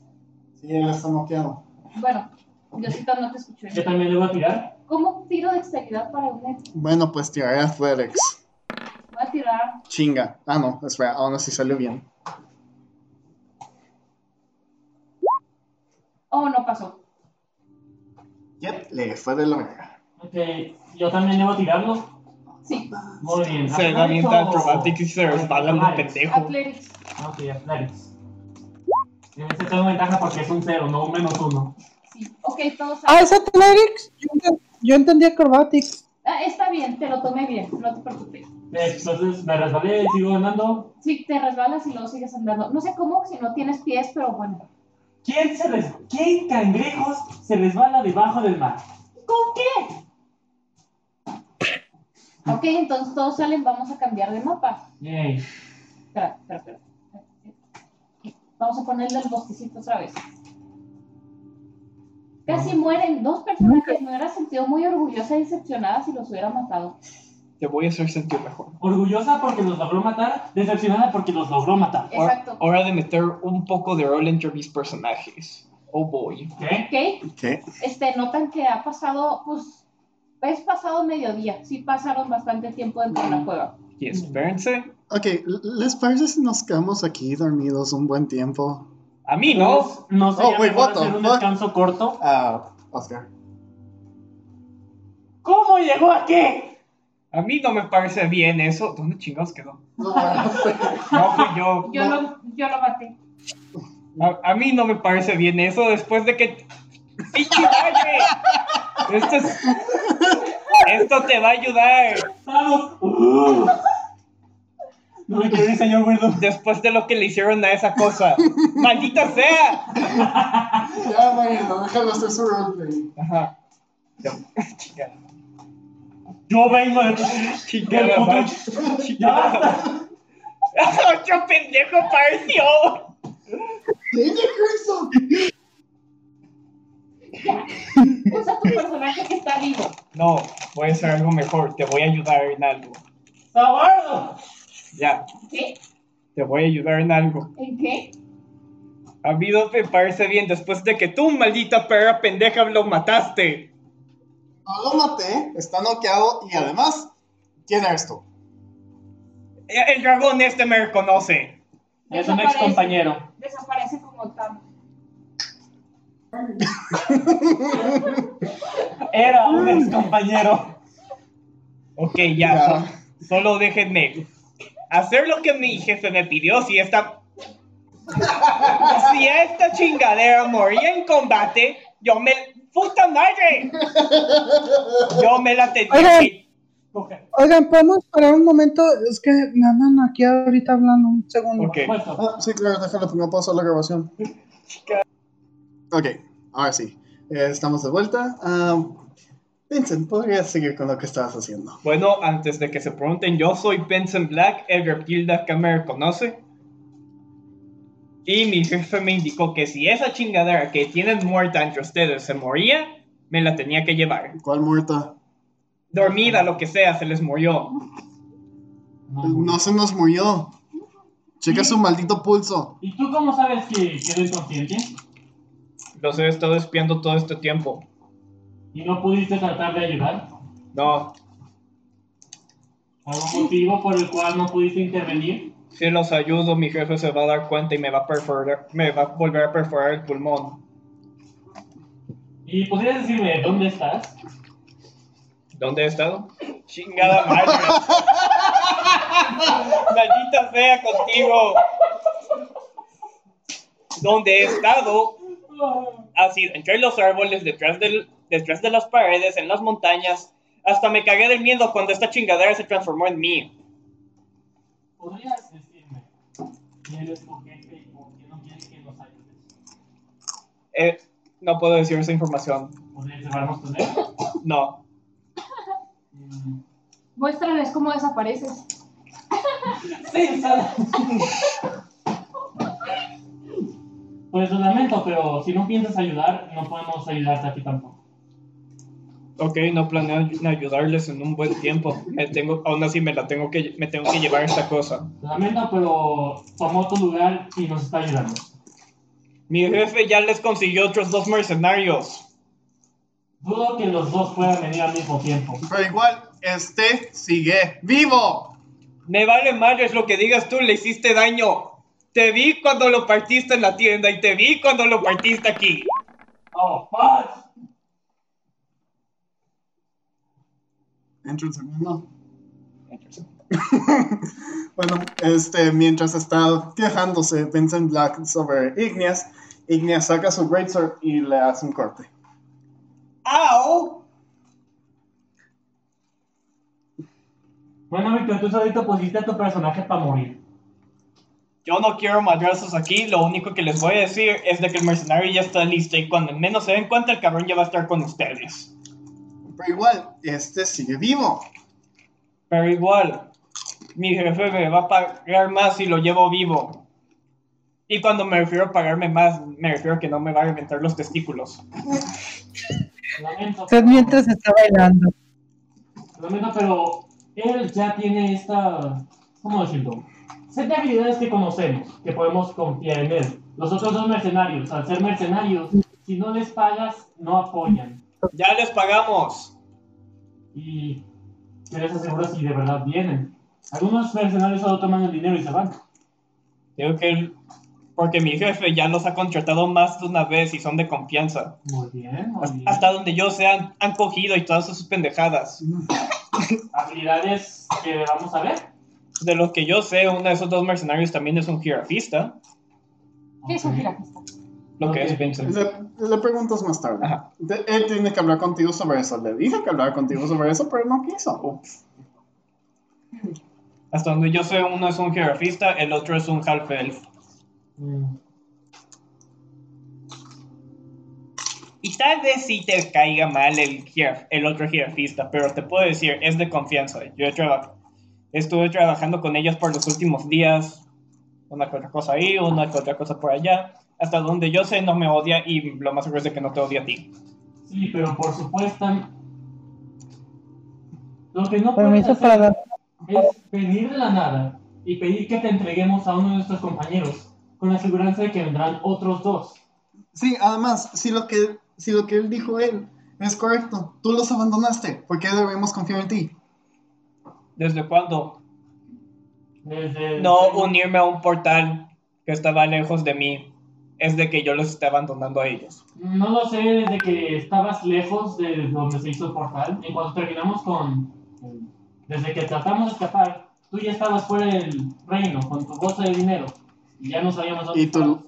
S5: Sí, él está noqueado.
S3: Bueno, Diosito, no te escuchó.
S6: Yo también debo tirar.
S3: ¿Cómo tiro de exterior para un
S5: Bueno, pues tiraré Athletics.
S3: Voy a tirar.
S5: Chinga. Ah, no, espera, aún así salió bien.
S3: Oh, no pasó.
S5: Yep, le fue de la verga.
S6: Ok, yo también debo tirarlo.
S3: Sí,
S6: Muy bien.
S8: Se
S6: ¿Athletics
S8: da avienta
S6: o-
S8: acrobatics y se resbalan los
S6: Athletics.
S8: pendejos.
S3: Athletics.
S6: Ah, Ok, Athletics. En este tengo ventaja porque es un cero, no un menos uno.
S3: Sí. Ok, todos
S4: Ah, ¿es Athletics? Yo, ent- yo entendí Acrobatics.
S3: Ah, está bien, te lo tomé bien, no te preocupes.
S6: Eh, Entonces me resbalé, sigo ganando.
S3: Sí, te resbalas y luego sigues andando. No sé cómo, si no tienes pies, pero bueno.
S6: ¿Quién se res... ¿Quién cangrejos se resbala debajo del mar?
S3: ¿Con qué? Ok, entonces todos salen, vamos a cambiar de mapa.
S6: Yay.
S3: Espera, espera, espera. Vamos a ponerle el bosquecito otra vez. Casi mueren dos personajes. Me hubiera sentido muy orgullosa y decepcionada si los hubiera matado.
S8: Te voy a hacer sentir mejor.
S6: Orgullosa porque los logró matar, decepcionada porque los logró matar.
S3: Exacto.
S8: Hora de meter un poco de rol entre mis personajes. Oh boy.
S6: ¿Qué?
S3: Ok,
S5: ¿Qué?
S3: este, notan que ha pasado, pues, es pasado mediodía, sí pasaron bastante tiempo dentro de la cueva.
S8: Y espérense.
S5: Ok, l- ¿les parece si nos quedamos aquí dormidos un buen tiempo?
S8: A mí no.
S6: Pues, No sé,
S5: Oh,
S6: ya
S5: wait,
S6: me
S5: what
S6: voy a hacer
S5: the
S6: un
S5: fuck?
S6: descanso corto.
S5: Ah, Oscar.
S6: ¿Cómo llegó aquí?
S8: A mí no me parece bien eso. ¿Dónde chingados quedó?
S5: No, bueno,
S8: No fui yo.
S3: Yo, lo, yo lo maté.
S8: A, a mí no me parece bien eso después de que... ¡Pinche valle! Esto es... Esto te va a ayudar.
S6: Vamos. Uh. No me quiero ir, señor Weirdo.
S8: Después de lo que le hicieron a esa cosa. ¡Maldita sea!
S5: ya, bueno, déjalo hacer su roleplay.
S8: Ajá. Ya, chingada.
S6: Yo vengo de tu... Del
S8: Chingada,
S6: futuro.
S8: valle.
S6: Ya basta.
S8: ¡Otro pendejo apareció!
S5: ¡Niña Crimson!
S3: Usa tu personaje que está vivo.
S8: No, voy a hacer algo mejor. Te voy a ayudar en algo.
S6: ¡Sabardo!
S8: Ya,
S3: ¿Qué?
S8: te voy a ayudar en algo.
S3: ¿En qué?
S8: A mí no me parece bien después de que tú, maldita perra pendeja, lo mataste.
S5: No lo maté, está noqueado y además, ¿quién eres tú?
S8: El dragón este me reconoce.
S6: Es un ex compañero.
S3: Desaparece como tal.
S6: Era un ex compañero.
S8: Ok, ya. so- solo déjenme hacer lo que mi jefe me pidió. Si esta. si esta chingadera moría en combate, yo me. ¡Puta madre! Yo me la tenía
S4: Oigan.
S8: que.
S4: Oigan, ¿podemos parar un momento? Es que me andan aquí ahorita hablando un segundo.
S8: Ok.
S6: Puesto.
S5: Ah, sí, claro, déjalo, pongo pausa a la grabación. Ok, ahora sí. Eh, estamos de vuelta. Ah, Vincent, podrías seguir con lo que estabas haciendo.
S8: Bueno, antes de que se pregunten, yo soy Benson Black, el reptil de que me reconoce. Y mi jefe me indicó que si esa chingadera que tienen muerta entre ustedes se moría, me la tenía que llevar.
S5: ¿Cuál muerta?
S8: Dormida, lo que sea, se les murió.
S5: No se nos murió. Checa su maldito pulso.
S6: ¿Y tú cómo sabes que quedó inconsciente?
S8: Los he estado espiando todo este tiempo.
S6: ¿Y no pudiste tratar de ayudar?
S8: No,
S6: ¿Algún motivo por el cual no pudiste intervenir?
S8: si los ayudo, mi jefe se va a dar cuenta y me va a perforar, me va a volver a perforar el pulmón.
S6: ¿Y podrías decirme dónde estás?
S8: ¿Dónde he estado? Chingada madre. Maldita sea contigo. ¿Dónde he estado? Ha sido entre los árboles, detrás, del, detrás de las paredes, en las montañas. Hasta me cagué del miedo cuando esta chingadera se transformó en mí.
S6: ¿Podrías decirme quién es tu jefe y por qué no quiere que nos ayudes?
S8: Eh, no puedo decir esa información.
S6: ¿Podrías llevarnos con él?
S8: No.
S6: Mm.
S3: Muéstrales cómo desapareces.
S6: Sí, sal- Pues lo lamento, pero si no piensas ayudar, no podemos ayudarte a ti tampoco.
S8: Ok, no planeo ay- ayudarles en un buen tiempo. Me tengo, aún así me la tengo que, me tengo que llevar esta cosa.
S6: Lo lamento, pero tomó tu lugar y nos está ayudando.
S8: Mi jefe ya les consiguió otros dos mercenarios.
S6: Dudo que los dos puedan venir al mismo tiempo.
S5: Pero igual, este sigue vivo.
S8: Me vale madres lo que digas tú, le hiciste daño. Te vi cuando lo partiste en la tienda y te vi cuando lo partiste aquí.
S6: ¡Oh, fuck!
S5: Dentro un segundo. bueno, este, mientras está quejándose Vincent Black sobre Igneas, Igneas saca su Greatsword y le hace un corte.
S8: ¡Au!
S6: Bueno, Víctor, tú solito pusiste a tu personaje para morir.
S8: Yo no quiero madrazos aquí, lo único que les voy a decir es de que el mercenario ya está listo y cuando menos se den cuenta el cabrón ya va a estar con ustedes.
S5: Pero igual, este sigue vivo.
S8: Pero igual, mi jefe me va a pagar más si lo llevo vivo. Y cuando me refiero a pagarme más, me refiero a que no me va a reventar los testículos.
S6: Lo Lamento.
S4: Usted mientras está bailando.
S6: lo Lamento, pero él ya tiene esta. ¿Cómo decirlo? Set de habilidades que conocemos, que podemos confiar en él. Los otros dos mercenarios, al ser mercenarios, si no les pagas, no apoyan.
S8: Ya les pagamos.
S6: y te les aseguro si de verdad vienen. Algunos mercenarios solo toman el dinero y se van.
S8: Digo que porque mi jefe ya los ha contratado más de una vez y son de confianza.
S6: Muy bien, muy bien.
S8: Hasta donde yo sé han, han cogido y todas sus pendejadas.
S6: Habilidades que vamos a ver.
S8: De lo que yo sé, uno de esos dos mercenarios también es un jirafista,
S3: ¿Qué es un
S6: Ok.
S3: jirafista?
S8: lo que
S6: Ok.
S8: es Vincent.
S5: Le, le preguntas más tarde.
S8: Ajá.
S5: De- él tiene que hablar contigo sobre eso. Le dije que hablar contigo sobre eso, pero no quiso.
S8: Ups. Hasta donde yo sé, uno es un jirafista, el otro es un half elf.
S6: Mm,
S8: Y tal vez sí te caiga mal el, jiraf- el otro jirafista, pero te puedo decir, es de confianza. Yo he traba- estuve trabajando con ellos por los últimos días, una que otra cosa ahí, una que otra cosa por allá. Hasta donde yo sé, no me odia y lo más seguro es de que no te odia a ti.
S6: Sí, pero por supuesto. Lo que no puedes
S4: Permiso
S6: hacer
S4: para dar.
S6: es venir de la nada y pedir que te entreguemos a uno de nuestros compañeros, con la seguridad de que vendrán otros dos.
S5: Sí, además, si lo que, si lo que él dijo él es correcto, tú los abandonaste. ¿Por qué debemos confiar en ti?
S8: ¿Desde cuándo?
S6: Desde el-
S8: No unirme a un portal que estaba lejos de mí. Es de que yo los esté abandonando a ellos.
S6: No lo sé, desde que estabas lejos de donde se hizo el portal. En cuanto terminamos con. Desde que tratamos de escapar, tú ya estabas fuera del reino con tu bolsa de dinero. Y ya no sabíamos dónde
S5: Y tú-
S6: estabas.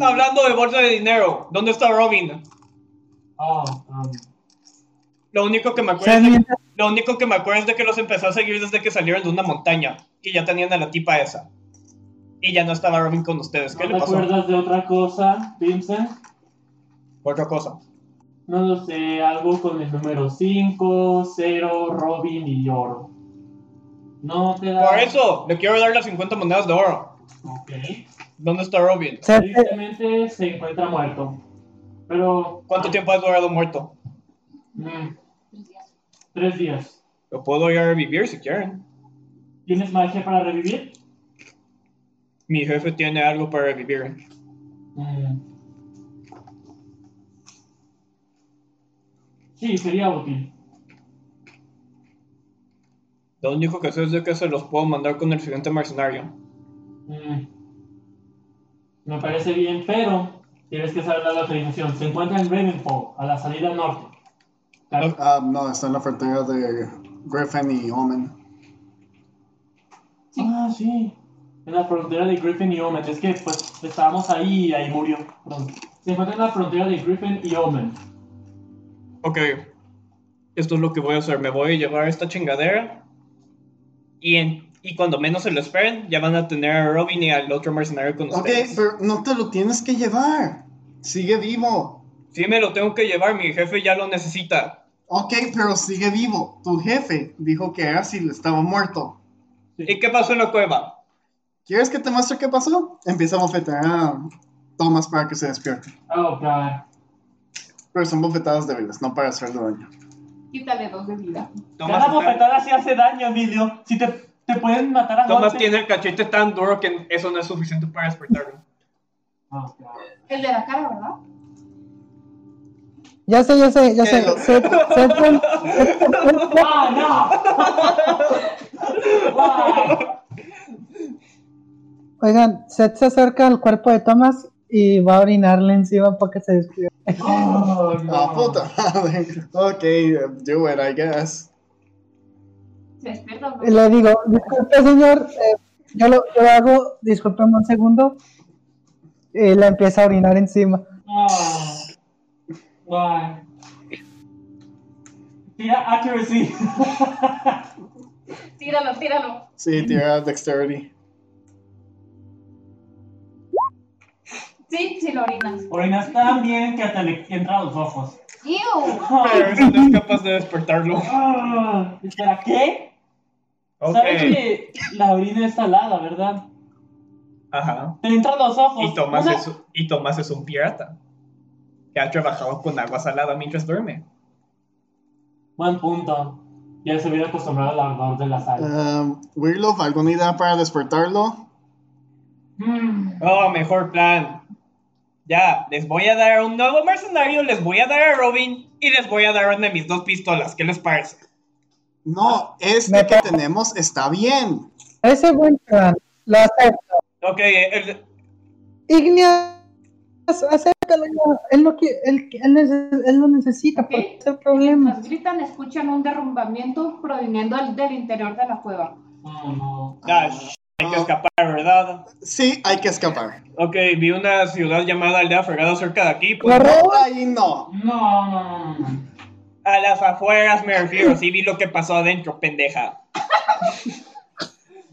S8: Hablando de bolsa de dinero, ¿dónde está Robin?
S6: Oh, um,
S8: Lo único que me acuerdo
S4: Seth,
S8: es de
S4: mientras-
S8: Lo único que me acuerdo es de que los empezó a seguir desde que salieron de una montaña y ya tenían a la tipa esa. Y ya no estaba Robin con ustedes. ¿Qué
S6: ¿No
S8: le
S6: te
S8: pasó?
S6: acuerdas de otra cosa, Vincent?
S8: Otra cosa.
S6: No lo sé, algo con el número 5, 0, Robin y oro. No te da.
S8: Por eso, le quiero dar las 50 monedas de oro.
S6: Ok.
S8: ¿Dónde está Robin?
S4: Seth,
S6: Tristemente se encuentra muerto. Pero.
S8: ¿Cuánto tiempo has durado muerto?
S6: Mm, tres días.
S8: Lo puedo ir a revivir si quieren.
S6: ¿Tienes magia para revivir?
S8: Mi jefe tiene algo para revivir.
S6: Mm. Sí, sería útil.
S8: Lo único que sé es de que se los puedo mandar con el siguiente mercenario.
S6: Mm. Me parece bien, pero tienes que saber la localización. Se encuentra en Ravenfall, a la salida norte. Ca-
S5: Ah, no, está en la frontera de Griffin y Omen.
S6: Ah, sí. En la frontera de Griffin y Omen. Es que pues estábamos ahí y ahí murió. Perdón. Se encuentra en la frontera de Griffin y Omen.
S8: Ok. Esto es lo que voy a hacer. Me voy a llevar esta chingadera. Y, en- y cuando menos se lo esperen, ya van a tener a Robin y al otro mercenario con
S5: Ok,
S8: ustedes.
S5: pero no te lo tienes que llevar. Sigue vivo.
S8: Sí, me lo tengo que llevar. Mi jefe ya lo necesita.
S5: Ok, pero sigue vivo. Tu jefe dijo que Aracil estaba muerto.
S8: ¿Y qué pasó en la cueva?
S5: ¿Quieres que te muestre qué pasó? Empieza a bofetear a Thomas para que se despierte.
S6: Oh, God.
S5: Pero son bofetadas débiles, no para hacerle daño.
S11: Quítale dos de vida.
S8: Tomás,
S1: Cada
S8: está-
S1: bofetada se hace daño, Emilio. Si te, te pueden matar a
S8: Tomás
S1: golpes.
S8: tiene el cachete tan duro que eso no es suficiente para despertarlo.
S6: Oh, God.
S11: El de la cara, ¿verdad?
S4: ya sé, ya sé, ya sé.
S5: Hello.
S4: Seth, Seth, pon- Seth, pon-
S6: ¡Ah, no! Guay.
S4: oigan, Seth se acerca al cuerpo de Thomas y va a orinarle encima para que se despierte.
S6: Oh, no.
S5: Ah, puta madre. Ok, do it, I guess.
S11: Se despierta o no.
S4: Y Le digo, disculpe señor, eh, yo, lo, yo lo hago, discúlpeme un segundo. Y le empieza a orinar encima.
S6: Ah. Guay. Tira accuracy.
S11: Tíralo, tíralo.
S5: Sí, tira dexterity.
S11: Sí, sí lo orinas.
S6: Orinas tan bien que hasta le entra a los ojos.
S11: ¡Ew!
S8: Pero eso no es capaz de despertarlo.
S6: Ah, espera, ¿qué?
S8: Ok.
S6: ¿Sabes que la orina es salada, verdad?
S8: Ajá.
S6: Te entran los ojos.
S8: Y Tomás,
S6: Una-
S8: es, y Tomás es un pirata. Que ha trabajado con agua salada mientras duerme.
S6: Buen punto. Ya se hubiera acostumbrado al ardor de la sal.
S5: Um, Wirlof, ¿alguna idea para despertarlo?
S6: Mm,
S8: Oh, mejor plan. Ya, les voy a dar a un nuevo mercenario, les voy a dar a Robin y les voy a dar una de mis dos pistolas. ¿Qué les parece?
S5: No,
S4: Me
S5: este que tenemos está bien.
S4: Ese buen plan, lo acepto.
S8: Ok, el-
S4: Igneas, acéptalo ya. Él, no quiere- él, él, nece- él lo necesita, ¿por qué el problema?
S11: Mientras gritan, escuchan un derrumbamiento proviniendo del, del interior de la cueva.
S6: no, no.
S8: ah, sh- hay que escapar, ¿verdad?
S5: Sí, hay que escapar.
S8: Ok, vi una ciudad llamada Aldea Fregada cerca de aquí. pues,
S4: Corre.
S5: No, ahí no.
S6: No, no, no, no.
S8: a las afueras me refiero, sí vi lo que pasó adentro, pendeja.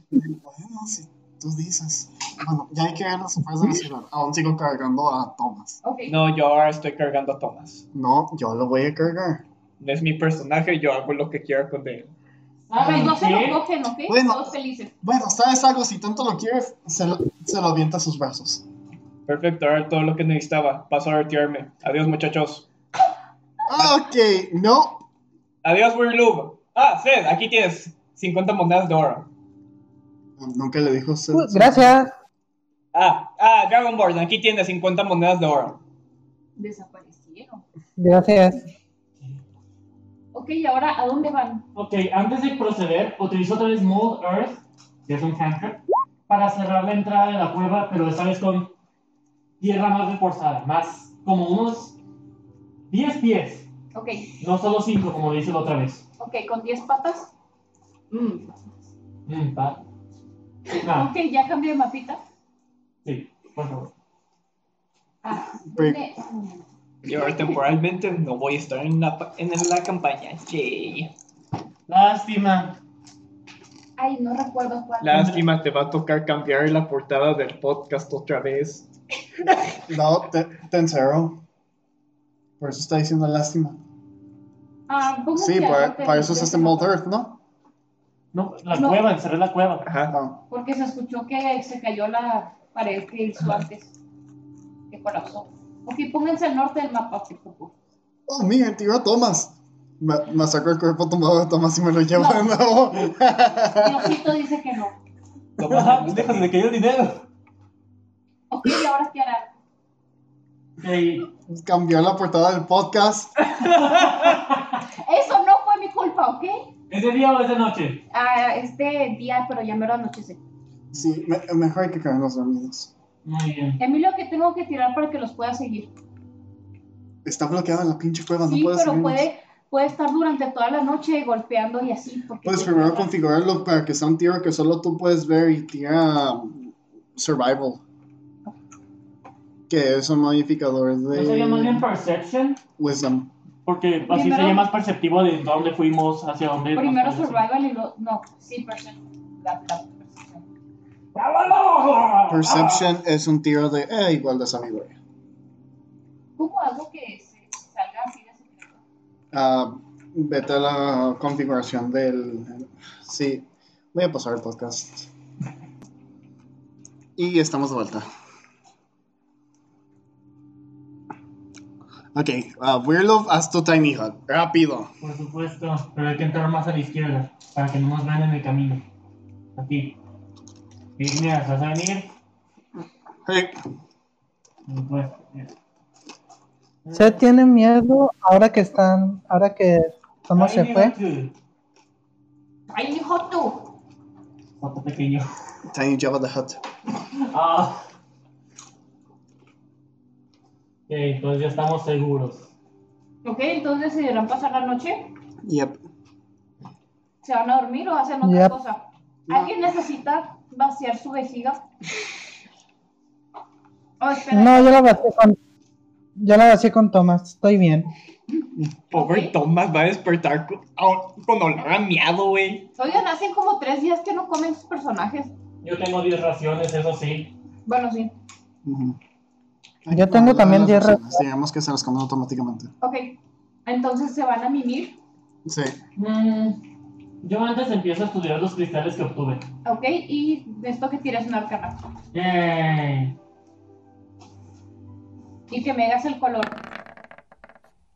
S5: Bueno, si tú dices. Bueno, ya hay que ver las afueras de la ciudad. Aún sigo cargando a Thomas.
S11: Ok.
S8: No, yo ahora Ah, estoy cargando a Tomás.
S5: No, yo lo voy a cargar.
S8: No es mi personaje, yo hago lo que quiero con él.
S3: Ah,
S11: Los dos se
S6: ¿Qué?
S11: lo cogen, ¿ok?
S5: Bueno.
S11: Todos felices.
S5: Bueno, ¿sabes algo? Si tanto lo quieres, se lo, se lo avienta a sus brazos.
S8: Perfecto, ahora todo lo que necesitaba. Paso a retirarme. Adiós, muchachos.
S5: Ah, Ok, no.
S8: Adiós, Wirloob. Ah, Zed, aquí tienes 50 monedas de oro.
S5: Nunca le dijo. se-
S4: Uh, gracias.
S8: Ah, ah, Dragonborn, aquí tienes 50 monedas de oro.
S11: Desaparecieron.
S4: Gracias.
S11: Ok, ¿y ahora a dónde van?
S6: Ok, antes de proceder, utilizo otra vez Mold Earth. que es un cantrip, para cerrar la entrada de la cueva, pero esta vez con tierra más reforzada, más como unos 10 pies,
S3: Ok,
S6: no solo 5, como dice la otra vez.
S3: ok, con 10 patas.
S11: Mm.
S6: Mm, pa- Ah,
S3: Ok, ya cambié de mapita.
S6: sí, por favor.
S3: Ah,
S5: Pe-
S3: ¿dónde?
S8: Yo temporalmente no voy a estar en la, pa- en la campaña. Yay.
S6: Lástima.
S3: Ay, no recuerdo cuál.
S8: Lástima, te va a tocar cambiar la portada del podcast otra vez.
S5: No, te, te encerró. Por eso está diciendo lástima.
S3: Ah, ¿cómo
S5: Sí,
S3: se llama?
S5: para,
S3: Pero
S5: para eso es
S3: yo
S5: este
S3: sé-
S5: Mold Earth, ¿no?
S6: No, la
S3: No.
S6: cueva, encerré la cueva.
S8: Ajá.
S5: Ah,
S3: Porque se escuchó que se cayó la pared que hizo antes, que colapsó. Ok, pónganse al norte del mapa, por favor.
S5: Oh, mira, tiró a Thomas. Me, me sacó el cuerpo tomado de Thomas y me lo llevó
S3: No.
S5: de nuevo.
S3: Diosito dice que no.
S8: Toma,
S1: Dejas de caer el dinero.
S3: Ok, ¿y ahora qué harán?
S6: Sí,
S5: Cambió la portada del podcast.
S3: Eso no fue mi culpa, ¿ok?
S6: ¿Es de día o es de noche?
S3: Ah, este día, pero ya me lo anochece.
S5: Sí, me- mejor hay que quedarnos dormidos.
S6: Muy bien.
S3: Emilio, ¿qué tengo que tirar para que los pueda seguir?
S5: Está bloqueada en la pinche cueva,
S3: sí,
S5: no puedes
S3: pero
S5: seguirnos.
S3: puede, puede estar durante toda la noche golpeando y así. Porque
S5: Puedes Pues primero configurarlo para que sea un tiro que solo tú puedes ver y tira um, Survival. Que es un modificador
S6: ¿No sería más bien
S5: de
S6: Perception?
S5: Wisdom.
S6: Porque así
S3: Primero-
S6: sería más perceptivo de dónde fuimos, hacia dónde. nos
S3: Primero
S6: fuimos.
S3: survival y luego... No, sí, perception. La, la perception.
S5: Perception es un tiro de eh, igual de sabiduría.
S3: ¿Cómo hago que se salga así de secreto?
S5: Ah, vete a la configuración del. Sí, voy a pasar el podcast. Y estamos de vuelta. Ok, ah, Weirloof, haz tu tiny hut. Rápido.
S6: Por supuesto, pero hay que entrar más a la izquierda para que no nos vean en el camino. Aquí. Igneas, ¿vas a venir?
S5: Hey,
S6: Por supuesto.
S4: Seth tiene miedo ahora que están, ahora que Thomas se
S6: Tiny
S4: fue.
S6: Hotel,
S3: ¡Ay, hijo tú!
S6: Otro pequeño.
S5: Tiny Java the Hut.
S6: Ah. Ok, entonces ya estamos seguros.
S3: Ok, entonces deberán pasar la noche.
S5: Yep.
S3: ¿Se van a dormir o hacen otra
S4: Yep.
S3: cosa? ¿Alguien necesita vaciar su vejiga? Oh, espera.
S4: No, yo la vacié con, yo la vacié con Thomas, estoy bien.
S8: Pobre Thomas va a despertar con, ah, con olor a miado, güey.
S3: Oigan, hacen como tres días que no comen sus personajes.
S6: Yo tengo 10 raciones, eso sí.
S3: Bueno, sí.
S5: Ujú.
S4: Yo tengo también
S5: Las
S4: 10
S5: personas, Digamos que se las comen automáticamente.
S3: Ok. Entonces se van a mimir.
S5: Sí.
S6: Mm, yo antes empiezo a estudiar los cristales que obtuve.
S3: Ok. Y de esto que tiras una arcana.
S6: Yay.
S3: Y que me digas el color.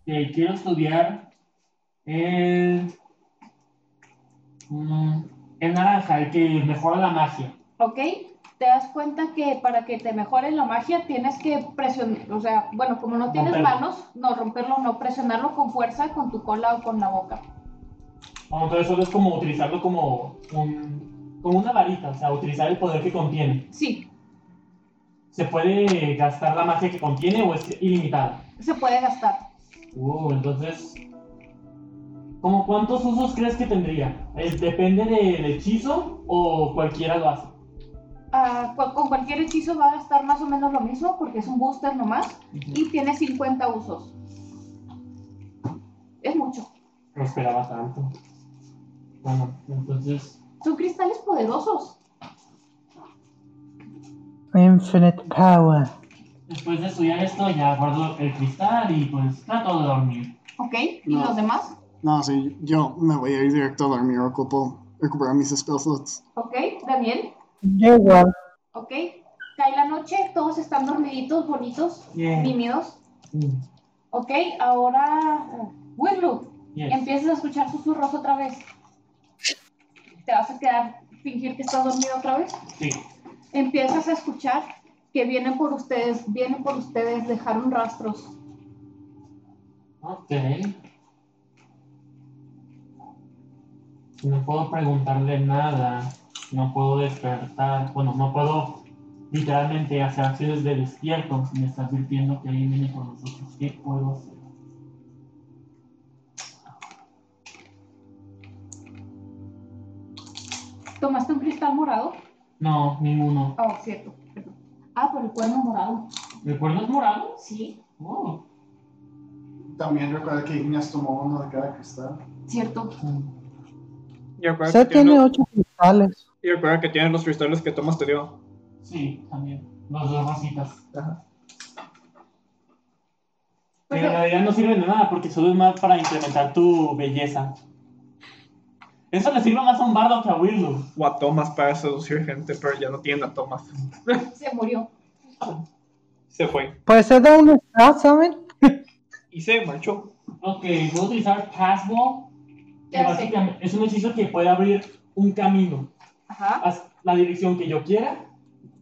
S6: Eh, quiero estudiar el, mm, el naranja, el que mejora la magia.
S3: Ok. Te das cuenta que para que te mejore la magia tienes que presionar. O sea, bueno, como no tienes
S6: Romperlo.
S3: manos, no romperlo, no presionarlo con fuerza, con tu cola o con la boca.
S6: Ah, Entonces solo es como utilizarlo como, un- como una varita, o sea, utilizar el poder que contiene.
S3: Sí.
S6: ¿Se puede gastar la magia que contiene o es ilimitada?
S3: Se puede gastar.
S6: Uh, entonces, ¿como cuántos usos crees que tendría? Eh, ¿Depende del hechizo o cualquiera lo hace?
S3: Ah, cu- con cualquier hechizo va a gastar más o menos lo mismo porque es un booster nomás y tiene 50 usos. Es mucho.
S6: No esperaba tanto. Bueno, entonces...
S3: Son cristales poderosos.
S4: Infinite power.
S6: Después de estudiar esto, ya guardo el cristal y pues trato de dormir.
S3: ¿Ok? ¿Y
S5: No.
S3: los demás?
S5: No, sí, yo me voy a ir directo a dormir, ocupo recuperar mis spell slots.
S3: ¿Ok? Daniel.
S4: Yo igual.
S3: ¿Ok? Cae la noche, todos están dormiditos, bonitos,
S6: Bien.
S3: tímidos.
S6: Mm,
S3: ¿Ok? Ahora, Willow,
S6: yes.
S3: empiezas a escuchar susurros otra vez. ¿Te vas a quedar, fingir que estás dormido otra vez?
S6: Sí.
S3: empiezas a escuchar que vienen por ustedes, vienen por ustedes, dejaron rastros.
S6: Ok. No puedo preguntarle nada. No puedo despertar. Bueno, no puedo literalmente hacer acciones de despierto. Me está advirtiendo que alguien viene por nosotros. ¿Qué puedo hacer?
S3: ¿Tomaste un cristal morado?
S6: No, ninguno.
S3: Ah, cierto. perdón. Ah, por el cuerno morado.
S6: ¿Recuerdas morado?
S3: Sí,
S6: Oh.
S5: También recuerda que Ignacio tomó uno de cada cristal.
S3: cierto.
S8: Y recuerda,
S4: Seth
S8: que tiene,
S4: tiene ocho cristales.
S8: y recuerda que tiene los cristales que Thomas te dio.
S6: Sí, también. Los dos rositas. Que en
S3: Pero,
S6: realidad no sirven de nada porque solo es más para incrementar tu belleza. Eso le sirve más a un bardo que a Willow.
S8: O a Thomas para seducir gente, pero ya no tiene a Thomas.
S3: se murió.
S8: Se fue.
S4: Pues se da un staff, ¿saben?
S8: Y se marchó.
S6: Ok, puedo utilizar Passball. que
S3: ¿Qué hace?
S6: básicamente es un hechizo que puede abrir un camino
S3: Ajá.
S6: hasta la dirección que yo quiera,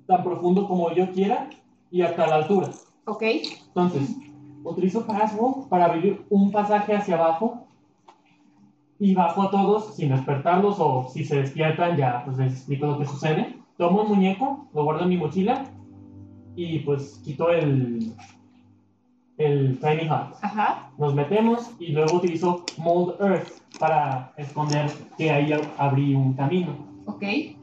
S6: tan profundo como yo quiera y hasta la altura.
S3: Ok.
S6: Entonces, utilizo Passwalk para abrir un pasaje hacia abajo y bajo a todos sin despertarlos o si se despiertan ya pues les explico lo que sucede. Tomo el muñeco, lo guardo en mi mochila y pues quito el, el Tiny Hut.
S3: Ajá.
S6: Nos metemos y luego utilizo Mold Earth para esconder que ahí ab- abrí un camino.
S3: Ok.
S6: Y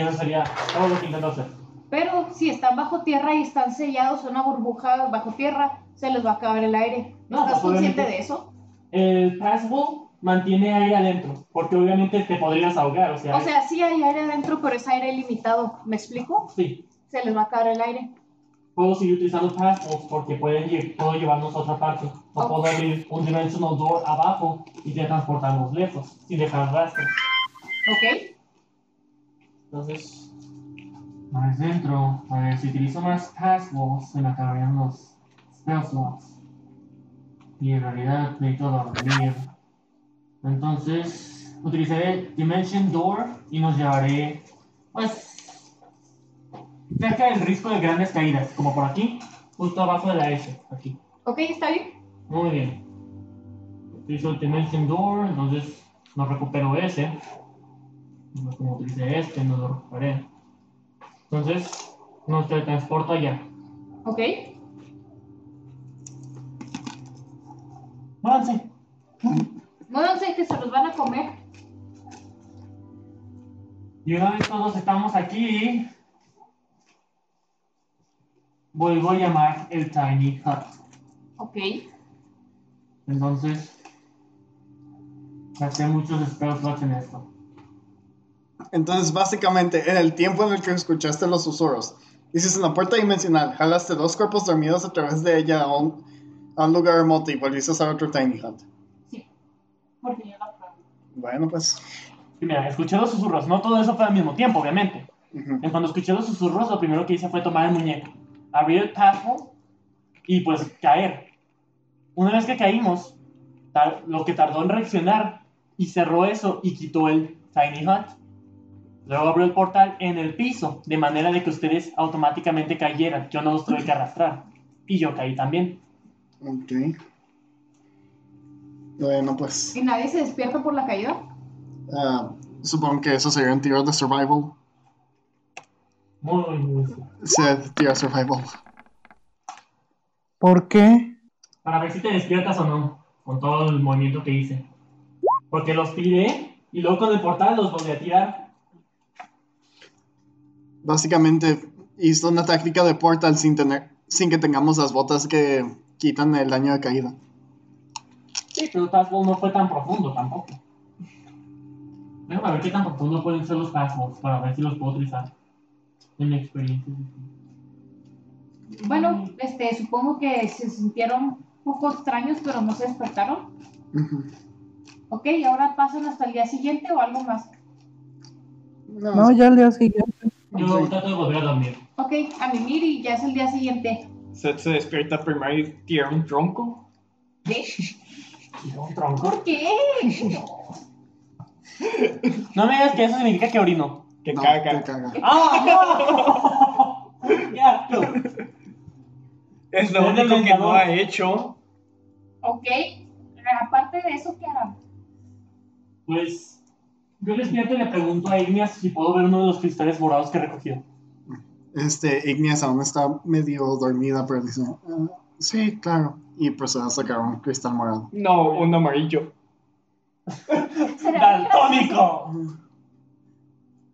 S6: eso sería todo lo que intento hacer.
S3: Pero si están bajo tierra y están sellados en una burbuja bajo tierra, se les va a acabar el aire.
S6: No,
S3: ¿No estás
S6: pues, obviamente.
S3: consciente de eso?
S6: El Passwalk mantiene aire adentro porque obviamente te podrías ahogar. O sea,
S3: O sea, sí hay aire adentro, pero es aire limitado. ¿Me explico?
S6: sí.
S3: Se les va a acabar el aire.
S6: puedo seguir utilizando Passport porque pueden lle- puedo llevarnos a otra parte. O
S3: Ok.
S6: puedo abrir un Dimensional Door abajo y ya transportarnos lejos, sin dejar rastro.
S3: ¿Ok?
S6: Entonces, más dentro, a ver, pues, si utilizo más Passport, se me acabarían los Spell Slots. Y en realidad necesito dormir. Entonces, utilizaré Dimension Door y nos llevaré, pues, cerca del risco de grandes caídas, como por aquí, justo abajo de la S, aquí.
S3: ¿Ok? ¿Está bien?
S6: Muy bien. Utilizo el Dimension Door, entonces no recupero ese. No Como utilicé este, no lo recuperé. Entonces, nos teletransporto allá.
S3: ¿Ok?
S6: ¡Avance!
S3: Muévanse que se los van a comer.
S6: Y una vez todos estamos aquí, vuelvo a llamar el Tiny Hut.
S3: ¿Ok?
S6: Entonces, gasté muchos spell slots en esto.
S5: Entonces, básicamente, en el tiempo en el que escuchaste los susurros, hiciste una puerta dimensional, jalaste dos cuerpos dormidos a través de ella a un, a un lugar remoto y volviste a usar otro Tiny Hut.
S3: Porque yo la probé.
S5: Bueno, pues.
S6: Y mira, escuché los susurros, no todo eso fue al mismo tiempo, obviamente.
S5: ujú.
S6: En cuando escuché los susurros, lo primero que hice fue tomar el muñeco, abrir el paso y pues caer. Una vez que caímos, tar- lo que tardó en reaccionar y cerró eso y quitó el Tiny Hut. Luego abrió el portal en el piso, de manera de que ustedes automáticamente cayeran. Yo no los tuve que arrastrar. Y yo caí también.
S5: Ok. Bueno, pues.
S3: ¿Y nadie se despierta por la caída?
S5: ah, supongo que eso sería un tiro de survival.
S6: Muy, muy bien.
S5: Se tira survival.
S4: ¿Por qué?
S6: Para ver si te despiertas o no, con todo el movimiento que hice. Porque los tiré y luego con el portal los volví a tirar
S5: Básicamente, hizo una táctica de portal sin, tener, sin que tengamos las botas que quitan el daño de caída.
S6: Sí, pero fastball no fue tan profundo tampoco. Déjame ver qué tan profundo pueden ser los fastballs para ver si los puedo utilizar en mi experiencia.
S3: Bueno, este, supongo que se sintieron un poco extraños, pero no se despertaron.
S5: Ujú.
S3: ¿Ok? ¿Y ahora pasan hasta el día siguiente o algo más?
S4: No, ya le hace ya.
S6: Yo
S5: Sí.
S6: trato de volver a dormir.
S3: Ok, a mimir y ya es el día siguiente.
S8: Seth se despierta primero y tira un tronco.
S3: ¿Qué?
S6: ¿Tira un tronco?
S3: ¿Por qué?
S6: No me digas que eso significa que orino.
S8: Que
S5: No,
S8: caga.
S5: que caga.
S6: ¡Ah! no! ¡Qué asco!
S8: Es lo
S6: Ven
S8: único que no
S6: inventador.
S8: ha hecho.
S3: Ok, aparte de eso, ¿qué harán?
S6: Pues Yo despierto y le pregunto a Igneas si puedo ver uno de los cristales morados que recogió.
S5: Este, Igneas aún está medio dormida, pero dice, "Ah, sí, claro. Y procede a sacar un cristal morado.
S7: No, un amarillo.
S6: ¡Daltónico!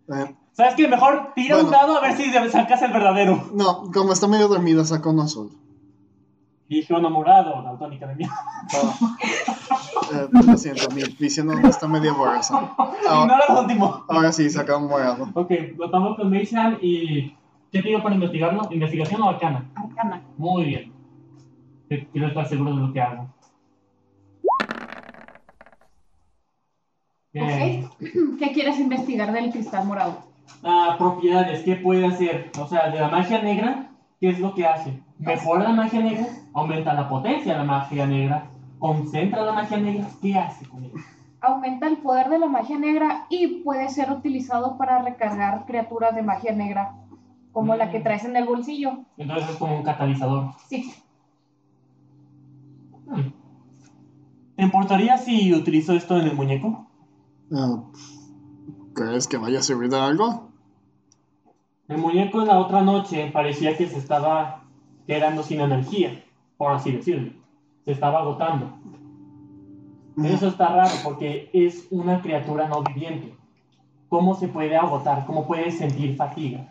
S5: Eh,
S6: ¿Sabes qué? Mejor tira un
S5: Bueno.
S6: dado a ver si sacas el verdadero.
S5: no, como está medio dormida, saca uno azul.
S6: Dije uno morado, daltónica de mierda.
S5: Ah. Eh, lo siento, mi visión aún está medio borrosa. Ahora,
S6: Ignora lo último.
S5: ahora sí, saca un morado.
S6: Ok, lo tomo con Mason y. ¿Qué te digo para investigarlo? ¿Investigación o arcana?
S3: Arcana.
S6: Muy bien. Te- Quiero estar seguro de lo que hago. Bien.
S3: ¿Qué quieres investigar del cristal morado?
S6: Ah, propiedades, ¿qué puede hacer? O sea, de la magia negra, ¿qué es lo que hace? ¿Mejora la magia negra? ¿Aumenta la potencia de la magia negra? ¿Concentra la magia negra? ¿Qué hace con ella?
S3: Aumenta el poder de la magia negra y puede ser utilizado para recargar criaturas de magia negra, como la que
S8: Mm.
S3: traes en el bolsillo.
S6: Entonces es como un catalizador.
S3: Sí.
S6: Hmm. ¿Te importaría si utilizo esto en el muñeco?
S5: Ah, ¿Crees que vaya a servir de algo?
S6: El muñeco en la otra noche parecía que se estaba quedando sin energía, por así decirlo. Se estaba agotando.
S5: Ah,
S6: Eso está raro porque es una criatura no viviente. ¿Cómo se puede agotar? ¿Cómo puede sentir fatiga?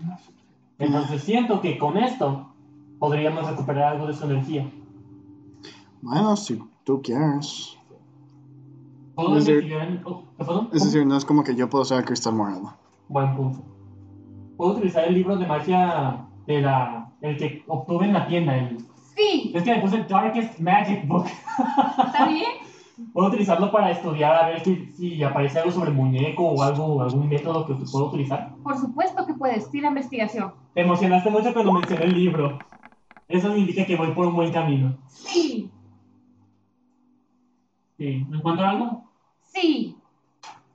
S6: Entonces siento que con esto podríamos recuperar algo de su energía.
S5: Bueno, si tú quieres.
S6: ¿Puedo
S5: Es decir-
S6: investigar en- oh, ¿perdón?
S5: Es decir, no es como que yo puedo usar cristal morado.
S6: Buen punto. Puedo utilizar el libro de magia de la. el que obtuve en la tienda. el-
S3: Sí,
S6: es que le puse Darkest Magic Book.
S3: está bien.
S6: Puedo utilizarlo para estudiar, a ver si, si aparece algo sobre el muñeco o algo, algún método que puedo utilizar.
S3: Por supuesto que puedes, tira investigación.
S6: Te emocionaste mucho cuando mencioné el libro. Eso significa que voy por un buen camino.
S3: Sí,
S6: Sí. ¿Encuentro algo?
S3: sí.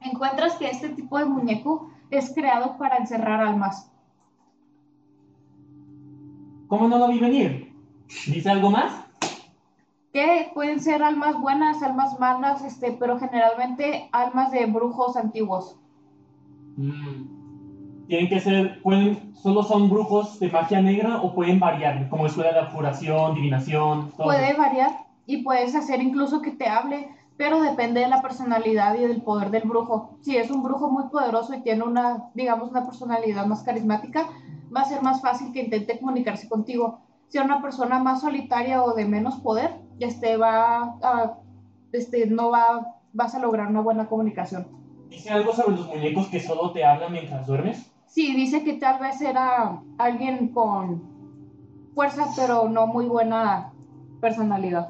S3: Encuentras que este tipo de muñeco es creado para encerrar almas.
S6: ¿Cómo no lo vi venir? ¿Dice algo más?
S3: que pueden ser almas buenas, almas malas, este, pero generalmente almas de brujos antiguos.
S6: Mm. Tienen que ser, pueden, solo son brujos de magia negra o pueden variar, como escuela de apuración, divinación, todo.
S3: Puede variar y puedes hacer incluso que te hable, pero depende de la personalidad y del poder del brujo. Si es un brujo muy poderoso y tiene una, digamos, una personalidad más carismática, va a ser más fácil que intente comunicarse contigo. Si es una persona más solitaria o de menos poder, este va a- este, no va, vas a lograr una buena comunicación.
S6: ¿Dice algo sobre los muñecos que solo te hablan mientras duermes?
S3: Sí, dice que tal vez era alguien con fuerza, pero no muy buena personalidad.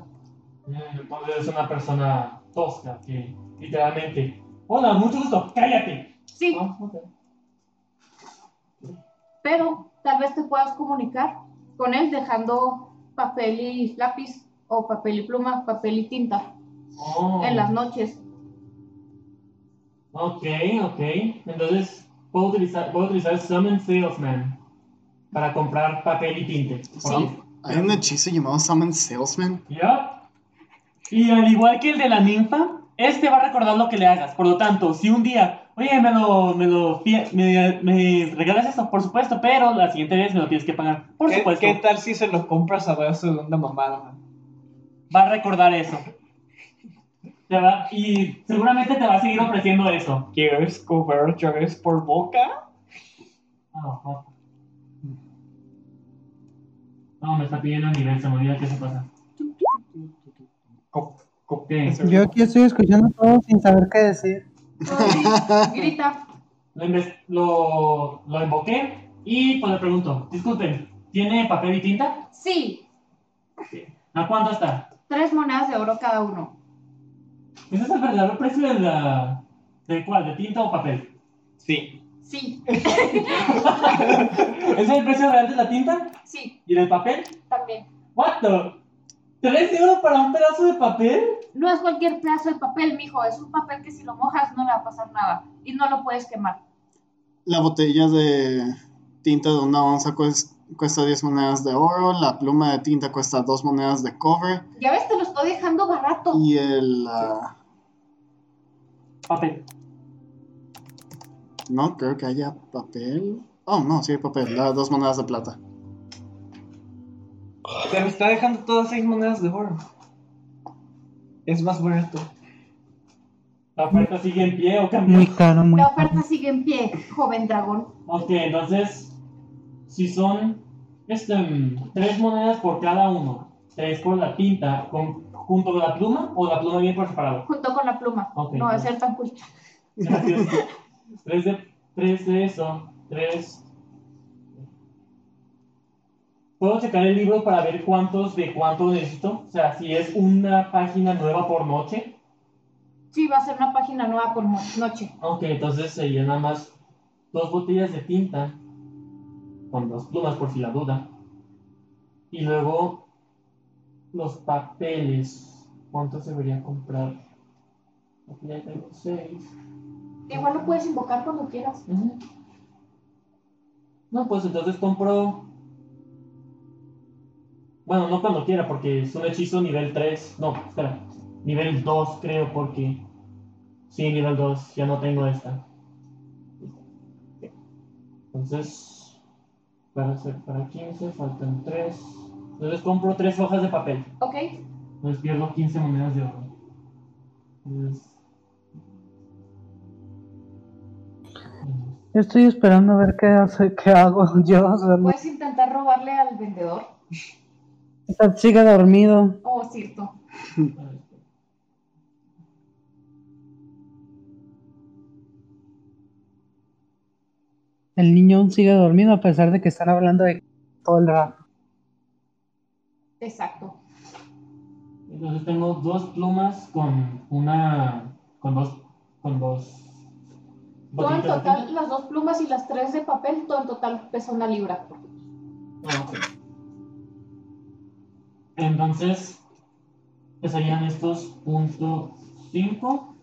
S6: Mm, Entonces es una persona tosca que literalmente, hola, mucho gusto, cállate.
S3: Sí,
S6: Ah, ok.
S3: pero tal vez te puedas comunicar con él dejando papel y lápiz o papel y pluma, papel y tinta
S6: Oh,
S3: en las noches.
S6: ok, ok. Entonces puedo utilizar, puedo utilizar Summon Salesman para comprar papel y tinte.
S3: Sí.
S5: Hay un hechizo llamado Summon Salesman.
S6: ¿Ya? Y al igual que el de la ninfa, este va a recordar lo que le hagas. Por lo tanto, si un día, oye, me lo, me lo, fie- me, me regalas esto, por supuesto, pero la siguiente vez me lo tienes que pagar. Por
S7: ¿Qué,
S6: supuesto,
S7: qué tal si se lo compras a base de una mamada? man?
S6: va a recordar eso. Te va- y seguramente te va a seguir ofreciendo eso.
S7: ¿Quieres comer otra vez por boca?
S6: Ah, ah. No, me está pidiendo el nivel, se me olvida qué se pasa.
S7: Co- co-
S6: ¿Qué?
S4: Yo aquí estoy escuchando todo sin saber qué decir.
S3: Grita,
S6: Lo, inves- lo, lo invoqué y pues le pregunto, disculpen, ¿tiene papel y tinta?
S3: sí,
S6: ¿A cuánto está?
S3: tres monedas de oro cada uno.
S6: ¿Ese es el verdadero precio de la... ¿De cuál? ¿De tinta o papel?
S7: Sí.
S3: Sí,
S6: ¿Ese es el precio real de la tinta?
S3: sí,
S6: ¿Y del papel?
S3: también.
S6: ¿What the? ¿Tres euros para un pedazo de papel?
S3: No es cualquier pedazo de papel, mijo, es un papel que si lo mojas no le va a pasar nada y no lo puedes quemar.
S5: La botella de tinta de una onza cues- cuesta 10 monedas de oro. La pluma de tinta cuesta 2 monedas de cobre.
S3: Ya ves, te lo estoy dejando barato.
S5: Y el. ah,
S6: Papel.
S5: No creo que haya papel. Oh, no, sí hay papel. Las dos monedas de plata.
S7: Pero está dejando todas seis monedas de oro. Es más barato.
S6: ¿La oferta sigue en pie o cambió?
S4: Muy caro, muy
S3: La
S4: caro.
S3: oferta sigue en pie, joven dragón.
S6: Ok, entonces, si son este, mm, tres monedas por cada uno, tres por la tinta con- junto con la pluma o la pluma bien por separado.
S3: Junto con la pluma.
S6: Ah, Ok,
S3: No va a ser tan culto.
S6: Gracias. tres, de, tres de eso, tres. ¿Puedo checar el libro para ver cuántos de cuánto necesito? O sea, si es una página nueva por noche.
S3: Sí, va a ser una página nueva por no- noche.
S6: Ok, entonces sería nada más dos botellas de tinta con dos plumas por si la duda. Y luego los papeles. ¿Cuántos debería comprar? Aquí ya tengo seis.
S3: Igual lo puedes invocar cuando quieras.
S6: Ujú. No, pues entonces compro. Bueno, no cuando quiera, porque es un hechizo nivel 3. No, espera. Nivel 2, creo, porque. Sí, nivel 2. Ya no tengo esta. Entonces. Para, hacer- para 15 faltan 3. Entonces compro 3 hojas de papel.
S3: Ok,
S6: Entonces pierdo 15 monedas de oro. Entonces,
S4: Yo estoy esperando a ver qué, hace- qué hago yo. o sea,
S3: puedes intentar robarle al vendedor. Pues-
S4: Seth sigue dormido.
S3: Oh, cierto.
S4: El niño aún sigue dormido a pesar de que están hablando de todo el rato.
S3: Exacto.
S6: Entonces tengo dos plumas con una. con dos. con dos.
S3: Todo en
S6: botitas de
S3: total,
S6: tinta.
S3: las dos plumas y las tres de papel, todo en total pesa una libra.
S6: Ah, ok. Entonces. pues serían estos punto 5.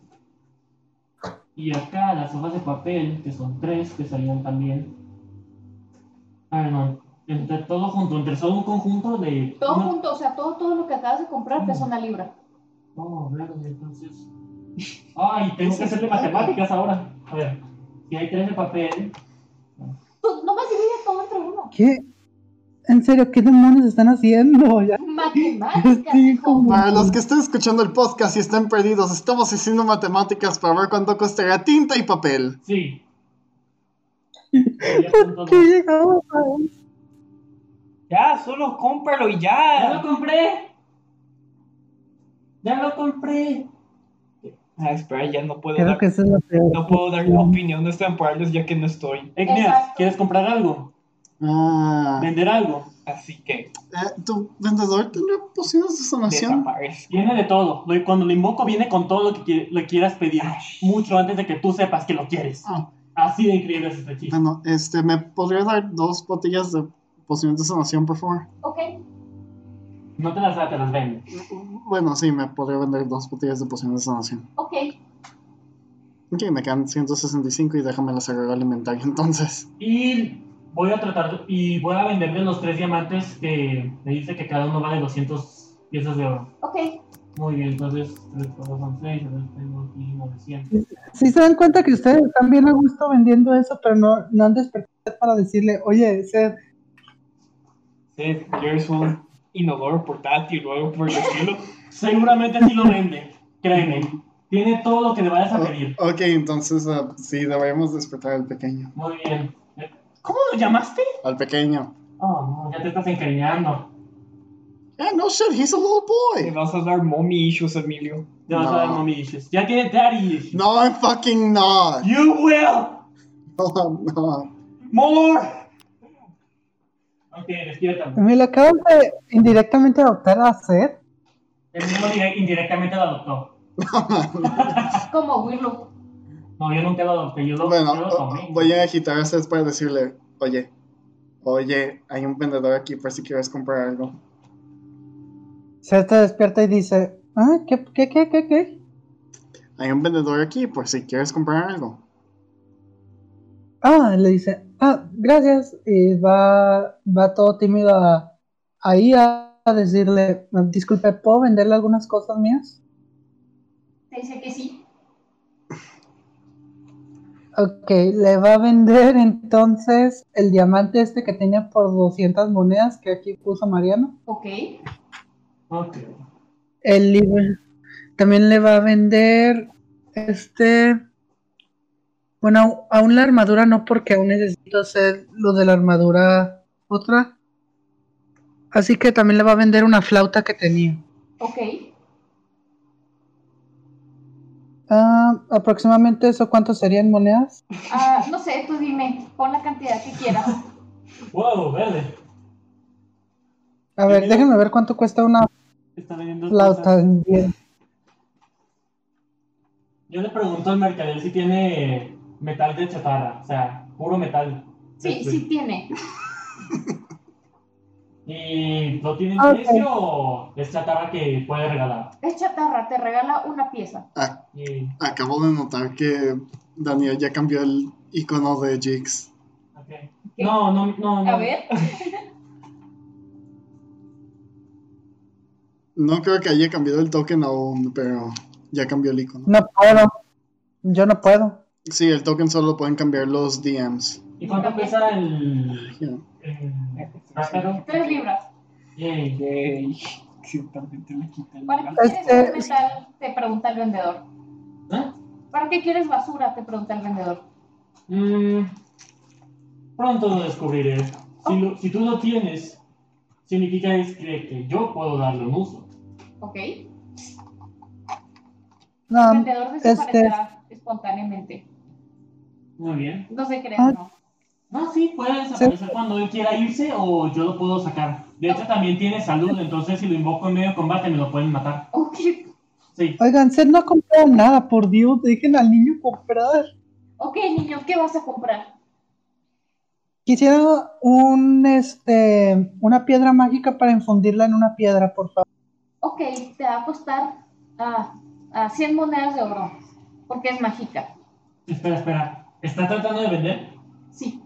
S6: Y acá las hojas de papel, que son tres, que serían también. Ah, no. Entre todo junto, entre solo un conjunto de.
S3: Todo
S6: una-
S3: junto, o sea, todo, todo lo que acabas de comprar pesa una libra.
S6: Oh, verde, entonces. Ay, tengo que hacerle matemáticas ahora. A ver, si hay tres de papel,
S3: Tú Pues, nomás divide todo entre uno.
S4: ¿Qué? ¿En serio? ¿Qué demonios están haciendo? Ya
S3: Matemáticas,
S4: estoy
S3: hijo.
S4: como-
S5: Para los que estén escuchando el podcast y estén perdidos, estamos haciendo matemáticas para ver cuánto costará tinta y papel.
S6: sí. Sería punto
S4: ¿Qué
S6: dos.
S4: llegamos a esto?
S7: Ya, solo cómpralo y
S6: ¡Ya
S7: ya.
S6: lo compré! ¡Ya lo compré!
S7: Ah, espera, ya no puedo
S4: Creo
S7: dar,
S4: que esa es la peor.
S7: no puedo dar opiniones temporales ya que no estoy.
S6: Egneas,
S3: Exacto.
S6: ¿quieres comprar algo?
S5: Ah,
S6: ¿Vender algo?
S7: Así que
S5: eh, ¿Tu vendedor tendrá pociones de sanación?
S7: desaparezco.
S6: Viene de todo. Lo- Cuando lo invoco, viene con todo lo que qui- le quieras pedir. Mucho antes de que tú sepas que lo quieres.
S5: Ah,
S6: Así de increíble es este chiste.
S5: bueno, este, ¿me podría dar dos botellas de pociones de sanación, por favor?
S3: Ok,
S6: No te las da, te las vende.
S5: Bueno, sí, me podría vender dos botellas de pociones de sanación.
S3: ok.
S5: Ok, me quedan 165 y déjame las agregar al inventario entonces.
S6: Y voy a tratar, y voy a venderle los tres diamantes que me dice que cada uno vale 200 piezas de oro.
S3: Ok,
S6: Muy bien, entonces, 3 por 2 son 6, tengo aquí 900.
S4: Si se dan cuenta que ustedes están bien a gusto vendiendo eso, pero no, no han despertado para decirle, oye, Seth,
S7: Sí, ¿Quieres un inodoro portátil o algo por el estilo?
S6: Seguramente sí lo vende, créeme. Tiene todo lo que le vayas a pedir.
S5: O- ok, entonces ah, sí, deberíamos despertar al pequeño.
S6: Muy bien. Eh, ¿Cómo lo llamaste?
S5: Al pequeño.
S6: Oh, no, ya te estás encariñando.
S5: Eh, no shit, he's a little
S7: Te
S5: boy.
S7: vas a dar mommy issues, Emilio.
S6: Te vas a dar
S5: No.
S6: mommy issues. Ya tiene daddy issues.
S5: No, I'm fucking not.
S6: You will!
S5: No, I'm not.
S7: ¡More!
S6: Ok, despiértame.
S4: me lo acaban de indirectamente adoptar a Seth.
S6: El mismo dire- indirectamente lo adoptó.
S3: como Willow.
S6: No, yo nunca lo adopté, yo lo,
S5: Bueno,
S6: yo lo
S5: o-
S6: tomé.
S5: voy a agitar a Seth para decirle, oye, oye, hay un vendedor aquí por si quieres comprar algo.
S4: Seth se despierta y dice, ah, ¿qué, qué, qué, qué, qué?
S5: Hay un vendedor aquí por si quieres comprar algo.
S4: Ah, le dice, ah, gracias. Y va, va todo tímido a, ahí a, a decirle, "Ah, disculpe, ¿puedo venderle algunas cosas mías?
S3: Te dice que sí.
S4: Ok, le va a vender entonces el diamante este que tenía por 200 monedas que aquí puso Mariano.
S3: Ok.
S6: Ok.
S4: El libro. También le va a vender este. Bueno, aún la armadura no, porque aún necesito hacer lo de la armadura otra. Así que también le va a vender una flauta que tenía.
S3: Ok.
S4: Ah, aproximadamente eso, ¿cuánto serían monedas?
S3: Ah, no sé, tú dime, pon la cantidad que quieras.
S6: Wow, verde.
S4: A ver, déjenme ver cuánto cuesta una
S6: Está vendiendo
S4: flauta.
S6: cosas.
S4: en bien.
S6: Yo le pregunto al mercader si tiene metal de chatarra, o sea, puro metal.
S3: Sí, sí tiene.
S6: ¿Y lo tiene en
S4: Ok.
S6: precio o es chatarra que puede regalar?
S3: Es chatarra, te regala una pieza.
S5: A-
S6: Y,
S5: acabo de notar que Daniel ya cambió el icono de Jigs.
S6: ok. No, no, no, no.
S3: A ver,
S5: No creo que haya cambiado el token aún, pero ya cambió el icono.
S4: No puedo. Yo no puedo.
S5: Sí, el token solo lo pueden cambiar los DMs.
S6: ¿Y cuánto pesa el,
S5: Ya.
S6: el ráspero?
S3: tres libras.
S6: Yay.
S7: Yay. Exactamente, le quité el
S3: ¿Para qué
S7: brazo.
S3: quieres
S4: Este-
S3: metal? Te pregunta el vendedor.
S6: ¿Eh?
S3: ¿Para qué quieres basura? Te pregunta el vendedor.
S6: Mm, pronto lo descubriré. Si, lo- si tú lo tienes, significa es que, que yo puedo darle un uso.
S3: Ok. El
S4: No,
S3: vendedor
S4: este-
S3: desaparecerá espontáneamente.
S6: Muy bien.
S3: No se cree,
S4: Ah.
S3: no.
S6: No, sí, puede desaparecer cuando él quiera irse o yo lo puedo sacar. De hecho, también tiene salud, entonces si lo invoco en medio de combate me lo pueden matar.
S3: Ok.
S6: Sí.
S4: oigan, Seth no ha comprado nada, por Dios, dejen al niño comprar.
S3: Ok, niño, ¿qué vas a comprar?
S4: Quisiera un, este, una piedra mágica para infundirla en una piedra, por favor.
S3: Ok, te va a costar ah, ah, 100 monedas de oro. Porque es mágica.
S6: Espera, espera. ¿Está tratando de vender?
S3: Sí.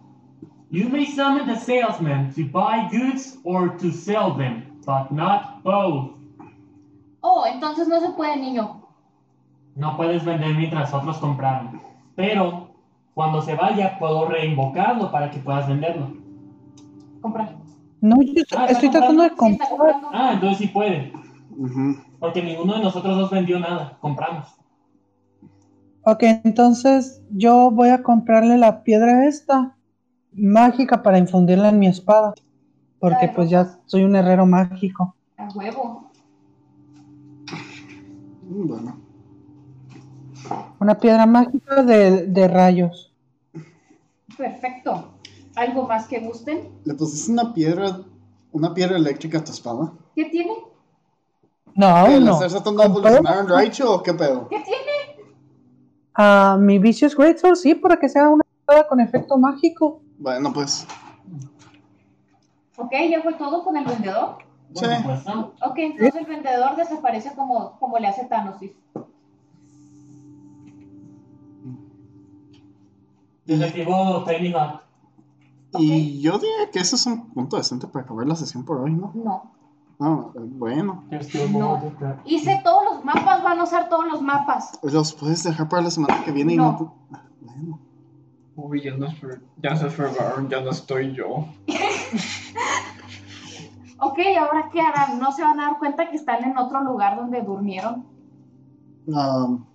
S6: You may summon the salesman to buy goods or to sell them, but not both.
S3: Oh, entonces no se puede, niño.
S6: No puedes vender mientras otros compraron. Pero cuando se vaya, puedo reinvocarlo para que puedas venderlo.
S3: Comprar.
S4: No, yo estoy,
S6: Ah, está
S4: estoy tratando de
S3: Sí, está
S4: comprar.
S3: comprando.
S6: Ah, entonces sí puede.
S5: Ujú.
S6: Porque ninguno de nosotros dos vendió nada. Compramos.
S4: Ok, entonces yo voy a comprarle la piedra esta, mágica, para infundirla en mi espada. Porque
S3: Ay,
S4: pues ya soy un herrero mágico.
S3: A huevo.
S5: Bueno.
S4: Una piedra mágica de, de rayos.
S3: Perfecto. ¿Algo más que gusten?
S5: ¿Le pusiste una piedra, una piedra eléctrica a tu espada?
S3: ¿Qué tiene?
S4: No,
S5: ¿El
S4: aún no.
S5: hacerse tan evolucionaron Raichu o qué pedo?
S3: ¿Qué tiene?
S4: Ah, mi vicious greatsword, sí, para que sea una espada con efecto mágico.
S5: Bueno, pues.
S3: Ok, ya fue todo con el vendedor.
S6: Bueno,
S5: Sí.
S6: pues, ¿no?
S3: Ok, entonces el vendedor desaparece como, como le hace Thanos. ¿sí?
S6: Desactivó Tiny Hut.
S5: Y yo diría que ese es un punto decente para acabar la sesión por hoy, ¿no?
S3: No.
S5: Ah, bueno.
S3: No. Hice todos los mapas, van a usar todos los mapas.
S5: pues Los puedes dejar para la semana que viene y
S3: No.
S5: no. te- Ah, Bueno.
S7: Uy, ya, nos fre- ya se fregaron, ya no estoy yo.
S3: Ok, ¿ahora qué harán? ¿No se van a dar cuenta que están en otro lugar donde durmieron?
S5: Am, Um,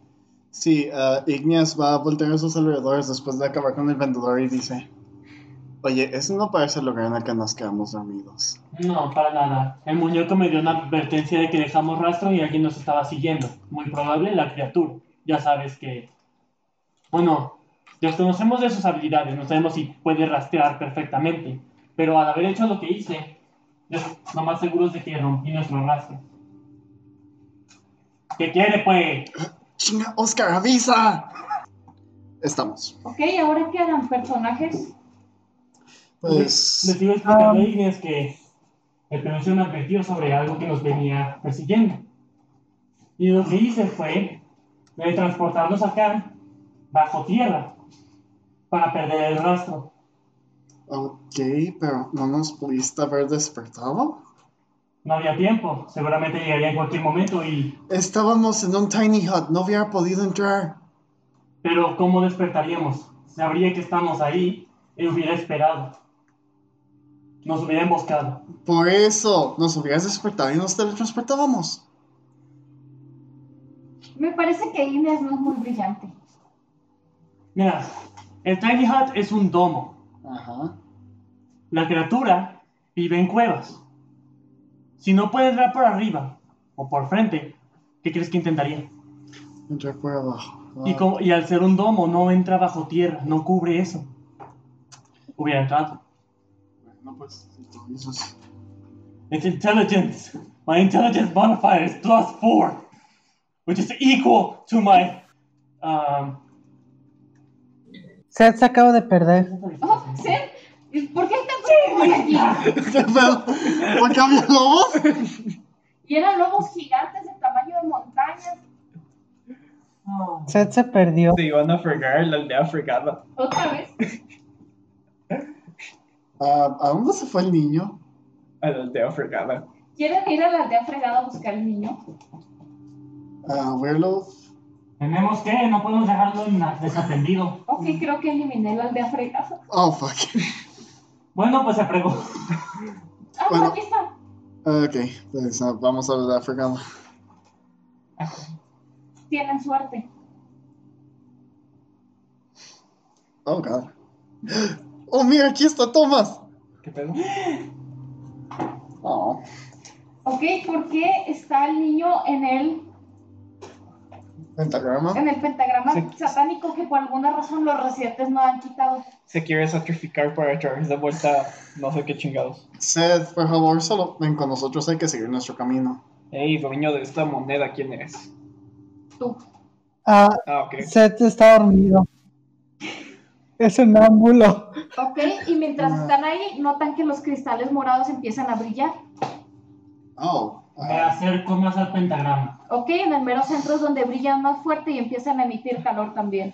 S5: sí, ah, Igneas va a voltear a sus alrededores después de acabar con el vendedor y dice: Oye, eso no parece el lugar en el que nos quedamos dormidos.
S6: No, para nada. El muñeco me dio una advertencia de que dejamos rastro y alguien nos estaba siguiendo. Muy probable la criatura. Ya sabes que... Bueno, desconocemos de sus habilidades, no sabemos si puede rastrear perfectamente. Pero al haber hecho lo que hice, es- lo más seguro es de que rompí nuestro rastro. ¿Qué quiere, pues?
S5: ¡Chinga, Oscar, avisa! Estamos.
S3: Ok, ¿ahora qué harán? ¿Personajes?
S5: Pues.
S6: Les iba explicando a Ignis que el peluche me advirtió sobre algo que nos venía persiguiendo. Y lo que hice fue eh, transportarlos acá, bajo tierra, para perder el rastro.
S5: Ok, pero ¿no nos pudiste haber despertado?
S6: No había tiempo, seguramente llegaría en cualquier momento y...
S5: Estábamos en un tiny hut, no hubiera podido entrar.
S6: Pero ¿cómo despertaríamos? sabría que estamos ahí y hubiera esperado. Nos hubiera emboscado.
S5: Por eso, nos hubieras despertado y nos teletransportábamos.
S3: Me parece que Inés no es muy brillante.
S6: Mira, el Tiny Hut es un domo.
S5: Ajá.
S6: La criatura vive en cuevas. Si no puede entrar por arriba o por frente, ¿qué crees que intentaría?
S5: Entra por abajo. Ah,
S6: Y, como- y al ser un domo, no entra bajo tierra, no cubre eso. Hubiera entrado.
S5: Bueno, pues, entonces.
S6: It's intelligence. My intelligence modifier is plus four, which is equal to my. Um,
S4: Seth se acaba de perder.
S3: Oh, Seth, ¿por qué están todos aquí?
S5: ¿Qué pedo? ¿Por cambio la voz?
S3: Y eran lobos gigantes de tamaño de montañas.
S4: Seth se perdió.
S7: Se iban a fregar la aldea fregada.
S3: Otra vez.
S5: Ah, ¿A dónde se fue el niño?
S7: A la aldea fregada.
S3: ¿Quieren ir a la aldea fregada a buscar al niño?
S5: A verlo.
S6: Tenemos que, no podemos dejarlo en- desatendido.
S3: Ok, creo que eliminé la aldea fregada.
S5: Oh, fuck.
S6: Bueno, pues se fregó.
S3: Ah,
S5: Bueno.
S3: aquí está.
S5: Ok, pues ah, vamos a la fregada.
S3: Tienen suerte.
S5: Oh, God. Oh, mira, aquí está Thomas.
S7: ¿Qué pedo?
S5: Oh.
S3: Ok, ¿por qué está el niño en el,
S5: Pentagrama.
S3: en el pentagrama
S7: Sí.
S3: satánico que por alguna razón los residentes no han quitado?
S7: Se quiere sacrificar para traer de vuelta no sé qué chingados.
S5: Seth, por favor, solo ven con nosotros, hay que seguir nuestro camino.
S7: Ey, dueño de esta moneda, ¿quién es?
S3: Tú.
S4: Ah,
S7: Ah, ok.
S4: Seth está dormido. Es un ámbulo.
S3: Ok, y mientras
S6: Ah.
S3: están ahí, notan que los cristales morados empiezan a brillar.
S5: Oh.
S6: Me
S5: ah,
S6: acerco más al pentagrama.
S3: Ok, en el mero centro es donde brillan más fuerte y empiezan a emitir calor también.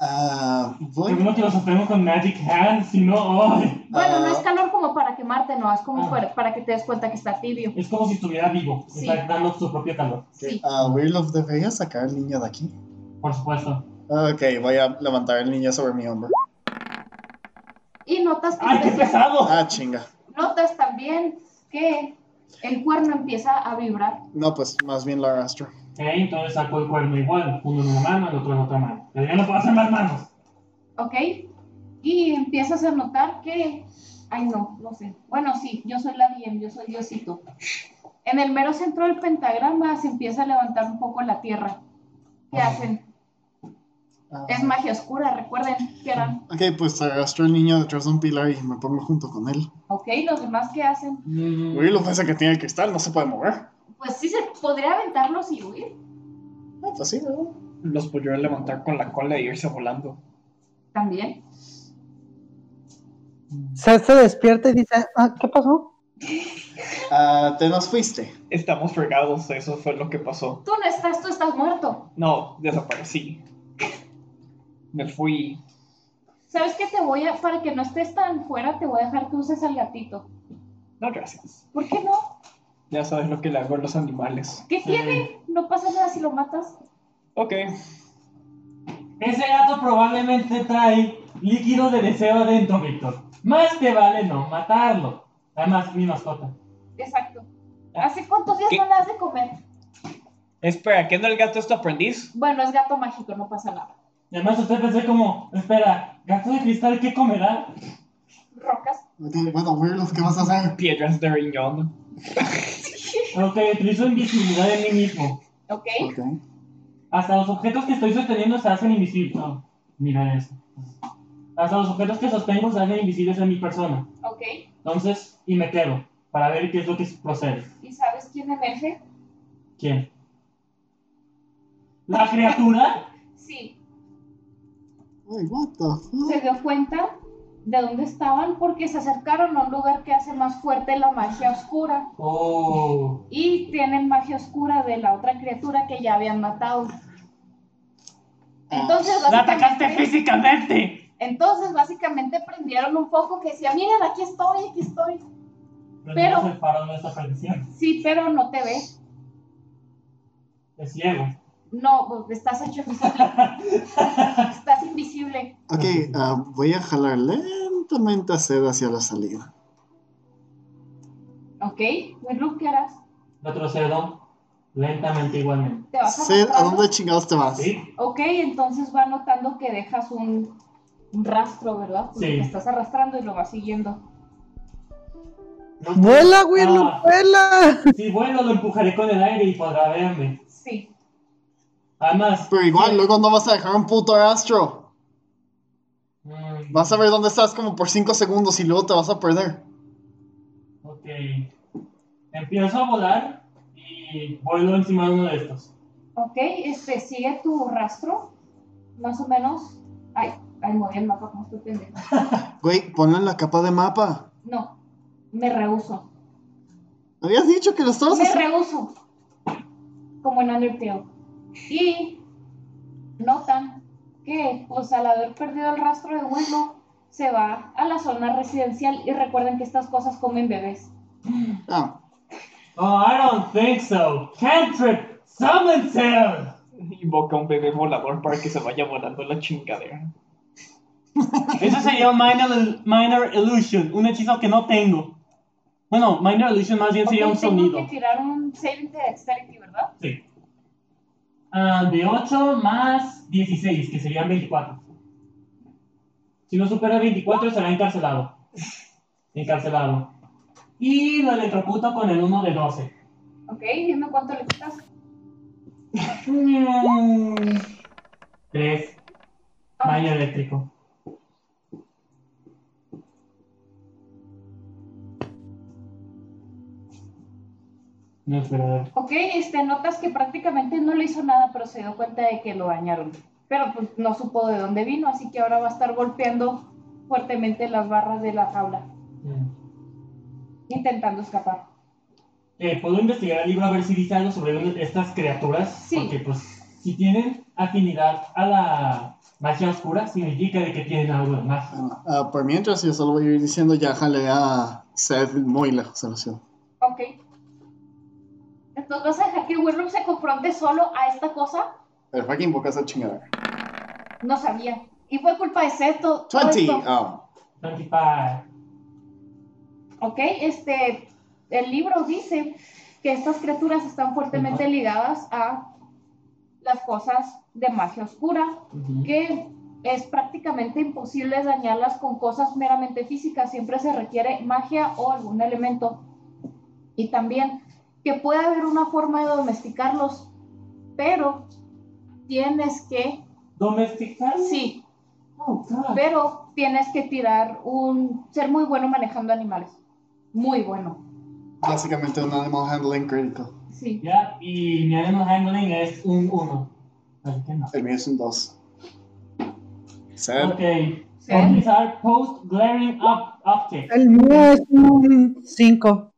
S5: ah, voy.
S6: Primero que lo sostengo con Magic Hand, si no, ¡ay!
S3: Bueno, no
S5: Ah.
S3: es calor como para quemarte, no, es como
S6: Ah.
S3: para, para que te des cuenta que está tibio.
S6: es como si estuviera vivo.
S3: Sí.
S6: Está dando su propio calor.
S3: Sí.
S5: Ah, Willow, ¿deberías sacar al niño de aquí?
S6: Por supuesto.
S5: Ah, Ok, voy a levantar al niño sobre mi hombro.
S3: Y notas que
S6: ¡Ay, qué pesado!
S5: Ah, chinga.
S3: notas también que el cuerno empieza a vibrar.
S5: No, pues más bien lo arrastro.
S6: Ok, entonces saco el cuerno igual. Uno en una mano, el otro en otra mano. Pero ya no puedo hacer más manos.
S3: ¿ok? Y empiezas a notar que, ay no, no sé, bueno, sí, yo soy la DM, yo soy Diosito. En el mero centro del pentagrama se empieza a levantar un poco la tierra. ¿Qué hacen?
S5: Ah,
S3: Es magia oscura, recuerden que eran,
S5: Ok, pues arrastro al niño detrás de un pilar y me pongo junto con él.
S3: ¿ok? Los demás que hacen,
S5: Willow piensa que tiene el cristal, no se puede mover. Ah,
S3: pues sí, se podría aventarlos y huir.
S5: No, pues sí, ¿verdad?
S7: Los podría levantar con la cola e irse volando.
S3: También.
S4: Seth se despierta y dice, ah, ¿qué pasó?
S5: Ah, te nos fuiste.
S7: Estamos fregados, eso fue lo que pasó.
S3: Tú no estás, tú estás muerto.
S7: No, desaparecí. Me fui.
S3: ¿Sabes qué te voy a, para que no estés tan fuera, te voy a dejar que uses al gatito?
S7: No, gracias.
S3: ¿Por qué no?
S7: Ya sabes lo que le hago a los animales.
S3: ¿Qué tiene? No pasa nada si lo matas.
S7: Ok.
S6: Ese gato probablemente trae líquido de deseo adentro, Víctor. Más te vale no matarlo. Además, es mi mascota.
S3: Exacto. ¿Hace cuántos días
S7: ¿Qué?
S3: no le has de comer?
S7: Espera, ¿qué no el gato es tu aprendiz?
S3: Bueno, es gato mágico, no pasa nada.
S6: Y además, usted pensé como, espera, gato de cristal, ¿qué comerá?
S3: Rocas.
S5: Ok, bueno, Willow, ¿qué vas a hacer?
S7: Piedras de riñón.
S6: Ok, utilizo invisibilidad en mí mismo.
S3: Ok.
S5: Ok.
S6: Hasta los objetos que estoy sosteniendo se hacen invisibles. No, mira eso. Hasta los objetos que sostengo se hacen invisibles en mi persona.
S3: Ok.
S6: Entonces, y me quedo para ver qué es lo que procede.
S3: ¿Y sabes quién emerge?
S6: ¿Quién? ¿La criatura?
S3: Sí.
S5: Ay, what the fuck?
S3: Se dio cuenta de dónde estaban porque se acercaron a un lugar que hace más fuerte la magia oscura.
S6: Oh.
S3: Y tienen magia oscura de la otra criatura que ya habían matado. Entonces,
S6: ¡La atacaste
S3: básicamente,
S6: físicamente!
S3: entonces, básicamente prendieron un foco que decía, miren, aquí estoy, aquí estoy.
S6: Pero. el faro de esa perdición.
S3: Sí, pero no te ve.
S6: Es ciego.
S3: No, pues, estás hecho invisible. estás invisible.
S5: Ok, ah, voy a jalar lentamente a Sed hacia la salida.
S3: Ok, Winrup, ¿qué harás?
S6: Retrocedo lentamente igualmente.
S3: ¿Te vas
S5: Sed, ¿a
S3: arrastrando?
S5: dónde chingados te vas?
S6: ¿Sí?
S3: Ok, entonces va notando que dejas un, un rastro, ¿verdad? Porque
S6: Sí.
S3: te estás arrastrando y lo vas siguiendo.
S6: No-
S4: ¡Vuela, güey! ¡Lo
S6: Ah,
S4: vuela!
S6: Si vuelo, lo empujaré con el aire y podrá verme.
S3: Sí.
S6: Además,
S5: Pero igual, luego no vas a dejar un puto astro.
S6: mm,
S5: Vas a ver dónde estás como por 5 segundos y luego te vas a perder.
S6: mm, Ok. Empiezo a volar y vuelo encima de uno de estos.
S3: Ok, este, sigue tu rastro, más o menos. Ay, ay, moví el mapa, como estoy pendeja.
S5: Güey, ponle en la capa de mapa.
S3: No, me rehuso.
S5: Habías dicho que lo estabas
S3: Me
S5: haciendo.
S3: rehuso. Como en Undertale. Y notan que, pues al haber perdido el rastro de vuelo, se va a la zona residencial y recuerden que estas cosas comen bebés.
S5: Ah,
S6: Oh, I don't think so. Cantrip, summon cell.
S8: Invoca un bebé volador para que se vaya volando la chingadera.
S6: Eso sería un minor, minor illusion, un hechizo que no tengo. Bueno, minor illusion más bien sería
S3: Ok,
S6: un
S3: tengo
S6: sonido.
S3: que tirar un saving de dexterity, ¿verdad?
S6: Sí. Ah, de 8 más 16, que serían 24. Si no supera 24, será encarcelado. Encarcelado. Y lo electrocuto con el 1 de 12.
S3: Ok, dime cuánto le quitas.
S6: Mm. 3.
S3: Ah,
S6: Baño eléctrico. No es verdadero.
S3: Ok, este, notas que prácticamente no le hizo nada, pero se dio cuenta de que lo dañaron. Pero pues no supo de dónde vino, así que ahora va a estar golpeando fuertemente las barras de la jaula,
S6: Mm.
S3: intentando escapar.
S6: Eh, ¿Puedo investigar el libro a ver si dice algo sobre una- estas criaturas?
S3: Sí.
S6: Porque, pues, si tienen afinidad a la magia oscura, significa de que tienen algo de magia.
S5: ah, ah, por mientras yo solo voy a ir diciendo ya jale a Seth muy lejos de la ciudad.
S3: Ok. Entonces vas a dejar que Werewolf se confronte solo a esta cosa.
S5: Pero fue que invocas a chingadera.
S3: No sabía. Y fue culpa de Seto.
S5: 20. ah.
S6: 25.
S3: Ok, este, el libro dice que estas criaturas están fuertemente ligadas a las cosas de magia oscura,
S6: Ujú.
S3: que es prácticamente imposible dañarlas con cosas meramente físicas, siempre se requiere magia o algún elemento. Y también que puede haber una forma de domesticarlos, pero tienes que,
S6: ¿Domesticar?
S3: sí,
S6: Oh, God.
S3: pero tienes que tirar un, ser muy bueno manejando animales, muy bueno,
S5: Básicamente un animal handling critical.
S3: sí.
S6: Ya, y mi animal handling es un 1. Así que no.
S5: El mío es un 2. Seth.
S6: Ok.
S3: Sí.
S6: Utilizar post glaring up optic.
S4: El mío es un 5.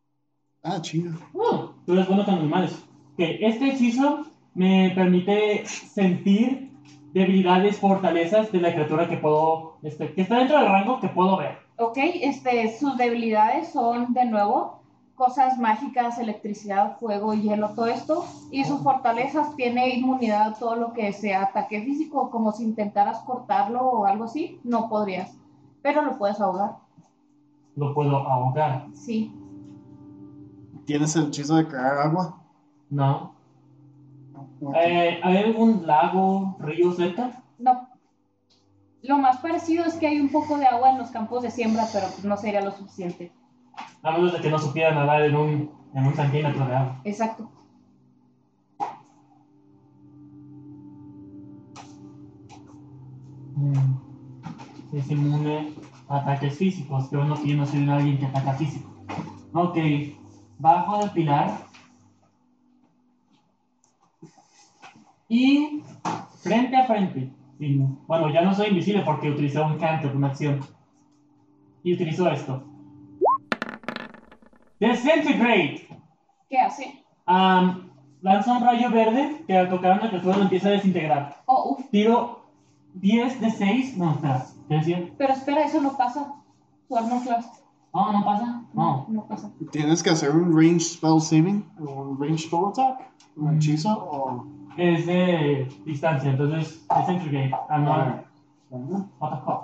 S5: Ah, chinga.
S6: Oh, tú eres bueno con animales. Ok, este hechizo me permite sentir debilidades, fortalezas de la criatura que puedo. Este, que está dentro del rango que puedo ver.
S3: Ok, este, sus debilidades son de nuevo cosas mágicas, electricidad, fuego, hielo, todo esto. Y sus fortalezas tiene inmunidad a todo lo que sea ataque físico, como si intentaras cortarlo o algo así, no podrías. Pero lo puedes ahogar,
S6: Lo puedo ahogar.
S3: sí.
S5: ¿Tienes el hechizo de crear agua?
S6: No.
S5: Ok.
S6: Eh, ¿Hay algún lago, río cerca?
S3: No. Lo más parecido es que hay un poco de agua en los campos de siembra, pero pues, no sería lo suficiente.
S6: A menos de que no supiera nadar en un, en un centímetro de agua.
S3: Exacto.
S6: Mm. Es inmune a ataques físicos. Yo no, yo no soy alguien que ataca físico. Ok, bajo del pilar. Y frente a frente. Y, bueno, ya no soy invisible porque utilicé un canto, una acción. Y utilizo esto. Disintegrate.
S3: ¿Qué hace?
S6: Am, lanza un rayo verde que al tocar una criatura lo empieza a desintegrar.
S3: Oh, uf,
S6: Tiro 10 de 6. No, espera, ¿qué decía?
S3: pero espera, eso no pasa. Tu armor class.
S6: No, no pasa. No.
S3: no pasa.
S5: ¿Tienes que hacer un range spell saving? ¿O un range spell attack?
S6: Mm.
S5: ¿Un hechizo? ¿O
S6: Es de distancia, entonces es entre que. Ah, no. What the fuck?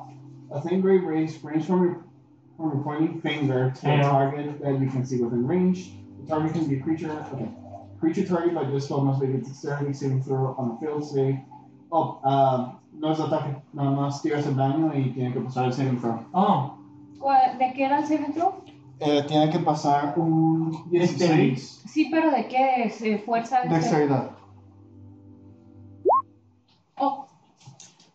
S7: A thin gray ray springs from your, from your pointing finger to a
S6: Yeah.
S7: target that you can see within range. The target can be a creature. Okay. Creature target by this spell must make a dexterity saving throw on the field save. Oh, uh, no es ataque, nada más tiras el daño y tiene que pasar el saving throw.
S6: Oh,
S3: ¿Cuál- ¿De qué era el saving throw?
S7: Eh, tiene que pasar un 16
S3: Sí, pero ¿de qué es? Eh, ¿Fuerza? de-
S7: dexteridad.
S3: Oh,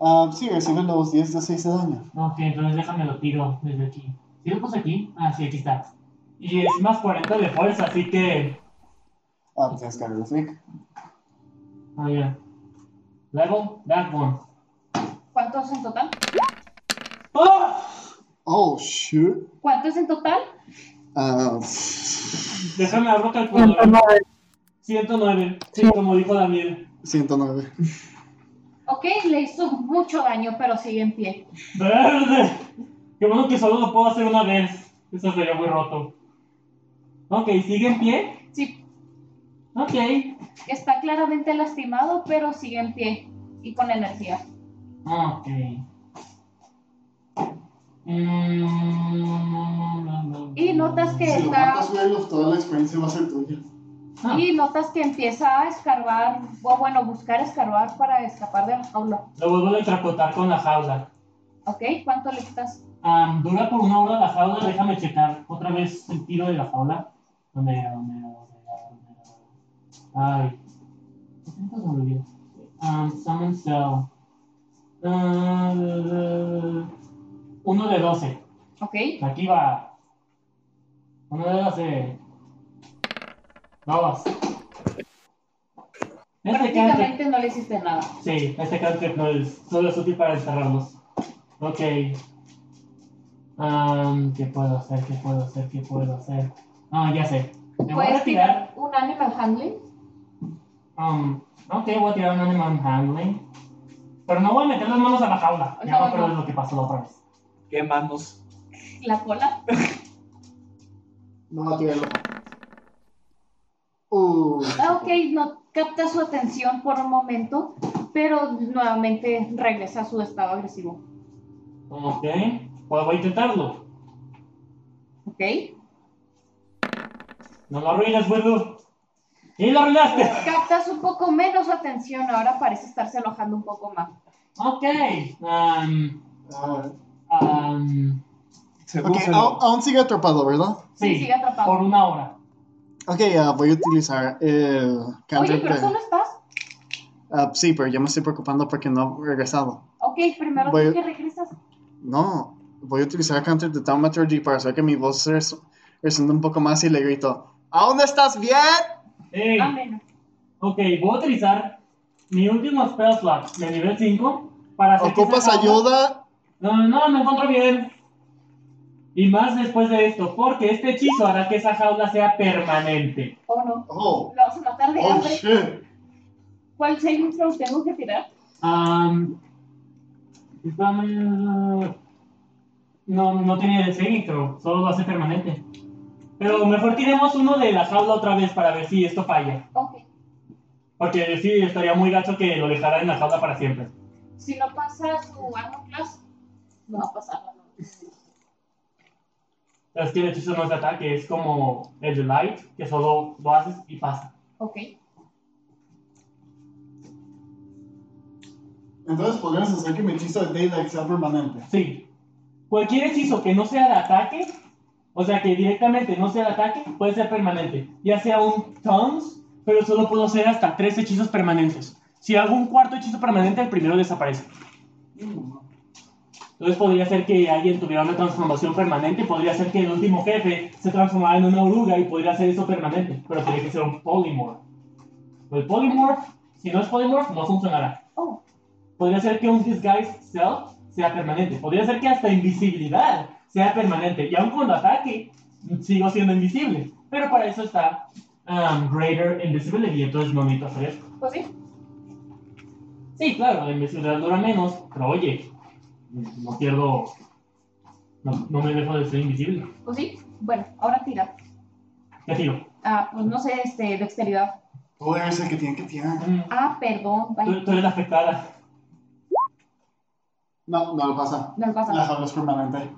S7: Ah, sí, recibe los 10 de 6 de daño.
S6: ok, entonces déjame lo tiro desde aquí. ¿Sí lo puse aquí? Ah, sí, aquí está. Y es más 40 de fuerza, así que.
S7: Ah, pues tienes que abrir el flick.
S6: Oh, yeah. Level, that one.
S3: ¿Cuántos en total?
S6: ¡Oh!
S5: Oh, shoot.
S3: ¿Cuántos en total?
S5: Ah,
S6: Déjame abrir el calculador.
S12: 109.
S6: 109. Sí, como dijo Daniel.
S5: 109.
S3: Ok, le hizo mucho daño, pero sigue en pie.
S6: ¡Verde! Qué bueno que solo lo puedo hacer una vez. Eso sería muy roto. Ok, ¿sigue en pie?
S3: Sí,
S6: Ok.
S3: está claramente lastimado, pero sigue en pie y con energía.
S6: Ok. Mm.
S3: Y notas que
S5: Si lo
S3: está...
S5: matas, Werewolf, toda la experiencia va a ser tuya.
S6: Ah.
S3: Y notas que empieza a escarbar, o bueno, buscar escarbar para escapar de la jaula.
S6: Lo vuelvo a electrocutar con la jaula.
S3: ¿Ok? ¿Cuánto le quitas?
S6: Ah, dura por una hora la jaula, déjame checar otra vez el tiro de la jaula. ¿Dónde era? ¿Dónde era? ¿Dónde era? ¿Dónde era? Ay. ¿Cuánto se me olvidó? Um, summon spell. Ah, uno de 12.
S3: ¿Ok?
S6: Aquí va. Uno de 12. Dos. Este cantrip.
S3: Prácticamente no le hiciste nada.
S6: Sí, este cantrip no es, solo es útil para encerrarlos. Ok. Am, ¿Qué puedo hacer? ¿Qué puedo hacer? ¿Qué puedo hacer? Ah, ya sé. Me voy a
S3: ¿Puedes
S6: retirar.
S3: tirar un animal handling?
S6: Um, ok, voy a tirar un animal handling. Pero no voy a meter las manos a la jaula. Ya
S3: No,
S6: va a perder
S3: no.
S6: lo que pasó la otra vez.
S13: ¿Qué manos?
S3: ¿La cola?
S5: No va a tirarlo. Uh,
S3: Ah, ok, no capta su atención por un momento, pero nuevamente regresa a su estado agresivo.
S6: Ok. Pues voy a intentarlo.
S3: ¿Ok?
S6: No lo arruines, Willow. ¡Y lo arruinaste!
S3: Captas un poco menos atención, ahora parece estarse alojando un poco más.
S6: Ok. Um,
S5: ah.
S6: um,
S5: Ok,
S8: oh,
S5: au- aún sigue atrapado, ¿verdad?
S3: Sí, sigue atrapado.
S6: Por una hora.
S5: Ok, ah, voy a utilizar el
S3: Oye,
S5: cantrip
S3: pero
S5: de-
S3: solo estás.
S5: Ah, sí, pero yo me estoy preocupando porque no he regresado.
S3: Ok, primero
S5: Voy-
S3: tú que regresas.
S5: No, voy a utilizar el cantrip de Taumaturgy para hacer que mi voz res- resuene un poco más y le grito ¿Aún estás bien?
S6: Ey,
S3: Amén.
S6: ok, voy a utilizar mi último spell slot de nivel 5 para hacer que
S5: ¿Ocupas
S6: esa jaula-
S5: ayuda?
S6: No, no, no, me encuentro bien. Y más después de esto, porque este hechizo hará que esa jaula sea permanente.
S3: ¿O no?
S5: Oh,
S3: Lo vas a matar de
S5: oh
S3: hambre.
S5: shit.
S3: ¿Cuál saving throw tengo que tirar?
S6: Am, espérame, no, no tenía el saving throw, solo lo hace permanente. Pero mejor tiremos uno de la jaula otra vez para ver si esto falla.
S3: Ok.
S6: Porque sí, estaría muy gacho que lo dejara en la jaula para siempre.
S3: Si no pasa su armor class, no va a pasar la
S6: Es que el hechizo no es de ataque, es como el de Light, que solo lo haces y pasa.
S3: Ok.
S5: Entonces podrías hacer que mi hechizo de Daylight sea permanente.
S6: Sí. Cualquier hechizo que no sea de ataque, o sea que directamente no sea de ataque, puede ser permanente. Ya sea un Tongues, pero solo puedo hacer hasta tres hechizos permanentes. Si hago un cuarto hechizo permanente, el primero desaparece. Entonces podría ser que alguien tuviera una transformación permanente, podría ser que el último jefe se transformara en una oruga y podría hacer eso permanente, pero tiene que ser un polymorph. El polymorph, si no es polymorph, no funcionará.
S3: Oh,
S6: Podría ser que un disguise self sea permanente. Podría ser que hasta invisibilidad sea permanente. Y aun cuando ataque, sigo siendo invisible. Pero para eso está um, Greater Invisibility. Entonces no necesito hacer eso.
S3: pues sí.
S6: Sí, claro, la invisibilidad dura menos. Pero oye, no pierdo. No, no me dejo de ser invisible.
S3: Pues sí. Bueno, ahora tira.
S6: ¿Qué tiro?
S3: Ah, pues no sé, este, dexteridad.
S5: Tú eres el que tiene que tirar.
S6: Mm,
S3: Ah, perdón. vaya.
S6: Tú, tú eres la afectada.
S5: No, no lo pasa.
S3: Las vas a
S5: La jaula es permanente.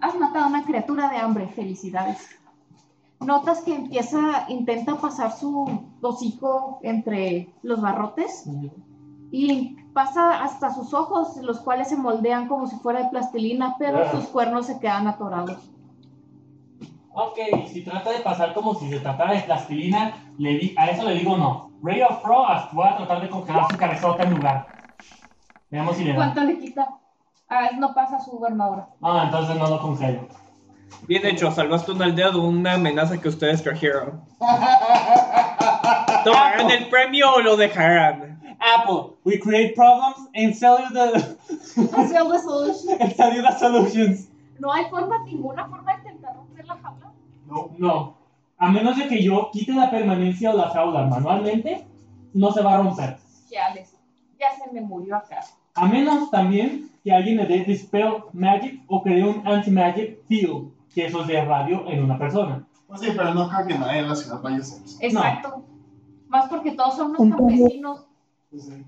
S3: Has matado a una criatura de hambre, felicidades. Notas que empieza, intenta pasar su hocico entre los barrotes y pasa hasta sus ojos, los cuales se moldean como si fuera de plastilina, pero
S14: Ah.
S3: sus cuernos se quedan atorados.
S14: Ok, si trata de pasar como si se tratara de plastilina, le di- a eso le digo no. Ray of Frost, voy a tratar de congelar su cabezota en lugar. Veamos si le da.
S3: ¿Cuánto le quita? Ah, no pasa su armadura.
S14: Ah, entonces no lo congelo.
S8: Bien hecho, salvaste una aldea de una amenaza que ustedes trajeron. ¿Tomarán el premio o lo dejarán?
S6: Apple, we create problems and sell you the
S3: Así es la solución.
S6: and sell you the solutions.
S3: No hay forma, ninguna forma de intentar romper la jaula.
S14: No. A menos de que yo quite la permanencia o las aulas manualmente, no se va a romper.
S3: Ya les, ya se me murió acá.
S14: A menos también que alguien le dé Dispel Magic o cree un Anti-Magic Field, que eso es de radio en una persona.
S5: Pues sí, pero no creo que nadie en la ciudad vaya a hacer eso.
S3: Exacto. Más porque todos son unos
S4: Un poco.
S3: campesinos.
S5: Pues sí.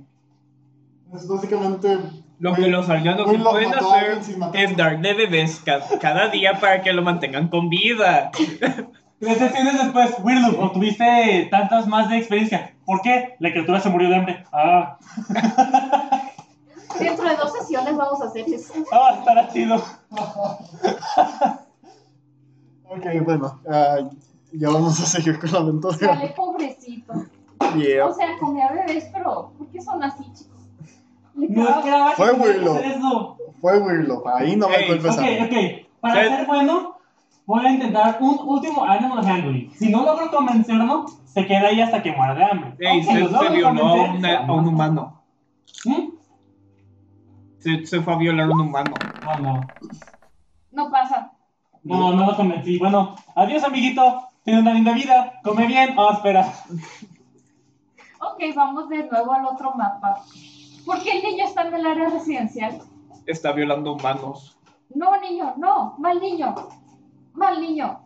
S5: Es básicamente.
S8: Lo que los aldeanos
S5: Muy
S8: sí pueden
S5: mató a alguien
S8: hacer
S5: sin matar.
S8: es darle bebés ca- cada día para que lo mantengan con vida.
S7: Ah,
S6: Tres sesiones después, Weirdo, obtuviste tantas más de experiencia. ¿Por qué? La criatura se murió de hambre. Ah,
S3: Dentro de dos sesiones vamos a hacer eso.
S6: ah estará chido.
S5: Ok, bueno. ah, ya vamos a seguir con la aventura.
S3: Sale pobrecito. O
S5: Yeah.
S3: sea, comía bebés, pero ¿por qué son así, chicos? Le
S6: No
S3: quedaba-
S6: esperaba
S5: Fue
S6: que pudieras
S5: Weirdo.
S6: hacer eso.
S5: Fue Wirlo. Ahí no me
S8: Ey,
S5: culpes a
S6: Ok,
S5: mí.
S6: ok. Para
S8: Sí.
S6: ser bueno, voy a intentar un último Animal Handling. Si no logro convencerlo, se queda ahí hasta que muera de hambre.
S8: Ey,
S6: Ok,
S8: se,
S6: lo
S8: se
S6: logro
S8: violó a,
S6: convencer,
S8: una-
S6: se
S8: a un
S6: mata.
S8: humano.
S6: ¿Mm?
S8: Se, se fue a violar a un humano.
S6: No, no.
S3: No pasa.
S6: No, no lo convencí. Bueno, adiós, amiguito. Ten una linda vida. Come bien. Ah, espera.
S3: Ok, vamos de nuevo al otro mapa. ¿Por qué el niño está en el área residencial?
S8: Está violando humanos.
S3: No, niño, no. Mal niño. Mal niño.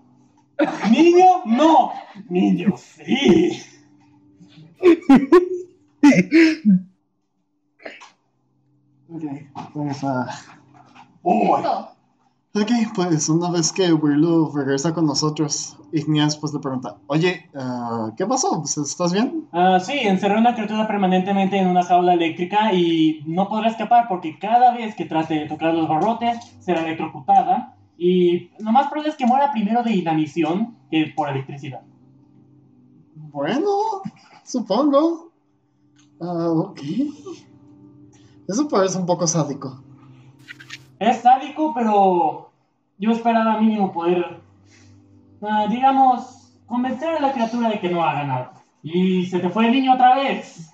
S6: Niño, no. Niño, sí.
S5: Ok, pues. ah,
S3: Listo.
S5: Ok, pues una vez que Wirlo regresa con nosotros, Igneas pues le pregunta, oye, ah, ¿qué pasó? Pues, ¿Estás bien?
S6: Ah, sí, encerré a una criatura permanentemente en una jaula eléctrica y no podrá escapar porque cada vez que trate de tocar los barrotes será electrocutada y lo más probable es que muera primero de inanición que por electricidad.
S5: Bueno, supongo. Ah, ok. Eso parece un poco sádico.
S6: Es sádico, pero yo esperaba mínimo poder, ah, digamos, convencer a la criatura de que no haga nada. Y se te fue el niño otra vez.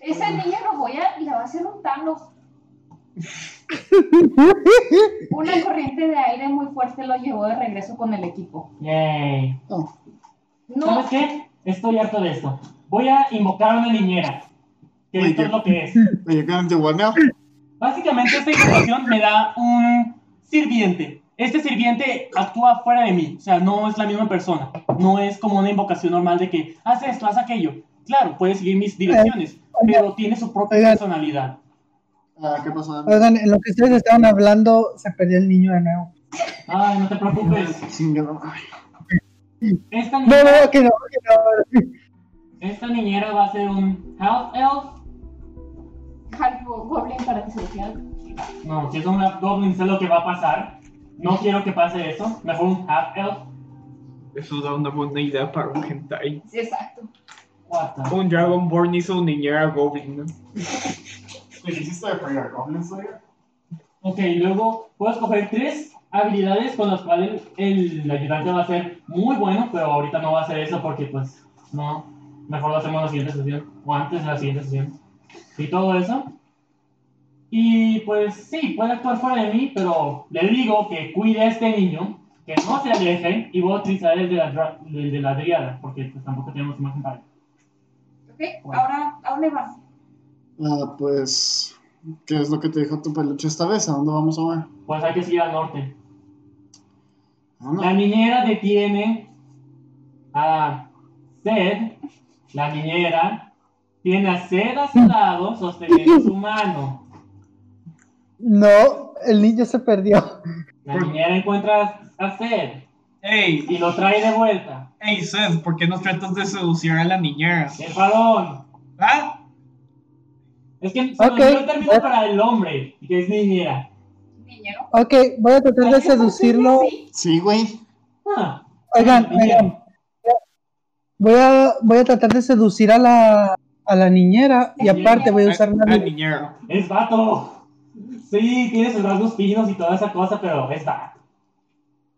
S3: Ese niño lo voy a, le va a hacer un Thanos. Una corriente de aire muy fuerte lo llevó de regreso con el equipo.
S6: Yay.
S3: No,
S6: ¿Sabes qué? Estoy harto de esto. Voy a invocar a una niñera. Que
S5: Muy
S6: esto
S5: bien.
S6: es lo que es.
S5: Are you going to what now?
S6: Básicamente esta invocación me da un sirviente. Este sirviente actúa fuera de mí, o sea, no es la misma persona. No es como una invocación normal de que haz esto, haz aquello. Claro, puede seguir mis direcciones, pero tiene su propia
S4: Oigan.
S6: personalidad.
S5: Ah, ¿Qué pasó?
S4: Oigan, en lo que ustedes estaban hablando, se perdió el niño de nuevo.
S6: Ay, no te preocupes.
S5: Chingado. Ay,
S6: Esta
S4: No,
S6: niñera,
S4: no, que no, que no.
S6: esta niñera va a ser un half elf.
S3: Harpo, Goblin para que se lo quieran.
S6: No, si es un half goblin sé lo que va a pasar. No quiero que pase eso. Mejor un half elf.
S8: Eso da una buena idea para un hentai.
S3: Sí, exacto.
S6: What the-
S8: Un Dragonborn hizo un niñera goblin.
S5: ¿Qué hiciste de Prayer Goblin Slayer?
S6: Ok, luego puedo escoger tres habilidades con las cuales el ayudante va a ser muy bueno, pero ahorita no va a hacer eso porque pues no, mejor lo hacemos en la siguiente sesión o antes de la siguiente sesión. Y todo eso. Y pues sí, puede actuar fuera de mí, pero le digo que cuide a este niño, que no se aleje y voy a utilizar el de la, dra- el de la driada, porque pues tampoco tenemos imagen para él.
S3: Ok, ahora, ¿a dónde vas?
S5: Ah, pues, ¿qué es lo que te dijo tu peluche esta vez? ¿A dónde vamos a ver?
S6: Pues hay que seguir al norte.
S5: Ah, no.
S6: La niñera detiene a Sed. La
S4: Mm.
S6: niñera tiene a Sed a su lado sosteniendo su mano.
S4: No, el niño se perdió.
S6: La niñera encuentra a Seth.
S8: Ey,
S6: Y lo trae de vuelta.
S8: ey, Seth, ¿por qué no tratas de seducir a la niñera?
S6: El varón.
S8: ¿Ah?
S6: Es que se me
S4: Ok.
S6: olvidó el término para el hombre, que es niñera.
S3: niñero.
S4: Ok, voy a tratar de seducirlo.
S5: Sí, güey.
S6: Ah,
S4: Oigan, oigan. Voy a, voy a tratar de seducir a la, a la niñera y aparte voy a usar
S8: la,
S4: una...
S8: niñera.
S6: es vato. Sí, tiene sus rasgos finos y toda esa cosa, pero es vato.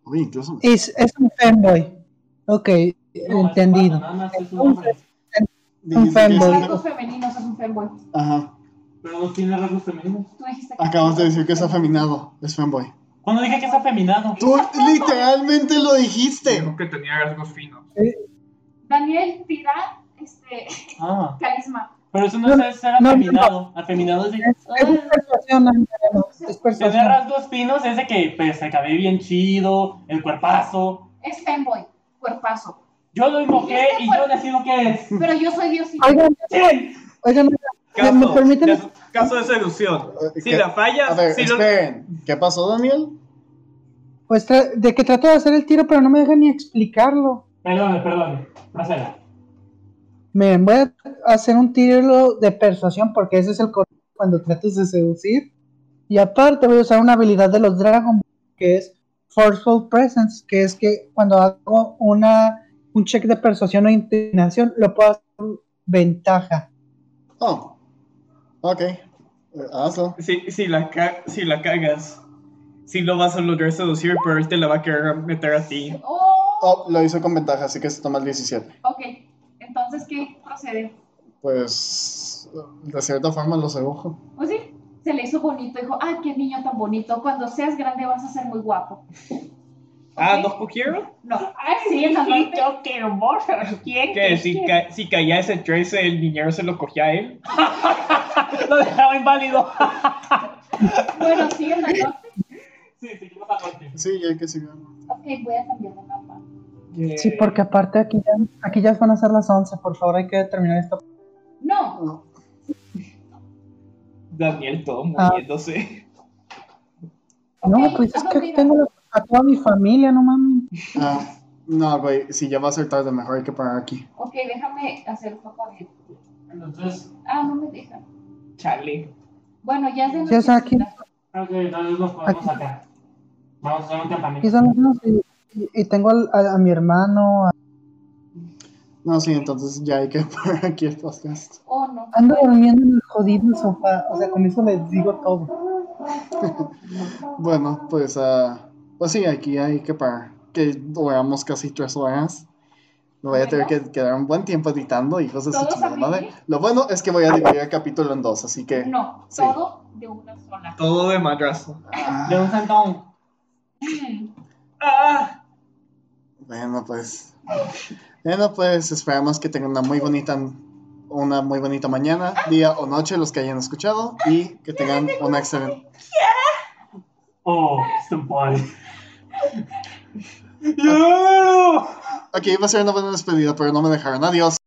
S5: Uy, incluso.
S4: Es, es un fanboy. Ok,
S6: No, es vato,
S4: entendido.
S6: Nada más es un hombre.
S5: dijiste que es
S4: fanboy.
S5: algo-
S3: Rasgos femeninos es un fanboy.
S5: Ajá.
S6: Pero no tiene rasgos femeninos.
S3: Tú dijiste que.
S5: Acabas de decir que es afeminado. Es fanboy.
S6: Cuando dije que es afeminado.
S5: Tú literalmente lo dijiste.
S8: Dijo que tenía rasgos finos.
S3: Daniel tira este,
S6: Ah,
S3: carisma.
S6: pero eso no es ser
S4: No, no, no.
S6: afeminado. Afeminado es de. "Ah,
S4: Es, es persuasión, Andrea, es
S6: Tener
S4: persuasión.
S6: rasgos finos es de que pues, se cabello bien chido, el cuerpazo.
S3: Es fanboy, cuerpazo.
S6: Yo lo invoqué y yo decido qué es.
S3: Pero yo soy diosito.
S4: Oigan,
S6: ¡Sí!
S4: oigan, ¿me, me permiten?
S8: caso- caso de seducción.
S5: Eh,
S8: Si
S5: ¿qué?
S8: la fallas,
S5: A ver,
S8: si lo-
S5: esperen. ¿Qué pasó, Daniel?
S4: Pues tra- de que trato de hacer el tiro, pero no me dejan ni explicarlo.
S6: Perdón, perdón. Proceda.
S4: Miren, voy a hacer un tiro de persuasión porque ese es el correcto cuando tratas de seducir. Y aparte voy a usar una habilidad de los Dragon Ball que es Forceful Presence, que es que cuando hago una un check de persuasión o intimidación lo puedo hacer con ventaja.
S5: Oh. Ok. Eh, Hazlo.
S8: si, si la, ca- si la cagas, si lo vas a lograr seducir, pero él te la va a querer meter a ti.
S3: Oh,
S5: Oh, lo hizo con ventaja, así que se toma el 17.
S3: ok. Entonces, ¿qué procede?
S5: Pues. De cierta forma lo sedujo.
S3: Pues sí, se le hizo bonito. Dijo, ah, qué niño tan bonito. Cuando seas grande vas a ser muy guapo.
S8: Ah,
S3: Ok.
S8: ¿no cogieron?
S3: No. Sí, en la parte.
S8: Que si, ca- si caía ese trace, el niñero se lo cogía a él.
S6: Lo dejaba inválido.
S3: Bueno, sí, en la parte.
S6: Sí, seguimos al norte.
S5: Sí, ya hay que seguir.
S3: Ok, voy a cambiar de mapa.
S4: Sí, porque aparte aquí ya, aquí ya van a ser las 11, por favor, hay que terminar esto.
S3: No,
S8: Daniel todo
S4: Ah.
S8: moviéndose.
S4: No,
S3: Ok,
S4: pues es
S3: ¿a
S4: que
S3: dónde
S4: tengo a toda mi familia, no mames.
S5: Ah, no, güey. Si ya va a ser tarde, mejor hay que parar aquí.
S3: ok, déjame hacer un poco bien.
S6: Entonces,
S3: Ah, no me deja.
S8: Chale.
S3: Bueno, ya es de
S4: Sí, o sea, aquí-
S3: nochecita.
S6: creo que entonces nos podemos sacar. Vamos a hacer un
S4: Aquí
S6: campamento.
S4: son las 11 y, y- y tengo al- a, a mi hermano, a-
S5: No, sí, entonces ya hay que parar aquí el podcast.
S3: Oh, no.
S4: ando durmiendo en el jodido sofá, o sea, con eso les digo todo.
S5: Bueno, pues, ah, pues sí, aquí hay que parar. Que duramos casi tres horas. Me voy a tener que quedar un buen tiempo editando, hijos de su
S3: Todos a
S5: chingada madre.
S3: vivir.
S5: Lo bueno es que voy a dividir el capítulo en dos, así que.
S3: No,
S5: Sí.
S3: todo de una sola.
S8: Todo de madrazo.
S5: ah,
S6: De un sentón.
S8: ¡Ah!
S5: bueno, pues. Bueno, pues esperamos que tengan una muy bonita una muy bonita mañana, día o noche, los que hayan escuchado, y que tengan una excelente.
S6: Oh, stupor.
S5: Ok, iba a ser una buena despedida, pero no me dejaron. Adiós.